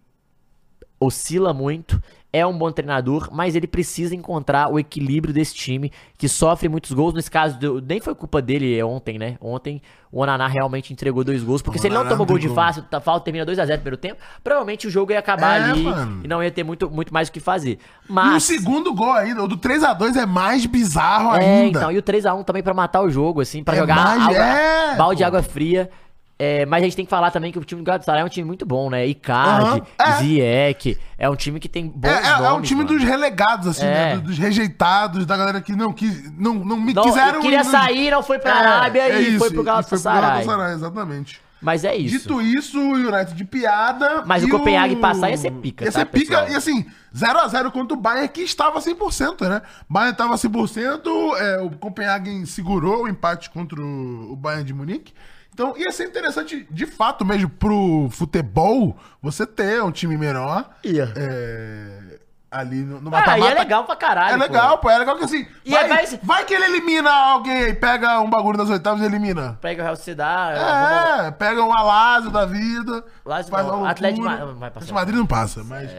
[SPEAKER 2] oscila muito, é um bom treinador, mas ele precisa encontrar o equilíbrio desse time que sofre muitos gols. Nesse caso, do- nem foi culpa dele é ontem, né? Ontem o Onaná realmente entregou dois gols, porque se ele não
[SPEAKER 1] Onaná não
[SPEAKER 2] toma gol
[SPEAKER 1] tem
[SPEAKER 2] de
[SPEAKER 1] como.
[SPEAKER 2] fácil, tá- falta, termina 2x0 no primeiro tempo, provavelmente o jogo ia acabar
[SPEAKER 1] É,
[SPEAKER 2] ali
[SPEAKER 1] mano.
[SPEAKER 2] e não ia ter muito, muito mais o que fazer.
[SPEAKER 1] E o
[SPEAKER 2] Mas.
[SPEAKER 1] segundo gol ainda, o do 3x2 é mais bizarro
[SPEAKER 2] É,
[SPEAKER 1] ainda.
[SPEAKER 2] então, e o 3x1 também pra matar o jogo, assim, pra
[SPEAKER 1] É
[SPEAKER 2] jogar
[SPEAKER 1] mais-
[SPEAKER 2] água-
[SPEAKER 1] é,
[SPEAKER 2] balde de
[SPEAKER 1] pô.
[SPEAKER 2] água fria. É, mas a gente tem que falar também que o time do Galatasaray é um time muito bom, né? Icardi,
[SPEAKER 1] Aham, é.
[SPEAKER 2] Ziyech, é um time que tem bons
[SPEAKER 1] É, é- é um
[SPEAKER 2] nomes,
[SPEAKER 1] time
[SPEAKER 2] mano.
[SPEAKER 1] dos relegados, assim,
[SPEAKER 2] É.
[SPEAKER 1] né? Do- Dos rejeitados, da galera que não, quis, não, não me
[SPEAKER 2] Não,
[SPEAKER 1] quiseram.
[SPEAKER 2] queria
[SPEAKER 1] ir no-
[SPEAKER 2] sair, não foi pra
[SPEAKER 1] um- É,
[SPEAKER 2] Arábia
[SPEAKER 1] é
[SPEAKER 2] e
[SPEAKER 1] isso,
[SPEAKER 2] foi pro Galatasaray.
[SPEAKER 1] exatamente.
[SPEAKER 2] Mas é isso.
[SPEAKER 1] Dito isso, o United de piada.
[SPEAKER 2] Mas o
[SPEAKER 1] e
[SPEAKER 2] Copenhague passar ia ser pica,
[SPEAKER 1] Ia
[SPEAKER 2] tá,
[SPEAKER 1] ser pica,
[SPEAKER 2] pessoal?
[SPEAKER 1] e assim, 0x0 contra o Bayern, que estava 100%, né? Bayern estava 100%, é, o Copenhagen segurou o empate contra o o Bayern de Munique. Então ia ser interessante, de fato mesmo, pro futebol, você ter um time menor.
[SPEAKER 2] Ia.
[SPEAKER 1] é, ali no, no
[SPEAKER 2] Ah, e é
[SPEAKER 1] mata-mata.
[SPEAKER 2] legal pra caralho.
[SPEAKER 1] É legal, pô. É legal que assim.
[SPEAKER 2] E
[SPEAKER 1] vai,
[SPEAKER 2] é mais-
[SPEAKER 1] vai que ele elimina alguém aí, pega um bagulho das oitavas e elimina.
[SPEAKER 2] Pô. Pega o Real Sociedade, arruma-
[SPEAKER 1] É, pega um Alásio da vida.
[SPEAKER 2] Lazio
[SPEAKER 1] faz
[SPEAKER 2] não,
[SPEAKER 1] uma loucura.
[SPEAKER 2] Atlético de Ma- vai passar. É.
[SPEAKER 1] Atlético de Madrid não passa, mas.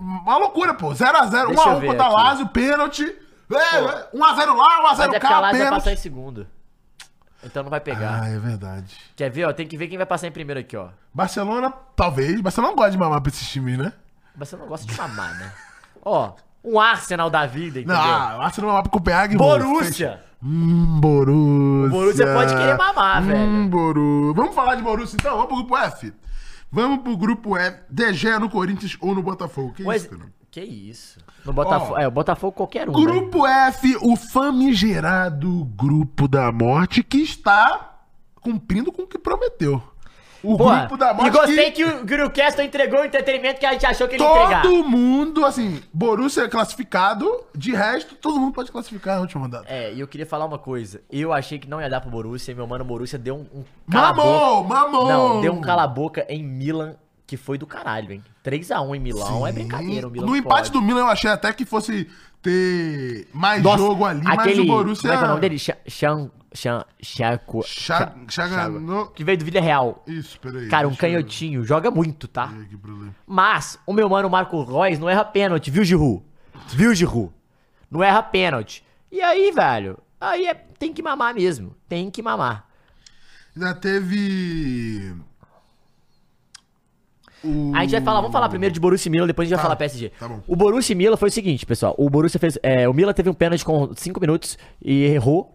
[SPEAKER 1] Uma loucura, pô. 0x0,
[SPEAKER 2] Deixa eu
[SPEAKER 1] 1x1
[SPEAKER 2] ver
[SPEAKER 1] contra
[SPEAKER 2] aqui.
[SPEAKER 1] Lazio, pênalti. É, 1x0 lá,
[SPEAKER 2] mas
[SPEAKER 1] 1x0
[SPEAKER 2] é porque a
[SPEAKER 1] cá,
[SPEAKER 2] Lazio vai passar
[SPEAKER 1] pênalti.
[SPEAKER 2] em segundo. Então não vai pegar.
[SPEAKER 1] Ah, é verdade.
[SPEAKER 2] Quer ver, ó? Tem que ver quem vai passar em primeiro aqui, ó.
[SPEAKER 1] Barcelona, talvez. Barcelona não gosta de mamar pra esses times, né?
[SPEAKER 2] Mas você não gosta de mamar, né? Ó, um Arsenal da vida,
[SPEAKER 1] Não,
[SPEAKER 2] entendeu?
[SPEAKER 1] ah, o Arsenal mamar pro Copenhague. irmão.
[SPEAKER 2] Borussia!
[SPEAKER 1] Hum, Borussia.
[SPEAKER 2] Borussia pode querer mamar, velho.
[SPEAKER 1] Hum, Boru. Vamos falar de Borussia então? Vamos pro grupo F. Vamos pro grupo F. De Gea no Corinthians ou no Botafogo. Que
[SPEAKER 2] Mas-
[SPEAKER 1] isso, cara?
[SPEAKER 2] Que isso? No Botafogo.
[SPEAKER 1] Ó.
[SPEAKER 2] é, o Botafogo qualquer um. né?
[SPEAKER 1] Grupo F, o famigerado grupo da morte que está cumprindo com o que prometeu. O
[SPEAKER 2] Porra,
[SPEAKER 1] grupo da morte
[SPEAKER 2] e gostei
[SPEAKER 1] que
[SPEAKER 2] que, o Grillcastle entregou o entretenimento que a gente achou que ele ia entregar.
[SPEAKER 1] todo mundo, assim, Borussia é classificado, de resto, todo mundo pode classificar na última rodada.
[SPEAKER 2] É, e eu queria falar uma coisa. Eu achei que não ia dar pro Borussia, e meu mano Borussia deu um, um cala a boca-
[SPEAKER 1] Mamou, mamou!
[SPEAKER 2] Não, deu um cala-boca em Milan que foi do caralho, hein? 3x1 em Milão é brincadeira. O Milão
[SPEAKER 1] Hum, No
[SPEAKER 2] não
[SPEAKER 1] empate
[SPEAKER 2] pode.
[SPEAKER 1] do Milan, eu achei até que fosse ter mais
[SPEAKER 2] Nossa,
[SPEAKER 1] jogo ali, mas
[SPEAKER 2] aquele,
[SPEAKER 1] o Borussia...
[SPEAKER 2] Como é que é o nome dele? Cha- Chan. Chan. Chaco.
[SPEAKER 1] Cha-
[SPEAKER 2] Cha-
[SPEAKER 1] Chagano-
[SPEAKER 2] Que veio do Vila Real.
[SPEAKER 1] Isso, peraí.
[SPEAKER 2] Cara, um
[SPEAKER 1] deixa eu ver.
[SPEAKER 2] canhotinho. Joga muito, tá?
[SPEAKER 1] Aqui pra ler.
[SPEAKER 2] Mas o meu mano Marco Reus não erra pênalti, viu, Giru? Viu, Giru? Não erra pênalti. E aí, velho? Aí é- tem que mamar mesmo. Tem que mamar.
[SPEAKER 1] Ainda teve... O...
[SPEAKER 2] A gente vai falar, vamos falar primeiro de Borussia e Mila, depois a gente
[SPEAKER 1] Tá,
[SPEAKER 2] vai falar PSG.
[SPEAKER 1] tá bom.
[SPEAKER 2] O Borussia e Mila foi o seguinte, pessoal. O Borussia fez. é, o Mila teve um pênalti com 5 minutos e errou.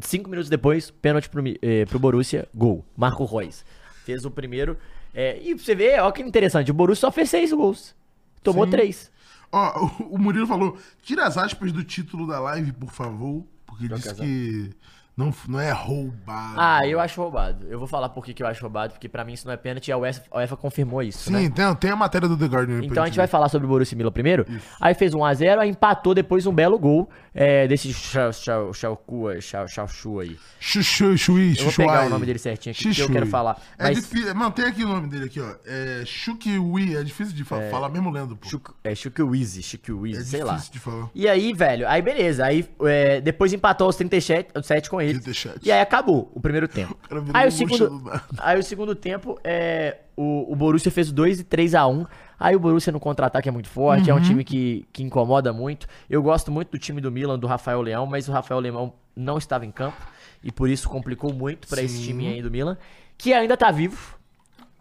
[SPEAKER 2] 5 minutos depois, pênalti pro, Mi- eh, pro Borussia, gol. Marco Reus. Fez o primeiro. é, e pra você ver, ó que interessante. O Borussia só fez 6 gols. Tomou 3.
[SPEAKER 1] Ó, o, o Murilo falou, tira as aspas do título da live, por favor, porque disse que não, f- não é roubado.
[SPEAKER 2] Ah, eu acho roubado. Eu vou falar por que que eu acho roubado, porque pra mim isso não é pênalti e a UEFA, a UEFA confirmou isso,
[SPEAKER 1] Sim, então,
[SPEAKER 2] né?
[SPEAKER 1] tem, tem a matéria do The Guardian. aí pra
[SPEAKER 2] Então a gente vai
[SPEAKER 1] ver.
[SPEAKER 2] falar sobre o Borussia e Mila primeiro. Aí fez 1x0, aí empatou depois um belo gol é, desse Chau- Chau- Chaucua, Chau- Chauchu aí.
[SPEAKER 1] Chuchu, Chuí,
[SPEAKER 2] Eu vou
[SPEAKER 1] Chuchuai.
[SPEAKER 2] pegar o nome dele certinho aqui, porque eu quero
[SPEAKER 1] Chuchui.
[SPEAKER 2] falar.
[SPEAKER 1] É
[SPEAKER 2] Mas
[SPEAKER 1] difícil, mano, tem aqui o nome dele aqui, ó. É Shukiwi, é difícil de fa- falar mesmo lendo, pô.
[SPEAKER 2] Chuc- é Chukwueze, Chukwueze,
[SPEAKER 1] é
[SPEAKER 2] sei
[SPEAKER 1] difícil
[SPEAKER 2] lá.
[SPEAKER 1] de falar.
[SPEAKER 2] E aí, velho, aí beleza. Aí é, depois empatou aos 37 7 com ele.
[SPEAKER 1] 37.
[SPEAKER 2] E aí acabou o primeiro tempo.
[SPEAKER 1] cara virou
[SPEAKER 2] Aí o,
[SPEAKER 1] um
[SPEAKER 2] segundo,
[SPEAKER 1] monstro do nada.
[SPEAKER 2] aí o segundo tempo, é, o, o Borussia fez 2 e 3 a 1 Aí o Borussia no contra-ataque é muito forte, é um time que, que incomoda muito. Eu gosto muito do time do Milan, do Rafael Leão, mas o Rafael Leão não estava em campo. E por isso complicou muito pra esse time aí do Milan, que ainda tá vivo,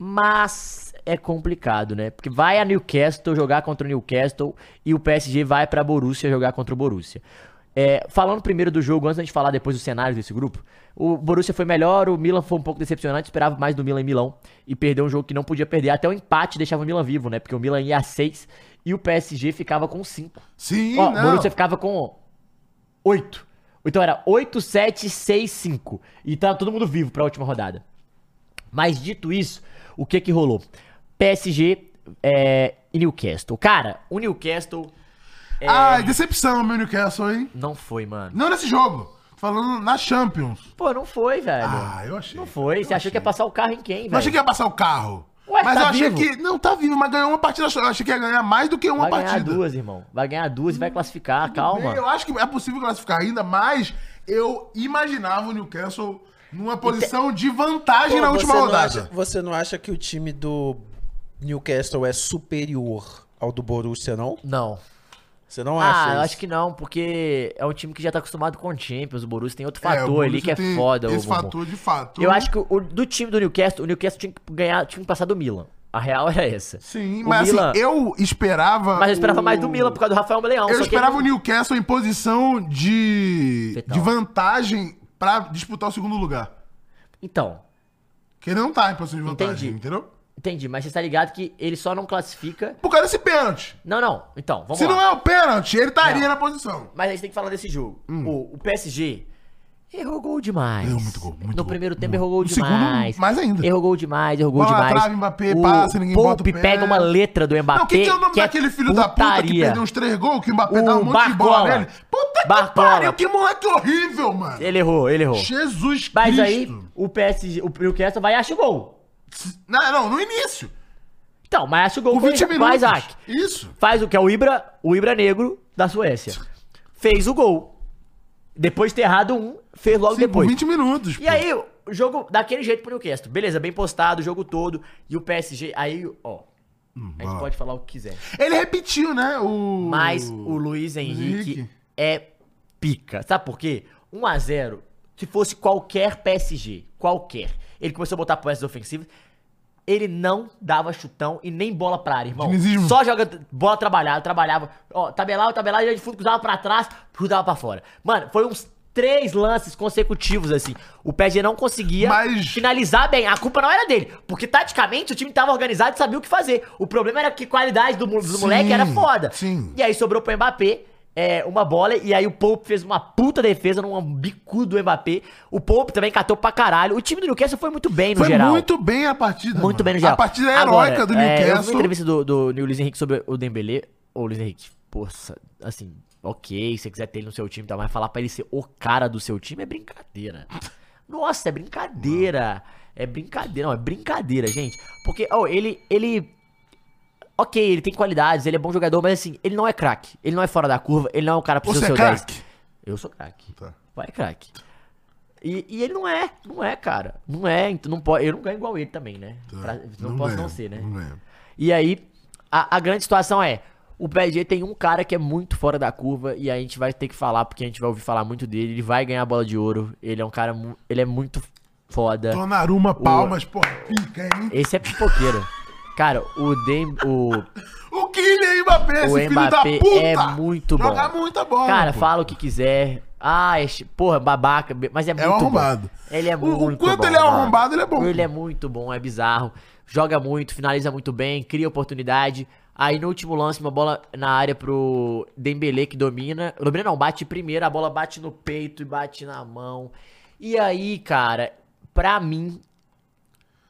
[SPEAKER 2] mas é complicado, né? Porque vai a Newcastle jogar contra o Newcastle e o PSG vai pra Borussia jogar contra o Borussia. É, falando primeiro do jogo, antes da gente falar depois dos cenários desse grupo, o Borussia foi melhor, o Milan foi um pouco decepcionante, esperava mais do Milan em Milão e perdeu um jogo que não podia perder. Até o empate deixava o Milan vivo, né? Porque o Milan ia a 6 e o PSG ficava com 5.
[SPEAKER 1] Sim,
[SPEAKER 2] Ó, o
[SPEAKER 1] não.
[SPEAKER 2] Borussia ficava com 8. Então era 8, 7, 6, 5. E tá todo mundo vivo pra última rodada. Mas dito isso, o que que rolou? PSG é, e Newcastle. Cara, o Newcastle é,
[SPEAKER 1] Ai, decepção, meu Newcastle, hein?
[SPEAKER 2] não foi, mano.
[SPEAKER 1] Não nesse jogo. Falando na Champions.
[SPEAKER 2] Pô, não foi, velho.
[SPEAKER 1] Ah, eu achei.
[SPEAKER 2] não foi. Você achou que ia passar o carro em quem,
[SPEAKER 1] Não
[SPEAKER 2] velho?
[SPEAKER 1] achei que ia passar o carro.
[SPEAKER 2] Ué,
[SPEAKER 1] mas
[SPEAKER 2] tá
[SPEAKER 1] eu achei
[SPEAKER 2] vivo?
[SPEAKER 1] que. Não, tá vivo, mas ganhou uma partida só. Eu achei que ia ganhar mais do que uma
[SPEAKER 2] Vai ganhar
[SPEAKER 1] partida.
[SPEAKER 2] duas, irmão. Vai ganhar duas e vai classificar, calma.
[SPEAKER 1] Eu acho que é possível classificar ainda, mas eu imaginava o Newcastle numa posição de vantagem na
[SPEAKER 3] Pô,
[SPEAKER 1] última
[SPEAKER 3] você não
[SPEAKER 1] rodada.
[SPEAKER 3] acha- você não acha que o time do Newcastle é superior ao do Borussia, não?
[SPEAKER 2] Não.
[SPEAKER 3] Você não acha?
[SPEAKER 2] Ah, eu
[SPEAKER 3] isso?
[SPEAKER 2] acho que não, porque é um time que já tá acostumado com o Champions, o Borussia tem outro
[SPEAKER 1] É, o
[SPEAKER 2] fator ali
[SPEAKER 1] Borussia
[SPEAKER 2] que é
[SPEAKER 1] tem
[SPEAKER 2] foda, ô
[SPEAKER 1] Esse
[SPEAKER 2] Bumbum.
[SPEAKER 1] fator, de fato.
[SPEAKER 2] Eu acho que o, do time do Newcastle, o Newcastle tinha que ganhar, tinha que passar do Milan. A real era essa.
[SPEAKER 1] Sim,
[SPEAKER 2] O
[SPEAKER 1] mas
[SPEAKER 2] Milan-
[SPEAKER 1] assim, eu esperava.
[SPEAKER 2] Mas eu esperava
[SPEAKER 1] o-
[SPEAKER 2] mais do Milan por causa do Rafael Leão.
[SPEAKER 1] Eu
[SPEAKER 2] só que
[SPEAKER 1] esperava o
[SPEAKER 2] ele-
[SPEAKER 1] Newcastle em posição de,
[SPEAKER 2] Fetal.
[SPEAKER 1] de vantagem pra disputar o segundo lugar.
[SPEAKER 2] Então,
[SPEAKER 1] Porque ele não tá em posição de vantagem,
[SPEAKER 2] Entendi.
[SPEAKER 1] entendeu?
[SPEAKER 2] entendi, mas você tá ligado que ele só não classifica.
[SPEAKER 1] Por causa desse pênalti.
[SPEAKER 2] Não, não. Então, vamos
[SPEAKER 1] Se
[SPEAKER 2] lá.
[SPEAKER 1] não é o pênalti, ele estaria
[SPEAKER 2] Não.
[SPEAKER 1] na posição.
[SPEAKER 2] Mas a gente tem que falar desse jogo. O, o PSG errou gol demais.
[SPEAKER 1] Hum. Errou muito gol, muito
[SPEAKER 2] No
[SPEAKER 1] gol,
[SPEAKER 2] primeiro tempo
[SPEAKER 1] muito.
[SPEAKER 2] errou gol
[SPEAKER 1] No segundo,
[SPEAKER 2] demais.
[SPEAKER 1] mais ainda.
[SPEAKER 2] Errou gol demais, errou gol
[SPEAKER 1] Bola na
[SPEAKER 2] demais.
[SPEAKER 1] trave, Mbappé passa, ninguém bota o
[SPEAKER 2] Pope
[SPEAKER 1] pé.
[SPEAKER 2] pega uma letra do Mbappé.
[SPEAKER 1] Não, o que, que é o nome
[SPEAKER 2] Ah, que
[SPEAKER 1] daquele filho da puta que
[SPEAKER 2] putaria.
[SPEAKER 1] perdeu um uns três gols, que o Mbappé
[SPEAKER 2] O
[SPEAKER 1] dá um monte de bola
[SPEAKER 2] Barcola.
[SPEAKER 1] nele? Puta que
[SPEAKER 2] Barcola.
[SPEAKER 1] pariu, que moleque horrível, mano.
[SPEAKER 2] Ele errou, ele errou.
[SPEAKER 1] Jesus Cristo.
[SPEAKER 2] Mas aí, o PSG, o Newcastle vai e acha o gol.
[SPEAKER 1] Não, não, no início.
[SPEAKER 2] Então, mas acha o gol
[SPEAKER 1] Com 20 minutos.
[SPEAKER 2] o Isaac.
[SPEAKER 1] Isso.
[SPEAKER 2] Faz o que é o Ibra, o Ibra negro da Suécia. Fez o gol. Depois de ter errado um, fez logo
[SPEAKER 1] Sim, por
[SPEAKER 2] depois.
[SPEAKER 1] 20 minutos.
[SPEAKER 2] E
[SPEAKER 1] pô.
[SPEAKER 2] aí, o jogo daquele jeito pro Newcastle. Beleza, bem postado o jogo todo. E o PSG, aí, ó. a gente
[SPEAKER 1] vai lá.
[SPEAKER 2] pode falar o que quiser.
[SPEAKER 1] Ele repetiu, né? O...
[SPEAKER 2] Mas o Luiz Henrique
[SPEAKER 1] Hum. Henrique.
[SPEAKER 2] é pica. Sabe por quê? 1x0, se fosse qualquer PSG, qualquer, ele começou a botar peças ofensivas, ele não dava chutão e nem bola pra área, irmão.
[SPEAKER 1] Dinizismo.
[SPEAKER 2] Só joga bola trabalhada, trabalhava. Ó, tabelava, tabelava, ia de fundo, cruzava pra trás, cruzava pra fora. Mano, foi uns três lances consecutivos, assim. O PSG não conseguia
[SPEAKER 1] Mas-
[SPEAKER 2] finalizar bem. A culpa não era dele, porque taticamente o time tava organizado e sabia o que fazer. O problema era que a qualidade do, mo- do
[SPEAKER 1] Sim,
[SPEAKER 2] moleque era foda.
[SPEAKER 1] sim.
[SPEAKER 2] E aí sobrou pro Mbappé é, uma bola, e aí o Pope fez uma puta defesa num bicudo do Mbappé. O Pope também catou pra caralho. O time do Newcastle foi muito bem no
[SPEAKER 1] Foi
[SPEAKER 2] geral.
[SPEAKER 1] muito bem a partida.
[SPEAKER 2] Muito
[SPEAKER 1] mano.
[SPEAKER 2] bem no geral.
[SPEAKER 1] A partida
[SPEAKER 2] Agora,
[SPEAKER 1] heróica do
[SPEAKER 2] é, eu vi uma
[SPEAKER 1] Newcastle.
[SPEAKER 2] entrevista do, do, Luiz Henrique sobre o Dembélé. Ô, Luiz Henrique, poxa, assim, ok, se você quiser ter ele no seu time, tá, mas falar pra ele ser o cara do seu time é brincadeira. Nossa, é brincadeira. É brincadeira, não, é brincadeira, gente. Porque, ó, ele, ele. Ok, ele tem qualidades, ele é bom jogador, mas assim, ele não é craque. Ele não é fora da curva, ele não é o cara pra
[SPEAKER 1] Você
[SPEAKER 2] ser o seu
[SPEAKER 1] é
[SPEAKER 2] 10.
[SPEAKER 1] craque?
[SPEAKER 2] Eu sou craque.
[SPEAKER 1] Tá.
[SPEAKER 2] Vai, craque. E, e ele não é, não é, cara. Não é, então não pode, eu não ganho igual ele também, né? Pra- não, posso
[SPEAKER 1] Tá. ganha,
[SPEAKER 2] não ser, né?
[SPEAKER 1] ganha.
[SPEAKER 2] E aí, a, a grande situação é: o PSG tem um cara que é muito fora da curva e a gente vai ter que falar, porque a gente vai ouvir falar muito dele. Ele vai ganhar a bola de ouro. Ele é um cara. mu- Ele é muito foda.
[SPEAKER 1] Donnarumma, palmas, porra, pica, hein?
[SPEAKER 2] Esse é pipoqueiro. Cara, o Dem. O,
[SPEAKER 1] O Kylian Mbappé,
[SPEAKER 2] o
[SPEAKER 1] esse filho da
[SPEAKER 2] Mbappé
[SPEAKER 1] puta!
[SPEAKER 2] é muito bom.
[SPEAKER 1] Joga muita bola,
[SPEAKER 2] Cara,
[SPEAKER 1] pô.
[SPEAKER 2] fala o que quiser. Ah, é chi- porra, babaca, be- mas é muito
[SPEAKER 1] arrombado.
[SPEAKER 2] bom. Ele é
[SPEAKER 1] O- o
[SPEAKER 2] muito bom.
[SPEAKER 1] quanto ele é
[SPEAKER 2] mano.
[SPEAKER 1] arrombado, ele é bom.
[SPEAKER 2] Ele é muito bom, é bizarro. Joga muito, finaliza muito bem, cria oportunidade. Aí no último lance, uma bola na área pro Dembele que domina. Domina não, bate primeiro, a bola bate no peito e bate na mão. E aí, cara, pra mim,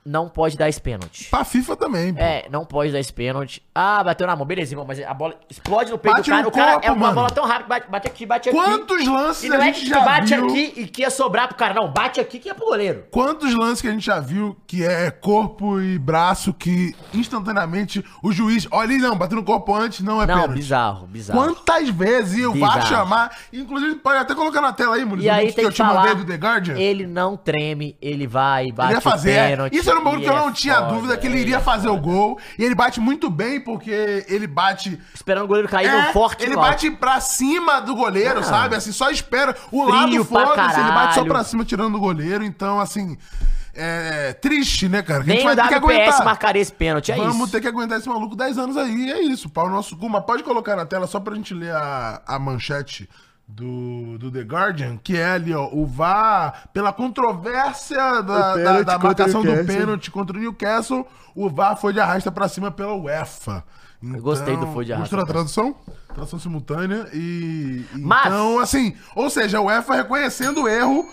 [SPEAKER 2] não pode dar esse pênalti.
[SPEAKER 1] Pra FIFA também, pô.
[SPEAKER 2] É, não pode dar esse pênalti. Ah, bateu na mão, beleza, irmão, mas a bola explode no peito
[SPEAKER 1] Bate
[SPEAKER 2] do cara.
[SPEAKER 1] no
[SPEAKER 2] o cara
[SPEAKER 1] copo,
[SPEAKER 2] é uma
[SPEAKER 1] mano.
[SPEAKER 2] bola tão rápida, bate, bate aqui, bate aqui.
[SPEAKER 1] Quantos lances
[SPEAKER 2] E não
[SPEAKER 1] a
[SPEAKER 2] é
[SPEAKER 1] gente
[SPEAKER 2] que tu
[SPEAKER 1] já
[SPEAKER 2] bate
[SPEAKER 1] viu...
[SPEAKER 2] aqui e que ia sobrar pro cara, não. Bate aqui que ia pro goleiro.
[SPEAKER 1] Quantos lances que a gente já viu que é corpo e braço que instantaneamente o juiz... Olha, ele não, bateu no corpo antes, não é
[SPEAKER 2] Não,
[SPEAKER 1] pênalti.
[SPEAKER 2] bizarro, bizarro.
[SPEAKER 1] Quantas vezes eu vá
[SPEAKER 2] Bizarro.
[SPEAKER 1] chamar... Inclusive, pode até colocar na tela aí, Murilo,
[SPEAKER 2] E
[SPEAKER 1] o
[SPEAKER 2] aí
[SPEAKER 1] vídeo
[SPEAKER 2] tem
[SPEAKER 1] eu
[SPEAKER 2] que
[SPEAKER 1] te mandei
[SPEAKER 2] falar,
[SPEAKER 1] do The Guardian.
[SPEAKER 2] ele não treme, ele vai, bate
[SPEAKER 1] Ele ia fazer.
[SPEAKER 2] o pênalti.
[SPEAKER 1] Isso era um bagulho
[SPEAKER 2] e
[SPEAKER 1] que eu
[SPEAKER 2] é
[SPEAKER 1] não tinha
[SPEAKER 2] foda,
[SPEAKER 1] dúvida que ele
[SPEAKER 2] é
[SPEAKER 1] iria
[SPEAKER 2] foda.
[SPEAKER 1] fazer o gol. E ele bate muito bem, porque ele bate.
[SPEAKER 2] Esperando o goleiro cair
[SPEAKER 1] É,
[SPEAKER 2] no um forte
[SPEAKER 1] ele
[SPEAKER 2] no alto.
[SPEAKER 1] bate pra cima do goleiro, sabe? Assim, só espera. O lado
[SPEAKER 2] Frio pra
[SPEAKER 1] foda-se, ele bate só
[SPEAKER 2] caralho.
[SPEAKER 1] pra cima tirando o goleiro. Então, assim. É triste, né, cara? Que
[SPEAKER 2] Nem o WPS marcaria esse pênalti, é
[SPEAKER 1] Vamos
[SPEAKER 2] isso.
[SPEAKER 1] ter que aguentar esse maluco 10 anos aí, é isso. Pau no nosso cu. Mas pode colocar na tela só pra gente ler a, a manchete do, do The Guardian, que é ali, ó, o VAR, pela controvérsia da,
[SPEAKER 4] O
[SPEAKER 1] da- da,
[SPEAKER 4] pênalti contra
[SPEAKER 1] marcação
[SPEAKER 4] o
[SPEAKER 1] do
[SPEAKER 4] Newcastle.
[SPEAKER 1] pênalti contra o Newcastle, o VAR foi de arrasta pra cima pela UEFA. Então,
[SPEAKER 2] gostei do foi de arrasta
[SPEAKER 1] Mostrou a
[SPEAKER 2] pra
[SPEAKER 1] tradução? Tradução simultânea e... e
[SPEAKER 2] Mas-
[SPEAKER 1] Então, assim, ou seja, a UEFA reconhecendo o erro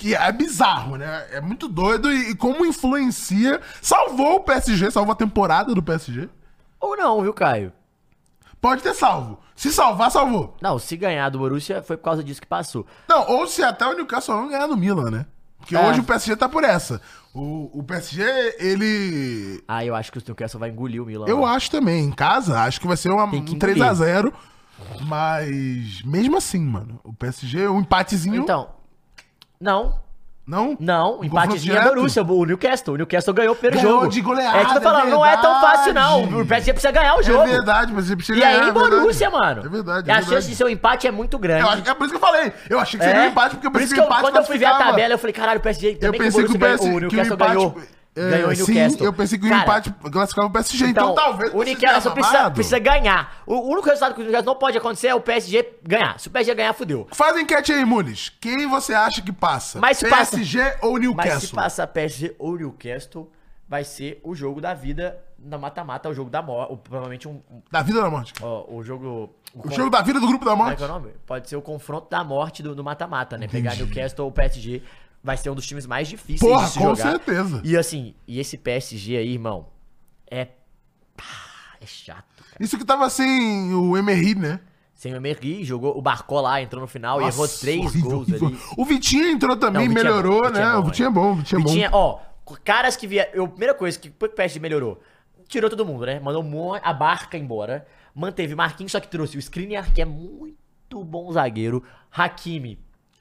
[SPEAKER 1] que é bizarro, né? É muito doido e, e como influencia. Salvou o PSG, salvou a temporada do PSG.
[SPEAKER 2] Ou não, viu, Caio?
[SPEAKER 1] Pode ter salvo. Se salvar, salvou.
[SPEAKER 2] Não, se ganhar do Borussia, foi por causa disso que passou.
[SPEAKER 1] Não, ou se até o Newcastle não ganhar no Milan, né? Porque
[SPEAKER 2] É.
[SPEAKER 1] hoje o PSG tá por essa. O, o PSG, ele.
[SPEAKER 2] Ah, eu acho que o Newcastle vai engolir o Milan.
[SPEAKER 1] Eu
[SPEAKER 2] mano.
[SPEAKER 1] acho também, em casa, acho que vai ser uma,
[SPEAKER 2] Ah. Tem que
[SPEAKER 1] um 3x0. Mas mesmo assim, mano, o PSG, um empatezinho.
[SPEAKER 2] Então, não,
[SPEAKER 1] não?
[SPEAKER 2] Não,
[SPEAKER 1] Um confronto
[SPEAKER 2] empatezinho é
[SPEAKER 1] direto?
[SPEAKER 2] Borussia, o Newcastle. O Newcastle ganhou o primeiro
[SPEAKER 1] Ganhou
[SPEAKER 2] jogo.
[SPEAKER 1] de goleada,
[SPEAKER 2] é isso que eu tô falando,
[SPEAKER 1] é
[SPEAKER 2] não é tão
[SPEAKER 1] verdade.
[SPEAKER 2] fácil, não. O PSG precisa ganhar o jogo.
[SPEAKER 1] É verdade, mas você precisa
[SPEAKER 2] e aí,
[SPEAKER 1] é verdade.
[SPEAKER 2] Borussia, mano.
[SPEAKER 1] É verdade.
[SPEAKER 2] E
[SPEAKER 1] é
[SPEAKER 2] a
[SPEAKER 1] verdade.
[SPEAKER 2] chance de ser um empate é muito grande.
[SPEAKER 1] Eu acho- é por isso que eu falei. Eu achei que seria um empate, porque eu
[SPEAKER 2] Por
[SPEAKER 1] pensei
[SPEAKER 2] isso
[SPEAKER 1] que
[SPEAKER 2] que
[SPEAKER 1] o
[SPEAKER 2] eu,
[SPEAKER 1] empate
[SPEAKER 2] quando eu fui ver a
[SPEAKER 1] classificava.
[SPEAKER 2] tabela, eu falei, caralho, PSG
[SPEAKER 1] Eu
[SPEAKER 2] também que o
[SPEAKER 1] pensei que o,
[SPEAKER 2] Borussia ganhou-
[SPEAKER 1] PS, que o
[SPEAKER 2] Newcastle
[SPEAKER 1] empate.
[SPEAKER 2] ganhou. tipo,
[SPEAKER 1] é,
[SPEAKER 2] ganhou o
[SPEAKER 1] sim,
[SPEAKER 2] Newcastle.
[SPEAKER 1] eu pensei que o
[SPEAKER 2] Cara,
[SPEAKER 1] empate classificava o PSG. Então,
[SPEAKER 2] Então,
[SPEAKER 1] talvez.
[SPEAKER 2] o Newcastle
[SPEAKER 1] seja
[SPEAKER 2] precisa,
[SPEAKER 1] amado.
[SPEAKER 2] precisa ganhar. O único resultado que o Newcastle não pode acontecer é o PSG ganhar. Se o PSG ganhar, fudeu.
[SPEAKER 1] Faz a enquete aí, Mules. Quem você acha que passa?
[SPEAKER 2] Mas se passa-
[SPEAKER 1] PSG ou Newcastle?
[SPEAKER 2] Mas se passar PSG ou Newcastle, vai ser o jogo da vida na mata-mata, o jogo da morte, provavelmente um, um-
[SPEAKER 1] Da vida ou da morte?
[SPEAKER 2] ó, o jogo um o,
[SPEAKER 1] O
[SPEAKER 2] con-
[SPEAKER 1] jogo da vida do grupo da
[SPEAKER 2] como é que
[SPEAKER 1] morte?
[SPEAKER 2] é o nome? Pode ser o confronto da morte do do mata-mata, né? Pegar Newcastle ou PSG vai ser um dos times mais difíceis
[SPEAKER 1] Porra,
[SPEAKER 2] de se
[SPEAKER 1] com
[SPEAKER 2] jogar.
[SPEAKER 1] certeza.
[SPEAKER 2] E assim, e esse PSG aí, irmão, é ah, é chato. cara.
[SPEAKER 1] Isso que tava sem o Emery, né?
[SPEAKER 2] Sem o Emery, jogou o Barcola lá, entrou no final e errou
[SPEAKER 1] Nossa,
[SPEAKER 2] três
[SPEAKER 1] horrível,
[SPEAKER 2] gols
[SPEAKER 1] horrível.
[SPEAKER 2] ali.
[SPEAKER 1] O Vitinho entrou também,
[SPEAKER 2] Não, o Vitinho é bom,
[SPEAKER 1] melhorou,
[SPEAKER 2] o Vitinho é
[SPEAKER 1] né?
[SPEAKER 2] bom,
[SPEAKER 1] o Vitinho é bom, o Vitinho é bom.
[SPEAKER 2] Vitinha, ó, caras que vieram. A primeira coisa que o PSG melhorou. Tirou todo mundo, né? Mandou mo- a barca embora. Manteve Marquinhos, só que trouxe o Skriniar, que é muito bom zagueiro. Hakimi,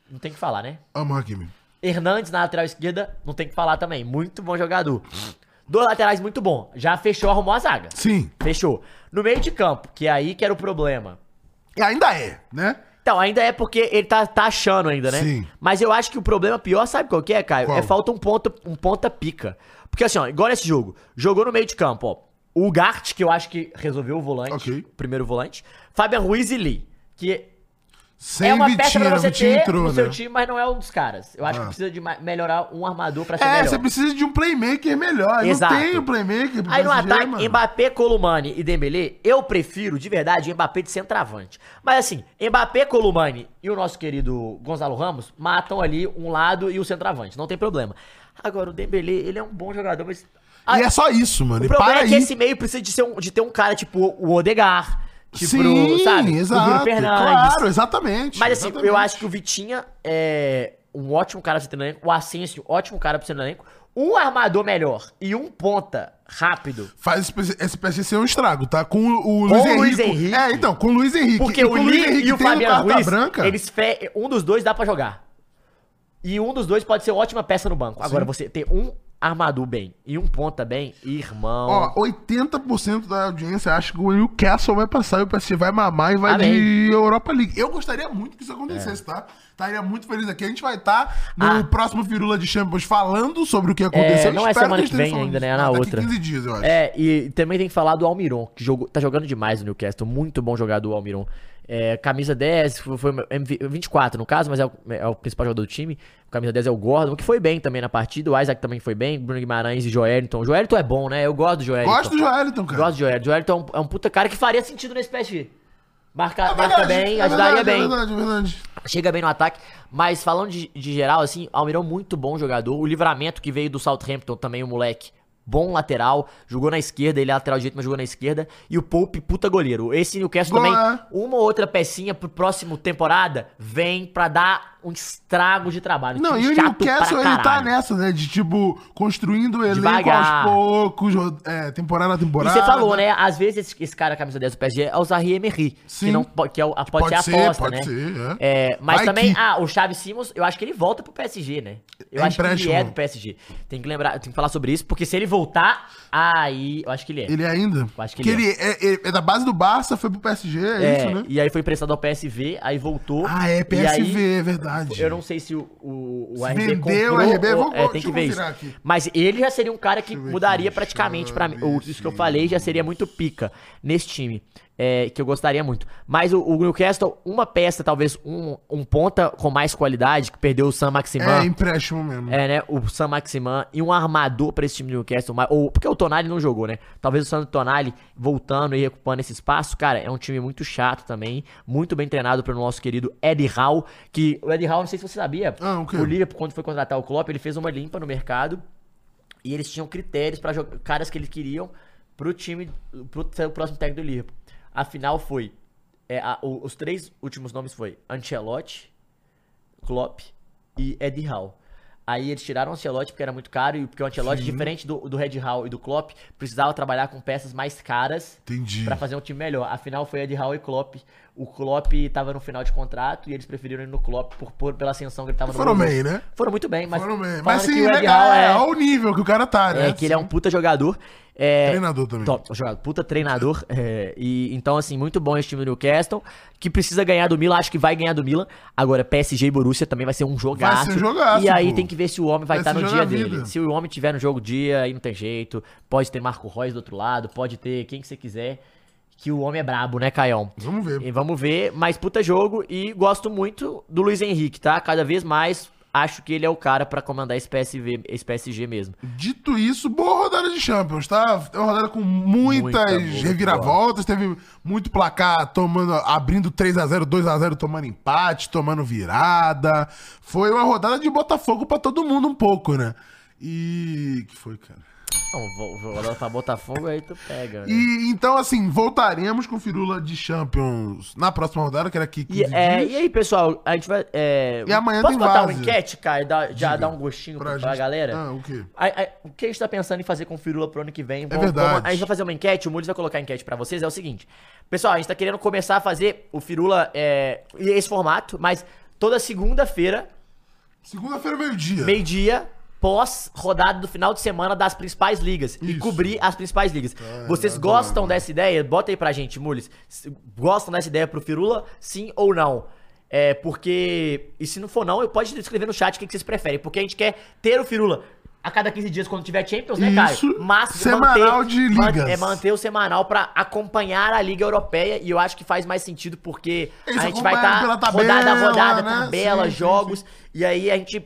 [SPEAKER 2] não tem o que falar, né?
[SPEAKER 1] Amo o Hakimi.
[SPEAKER 2] Hernandes na lateral esquerda, não tem o que falar também. Muito bom jogador. Dois laterais muito bom. Já fechou, arrumou a zaga.
[SPEAKER 1] Sim.
[SPEAKER 2] Fechou. No meio de campo, que é aí que era o problema.
[SPEAKER 1] E ainda é, né?
[SPEAKER 2] Então, ainda é porque ele tá, tá achando ainda, né?
[SPEAKER 1] Sim.
[SPEAKER 2] Mas eu acho que o problema pior, sabe qual que é, Caio?
[SPEAKER 1] Qual?
[SPEAKER 2] É falta um ponta, um ponta pica. Porque assim, ó, igual nesse jogo, jogou no meio de campo, ó. O Gart, que eu acho que resolveu o volante,
[SPEAKER 1] Ok.
[SPEAKER 2] o primeiro volante. Fabian Ruiz e Lee, que
[SPEAKER 1] Sem
[SPEAKER 2] é uma peça
[SPEAKER 1] Vitinho,
[SPEAKER 2] pra
[SPEAKER 1] o
[SPEAKER 2] você
[SPEAKER 1] Vitinho
[SPEAKER 2] ter
[SPEAKER 1] entrou,
[SPEAKER 2] no
[SPEAKER 1] né?
[SPEAKER 2] seu time, mas não é um dos caras. Eu acho
[SPEAKER 1] Ah.
[SPEAKER 2] que precisa de ma- melhorar um armador pra ser
[SPEAKER 1] É,
[SPEAKER 2] melhor.
[SPEAKER 1] você precisa de um playmaker melhor.
[SPEAKER 2] Exato.
[SPEAKER 1] Não tem um playmaker pro
[SPEAKER 2] Aí no
[SPEAKER 1] PSG,
[SPEAKER 2] ataque,
[SPEAKER 1] mano.
[SPEAKER 2] Mbappé, Columani e Dembélé, eu prefiro, de verdade, o Mbappé de centroavante. Mas assim, Mbappé, Columani e o nosso querido Gonzalo Ramos matam ali um lado e o centroavante, não tem problema. Agora, o Dembélé, ele é um bom jogador, mas... Ah,
[SPEAKER 1] E é só isso, mano.
[SPEAKER 2] o
[SPEAKER 1] E para
[SPEAKER 2] problema é
[SPEAKER 1] aí.
[SPEAKER 2] que esse meio precisa de, ser um- de ter um cara tipo o Odegar, tipo,
[SPEAKER 1] Sim,
[SPEAKER 2] sabe? O
[SPEAKER 1] exato.
[SPEAKER 2] Bruno Fernandes.
[SPEAKER 1] Claro, exatamente.
[SPEAKER 2] Mas assim, eu
[SPEAKER 1] exatamente.
[SPEAKER 2] acho que o Vitinha é, um ótimo cara pra você ter no elenco. O Asensio, ótimo cara pra você ter no elenco. Um armador melhor e um ponta rápido.
[SPEAKER 1] Faz esse- esse PSG ser um estrago, tá? Com o, o Luiz Henrique.
[SPEAKER 2] Luiz Henrique.
[SPEAKER 1] É, então, com o Luiz Henrique.
[SPEAKER 2] Porque
[SPEAKER 1] E
[SPEAKER 2] o
[SPEAKER 1] com
[SPEAKER 2] Lee e o
[SPEAKER 1] tendo
[SPEAKER 2] Fabiano
[SPEAKER 1] carta
[SPEAKER 2] Ruiz,
[SPEAKER 1] branca.
[SPEAKER 2] eles fe... um dos dois dá pra jogar. E um dos dois pode ser ótima peça no banco. Agora, você ter um armador bem e um ponta bem, irmão...
[SPEAKER 1] Ó, 80% da audiência acha que o Newcastle vai passar e o PSG vai mamar e vai
[SPEAKER 2] Amém.
[SPEAKER 1] de Europa League. Eu gostaria muito que isso acontecesse, tá? Estaria muito feliz aqui. A gente vai estar no
[SPEAKER 2] É. Ah.
[SPEAKER 1] próximo Firula de Champions falando sobre o que aconteceu.
[SPEAKER 2] É, não
[SPEAKER 1] Eu
[SPEAKER 2] é
[SPEAKER 1] espero
[SPEAKER 2] semana
[SPEAKER 1] a gente
[SPEAKER 2] que
[SPEAKER 1] tenha
[SPEAKER 2] vem
[SPEAKER 1] falado
[SPEAKER 2] ainda,
[SPEAKER 1] disso. Ah,
[SPEAKER 2] né? É na
[SPEAKER 1] Daqui
[SPEAKER 2] outra.
[SPEAKER 1] 15 dias, eu acho.
[SPEAKER 2] É, e também tem que falar do Almiron, que jogou, tá jogando demais no Newcastle. Muito bom jogador o Almiron. É, camisa 10, foi, foi MV 24 no caso, mas é o, é o principal jogador do time. Camisa 10 é o Gordon, que foi bem também na partida. O Isaac também foi bem. Bruno Guimarães e Joelton. O Joelton é bom, né? Eu gosto do Joelton.
[SPEAKER 1] Gosto do Joeliton, cara.
[SPEAKER 2] Gosto do Joelton. Joelton é um, é um puta cara que faria sentido nesse PSG. Marca,
[SPEAKER 1] É
[SPEAKER 2] marca
[SPEAKER 1] verdade,
[SPEAKER 2] bem,
[SPEAKER 1] é
[SPEAKER 2] ajudaria
[SPEAKER 1] verdade,
[SPEAKER 2] bem
[SPEAKER 1] É verdade, é verdade.
[SPEAKER 2] chega bem no ataque. Mas falando de, de geral, assim, Almirão muito bom jogador. O livramento que veio do Southampton também, o moleque. Bom lateral, jogou na esquerda, ele é lateral direito, mas jogou na esquerda. E o Pope, puta goleiro. Esse Newcastle
[SPEAKER 1] Boa. é.
[SPEAKER 2] também, uma ou outra pecinha pro próximo temporada, vem pra dar um estrago de trabalho.
[SPEAKER 1] Não,
[SPEAKER 2] Time
[SPEAKER 1] e o
[SPEAKER 2] chato pra
[SPEAKER 1] Newcastle, ele tá
[SPEAKER 2] caralho.
[SPEAKER 1] nessa, né? De, tipo, construindo o elenco
[SPEAKER 2] Devagar.
[SPEAKER 1] aos poucos, ro- é, temporada a
[SPEAKER 2] E
[SPEAKER 1] temporada.
[SPEAKER 2] você falou, né? Às vezes esse, esse cara, camisa 10 do PSG, é o Zahir Emery.
[SPEAKER 1] Sim.
[SPEAKER 2] Que, não, po- que é o, a, pode,
[SPEAKER 1] Pode
[SPEAKER 2] ser a
[SPEAKER 1] ser,
[SPEAKER 2] aposta,
[SPEAKER 1] pode
[SPEAKER 2] né?
[SPEAKER 1] ser, é.
[SPEAKER 2] É, mas
[SPEAKER 1] Vai
[SPEAKER 2] também,
[SPEAKER 1] que-
[SPEAKER 2] ah, o Chaves Simons, eu acho que ele volta pro PSG, né? Eu
[SPEAKER 1] É
[SPEAKER 2] acho que ele
[SPEAKER 1] empréstimo.
[SPEAKER 2] é do PSG. Tem que lembrar, tem que falar sobre isso, porque se ele voltar, aí eu acho que ele é.
[SPEAKER 1] Ele ainda?
[SPEAKER 2] Acho que
[SPEAKER 1] Porque
[SPEAKER 2] ele
[SPEAKER 1] ele é, é- é da base do Barça, foi pro PSG, é,
[SPEAKER 2] É,
[SPEAKER 1] isso, né?
[SPEAKER 2] E aí foi emprestado ao PSV, aí voltou.
[SPEAKER 1] Ah, é,
[SPEAKER 2] e
[SPEAKER 1] PSV,
[SPEAKER 2] aí-
[SPEAKER 1] é verdade.
[SPEAKER 2] Eu não sei se o, o, o
[SPEAKER 1] Se
[SPEAKER 2] RB
[SPEAKER 1] vendeu,
[SPEAKER 2] comprou,
[SPEAKER 1] o RB,
[SPEAKER 2] ou-
[SPEAKER 1] vou-
[SPEAKER 2] é, tem
[SPEAKER 1] deixa
[SPEAKER 2] que
[SPEAKER 1] eu
[SPEAKER 2] ver isso.
[SPEAKER 1] conferir aqui.
[SPEAKER 2] Mas ele já seria um cara que
[SPEAKER 1] ver aqui,
[SPEAKER 2] mudaria
[SPEAKER 1] deixa eu
[SPEAKER 2] praticamente pra mim. o- Isso que eu
[SPEAKER 1] ver,
[SPEAKER 2] falei já seria muito pica nesse time. é, que eu gostaria muito. Mas o, o Newcastle, uma peça, talvez um, um ponta com mais qualidade, que perdeu o Sam
[SPEAKER 1] É
[SPEAKER 2] Maximan.
[SPEAKER 1] empréstimo mesmo.
[SPEAKER 2] É, né? O Sam Maximan e um armador pra esse time do Newcastle. mas- Ou, porque o Tonali não jogou, né? Talvez o Sandro Tonali voltando e recuperando esse espaço. Cara, é um time muito chato também. Muito bem treinado pelo nosso querido Eddie Howe. Que o Eddie Howe, não sei se você sabia.
[SPEAKER 1] Ah, o quê?
[SPEAKER 2] O Liverpool, quando foi contratar o Klopp, ele fez uma limpa no mercado. E eles tinham critérios para caras que eles queriam pro time, pro ser o próximo técnico do Liverpool. A final foi. é, a- o- os três últimos nomes foi Ancelotti, Klopp e Eddie Howe. Aí eles tiraram o Ancelotti porque era muito caro e porque o Ancelotti, diferente do, do Red Howe e do Klopp, precisava trabalhar com peças mais caras
[SPEAKER 1] Entendi.
[SPEAKER 2] pra fazer um time melhor. Afinal foi Eddie Howe e Klopp. O Klopp tava no final de contrato e eles preferiram ir no Klopp por, por- pela ascensão que ele tava no
[SPEAKER 1] Foram
[SPEAKER 2] Borussia.
[SPEAKER 1] bem, né?
[SPEAKER 2] Foram muito bem, mas
[SPEAKER 1] Foram bem.
[SPEAKER 2] falando
[SPEAKER 1] Mas sim,
[SPEAKER 2] que o Eddie
[SPEAKER 1] legal,
[SPEAKER 2] Howe
[SPEAKER 1] é,
[SPEAKER 2] é-
[SPEAKER 1] olha o nível que o cara tá, né?
[SPEAKER 2] é, que ele é um puta jogador. É,
[SPEAKER 1] Treinador também.
[SPEAKER 2] Top, jogador, puta treinador. é, e, então, assim, muito bom esse time do Newcastle. Que precisa ganhar do Milan, acho que vai ganhar do Milan. Agora, PSG e Borussia também vai ser um jogaço.
[SPEAKER 1] Vai ser um jogaço,
[SPEAKER 2] E aí
[SPEAKER 1] pô.
[SPEAKER 2] tem que ver se o homem
[SPEAKER 1] Vai
[SPEAKER 2] vai
[SPEAKER 1] ser
[SPEAKER 2] estar no dia
[SPEAKER 1] jogar a
[SPEAKER 2] dele.
[SPEAKER 1] vida.
[SPEAKER 2] Se o homem tiver no jogo dia, aí não tem jeito. Pode ter Marco Reus do outro lado, pode ter quem que você quiser. Que o homem é brabo, né, Caião?
[SPEAKER 1] Vamos ver.
[SPEAKER 2] E vamos ver, mas puta jogo e gosto muito do Luiz Henrique, tá? Cada vez mais acho que ele é o cara pra comandar esse PSV, esse PSG mesmo.
[SPEAKER 1] Dito isso, boa rodada de Champions, tá? É uma rodada com muitas
[SPEAKER 2] Muita boa,
[SPEAKER 1] reviravoltas, teve muito placar tomando, abrindo 3x0, 2x0, tomando empate, tomando virada. Foi uma rodada de Botafogo pra todo mundo um pouco, né? E que foi, cara?
[SPEAKER 2] Não, Então, vou, vou lá pra Botafogo aí tu pega, né?
[SPEAKER 1] E então assim, voltaremos com Firula de Champions na próxima rodada, que era aqui 15
[SPEAKER 2] E, é,
[SPEAKER 1] dias.
[SPEAKER 2] e aí, pessoal, a gente vai. é,
[SPEAKER 1] Uhum. E amanhã
[SPEAKER 2] posso
[SPEAKER 1] tem
[SPEAKER 2] botar uma
[SPEAKER 1] várzea.
[SPEAKER 2] enquete, cara, e dar- já
[SPEAKER 1] Diga,
[SPEAKER 2] dar um gostinho pra,
[SPEAKER 1] gente-
[SPEAKER 2] galera?
[SPEAKER 1] Ah, o quê?
[SPEAKER 2] Aí, aí, o que a gente tá pensando em fazer com o Firula pro ano que vem? Vamos-
[SPEAKER 1] verdade.
[SPEAKER 2] vamos- a gente vai fazer uma enquete, o Mules vai colocar a enquete pra vocês. É o seguinte, pessoal, a gente tá querendo começar a fazer o Firula é, e esse formato, mas toda segunda-feira,
[SPEAKER 1] Segunda-feira, meio-dia.
[SPEAKER 2] meio-dia, pós rodada do final de semana das principais ligas e
[SPEAKER 1] Isso. Ah,
[SPEAKER 2] cobrir as principais ligas. Vocês
[SPEAKER 1] eu adoro.
[SPEAKER 2] gostam dessa ideia? Bota aí pra gente, Mules. Se- Gostam dessa ideia pro Firula? Sim ou não? É, porque. E se não for não, eu pode escrever no chat o que que vocês preferem. Porque a gente quer ter o Firula a cada 15 dias quando tiver Champions, né, Caio?
[SPEAKER 1] Isso. Semanal de
[SPEAKER 2] man-
[SPEAKER 1] ligas.
[SPEAKER 2] É manter o semanal pra acompanhar a Liga Europeia. E eu acho que faz mais sentido porque
[SPEAKER 1] Isso,
[SPEAKER 2] a gente vai estar
[SPEAKER 1] acompanhando pela tabela,
[SPEAKER 2] rodada a rodada,
[SPEAKER 1] né?
[SPEAKER 2] tabela,
[SPEAKER 1] Sim, sim,
[SPEAKER 2] jogos. E aí a gente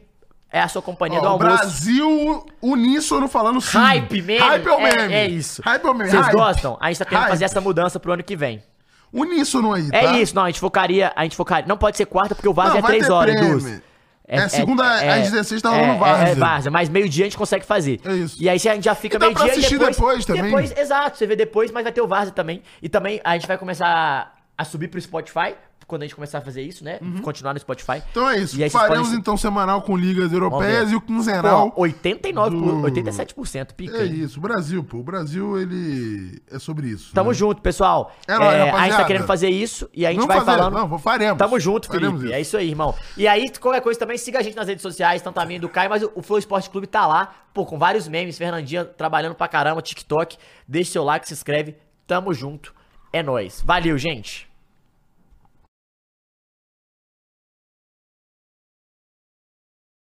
[SPEAKER 2] é a sua companhia do
[SPEAKER 1] Ó, o
[SPEAKER 2] almoço.
[SPEAKER 1] Brasil uníssono falando sim.
[SPEAKER 2] Hype meme.
[SPEAKER 1] Hype é o
[SPEAKER 2] é-
[SPEAKER 1] meme.
[SPEAKER 2] É, isso.
[SPEAKER 1] Hype é o meme.
[SPEAKER 2] Vocês
[SPEAKER 1] Hype.
[SPEAKER 2] gostam? A gente tá querendo
[SPEAKER 1] Hype.
[SPEAKER 2] fazer essa mudança pro ano que vem.
[SPEAKER 1] Uníssono aí,
[SPEAKER 2] É
[SPEAKER 1] tá?
[SPEAKER 2] isso, não, a gente focaria, a gente focaria. Não pode ser quarta porque o Vaza
[SPEAKER 1] Não,
[SPEAKER 2] é
[SPEAKER 1] vai
[SPEAKER 2] 3
[SPEAKER 1] ter
[SPEAKER 2] horas,
[SPEAKER 1] prêmio.
[SPEAKER 2] Duz.
[SPEAKER 1] É, segunda às 16 tá rolando
[SPEAKER 2] é,
[SPEAKER 1] várzea.
[SPEAKER 2] É, é várzea, mas meio-dia a gente consegue fazer.
[SPEAKER 1] É isso.
[SPEAKER 2] E aí se a gente já fica
[SPEAKER 1] E dá
[SPEAKER 2] meio-dia
[SPEAKER 1] pra assistir
[SPEAKER 2] e depois,
[SPEAKER 1] depois também.
[SPEAKER 2] Exato, você vê depois, mas vai ter o Várzea também. E também a gente vai começar a subir pro Spotify, quando a gente começar a fazer isso, né? Continuar no Spotify.
[SPEAKER 1] Uhum. Então é isso.
[SPEAKER 2] E aí vocês
[SPEAKER 1] Faremos
[SPEAKER 2] podem-
[SPEAKER 1] então semanal com ligas europeias
[SPEAKER 2] Vamos
[SPEAKER 1] e o quinzenal.
[SPEAKER 2] Pô, 89,
[SPEAKER 1] do-
[SPEAKER 2] 87% pica.
[SPEAKER 1] é
[SPEAKER 2] hein?
[SPEAKER 1] isso. Brasil, pô. O Brasil, ele é sobre isso.
[SPEAKER 2] Tamo
[SPEAKER 1] né?
[SPEAKER 2] junto, pessoal.
[SPEAKER 1] É nóis,
[SPEAKER 2] É, a gente
[SPEAKER 1] rapaziada.
[SPEAKER 2] tá querendo fazer isso e a gente
[SPEAKER 1] Vamos
[SPEAKER 2] vai
[SPEAKER 1] fazer,
[SPEAKER 2] falando.
[SPEAKER 1] não, faremos.
[SPEAKER 2] Tamo junto,
[SPEAKER 1] Faremos
[SPEAKER 2] Felipe. É isso aí, irmão. E aí, qualquer coisa também, siga a gente nas redes sociais, tanto a minha e do Caio, mas o o Flow Esporte Clube tá lá, pô, com vários memes, Fernandinha trabalhando pra caramba, TikTok. Deixe seu like, se inscreve. Tamo junto. É nóis. Valeu, gente.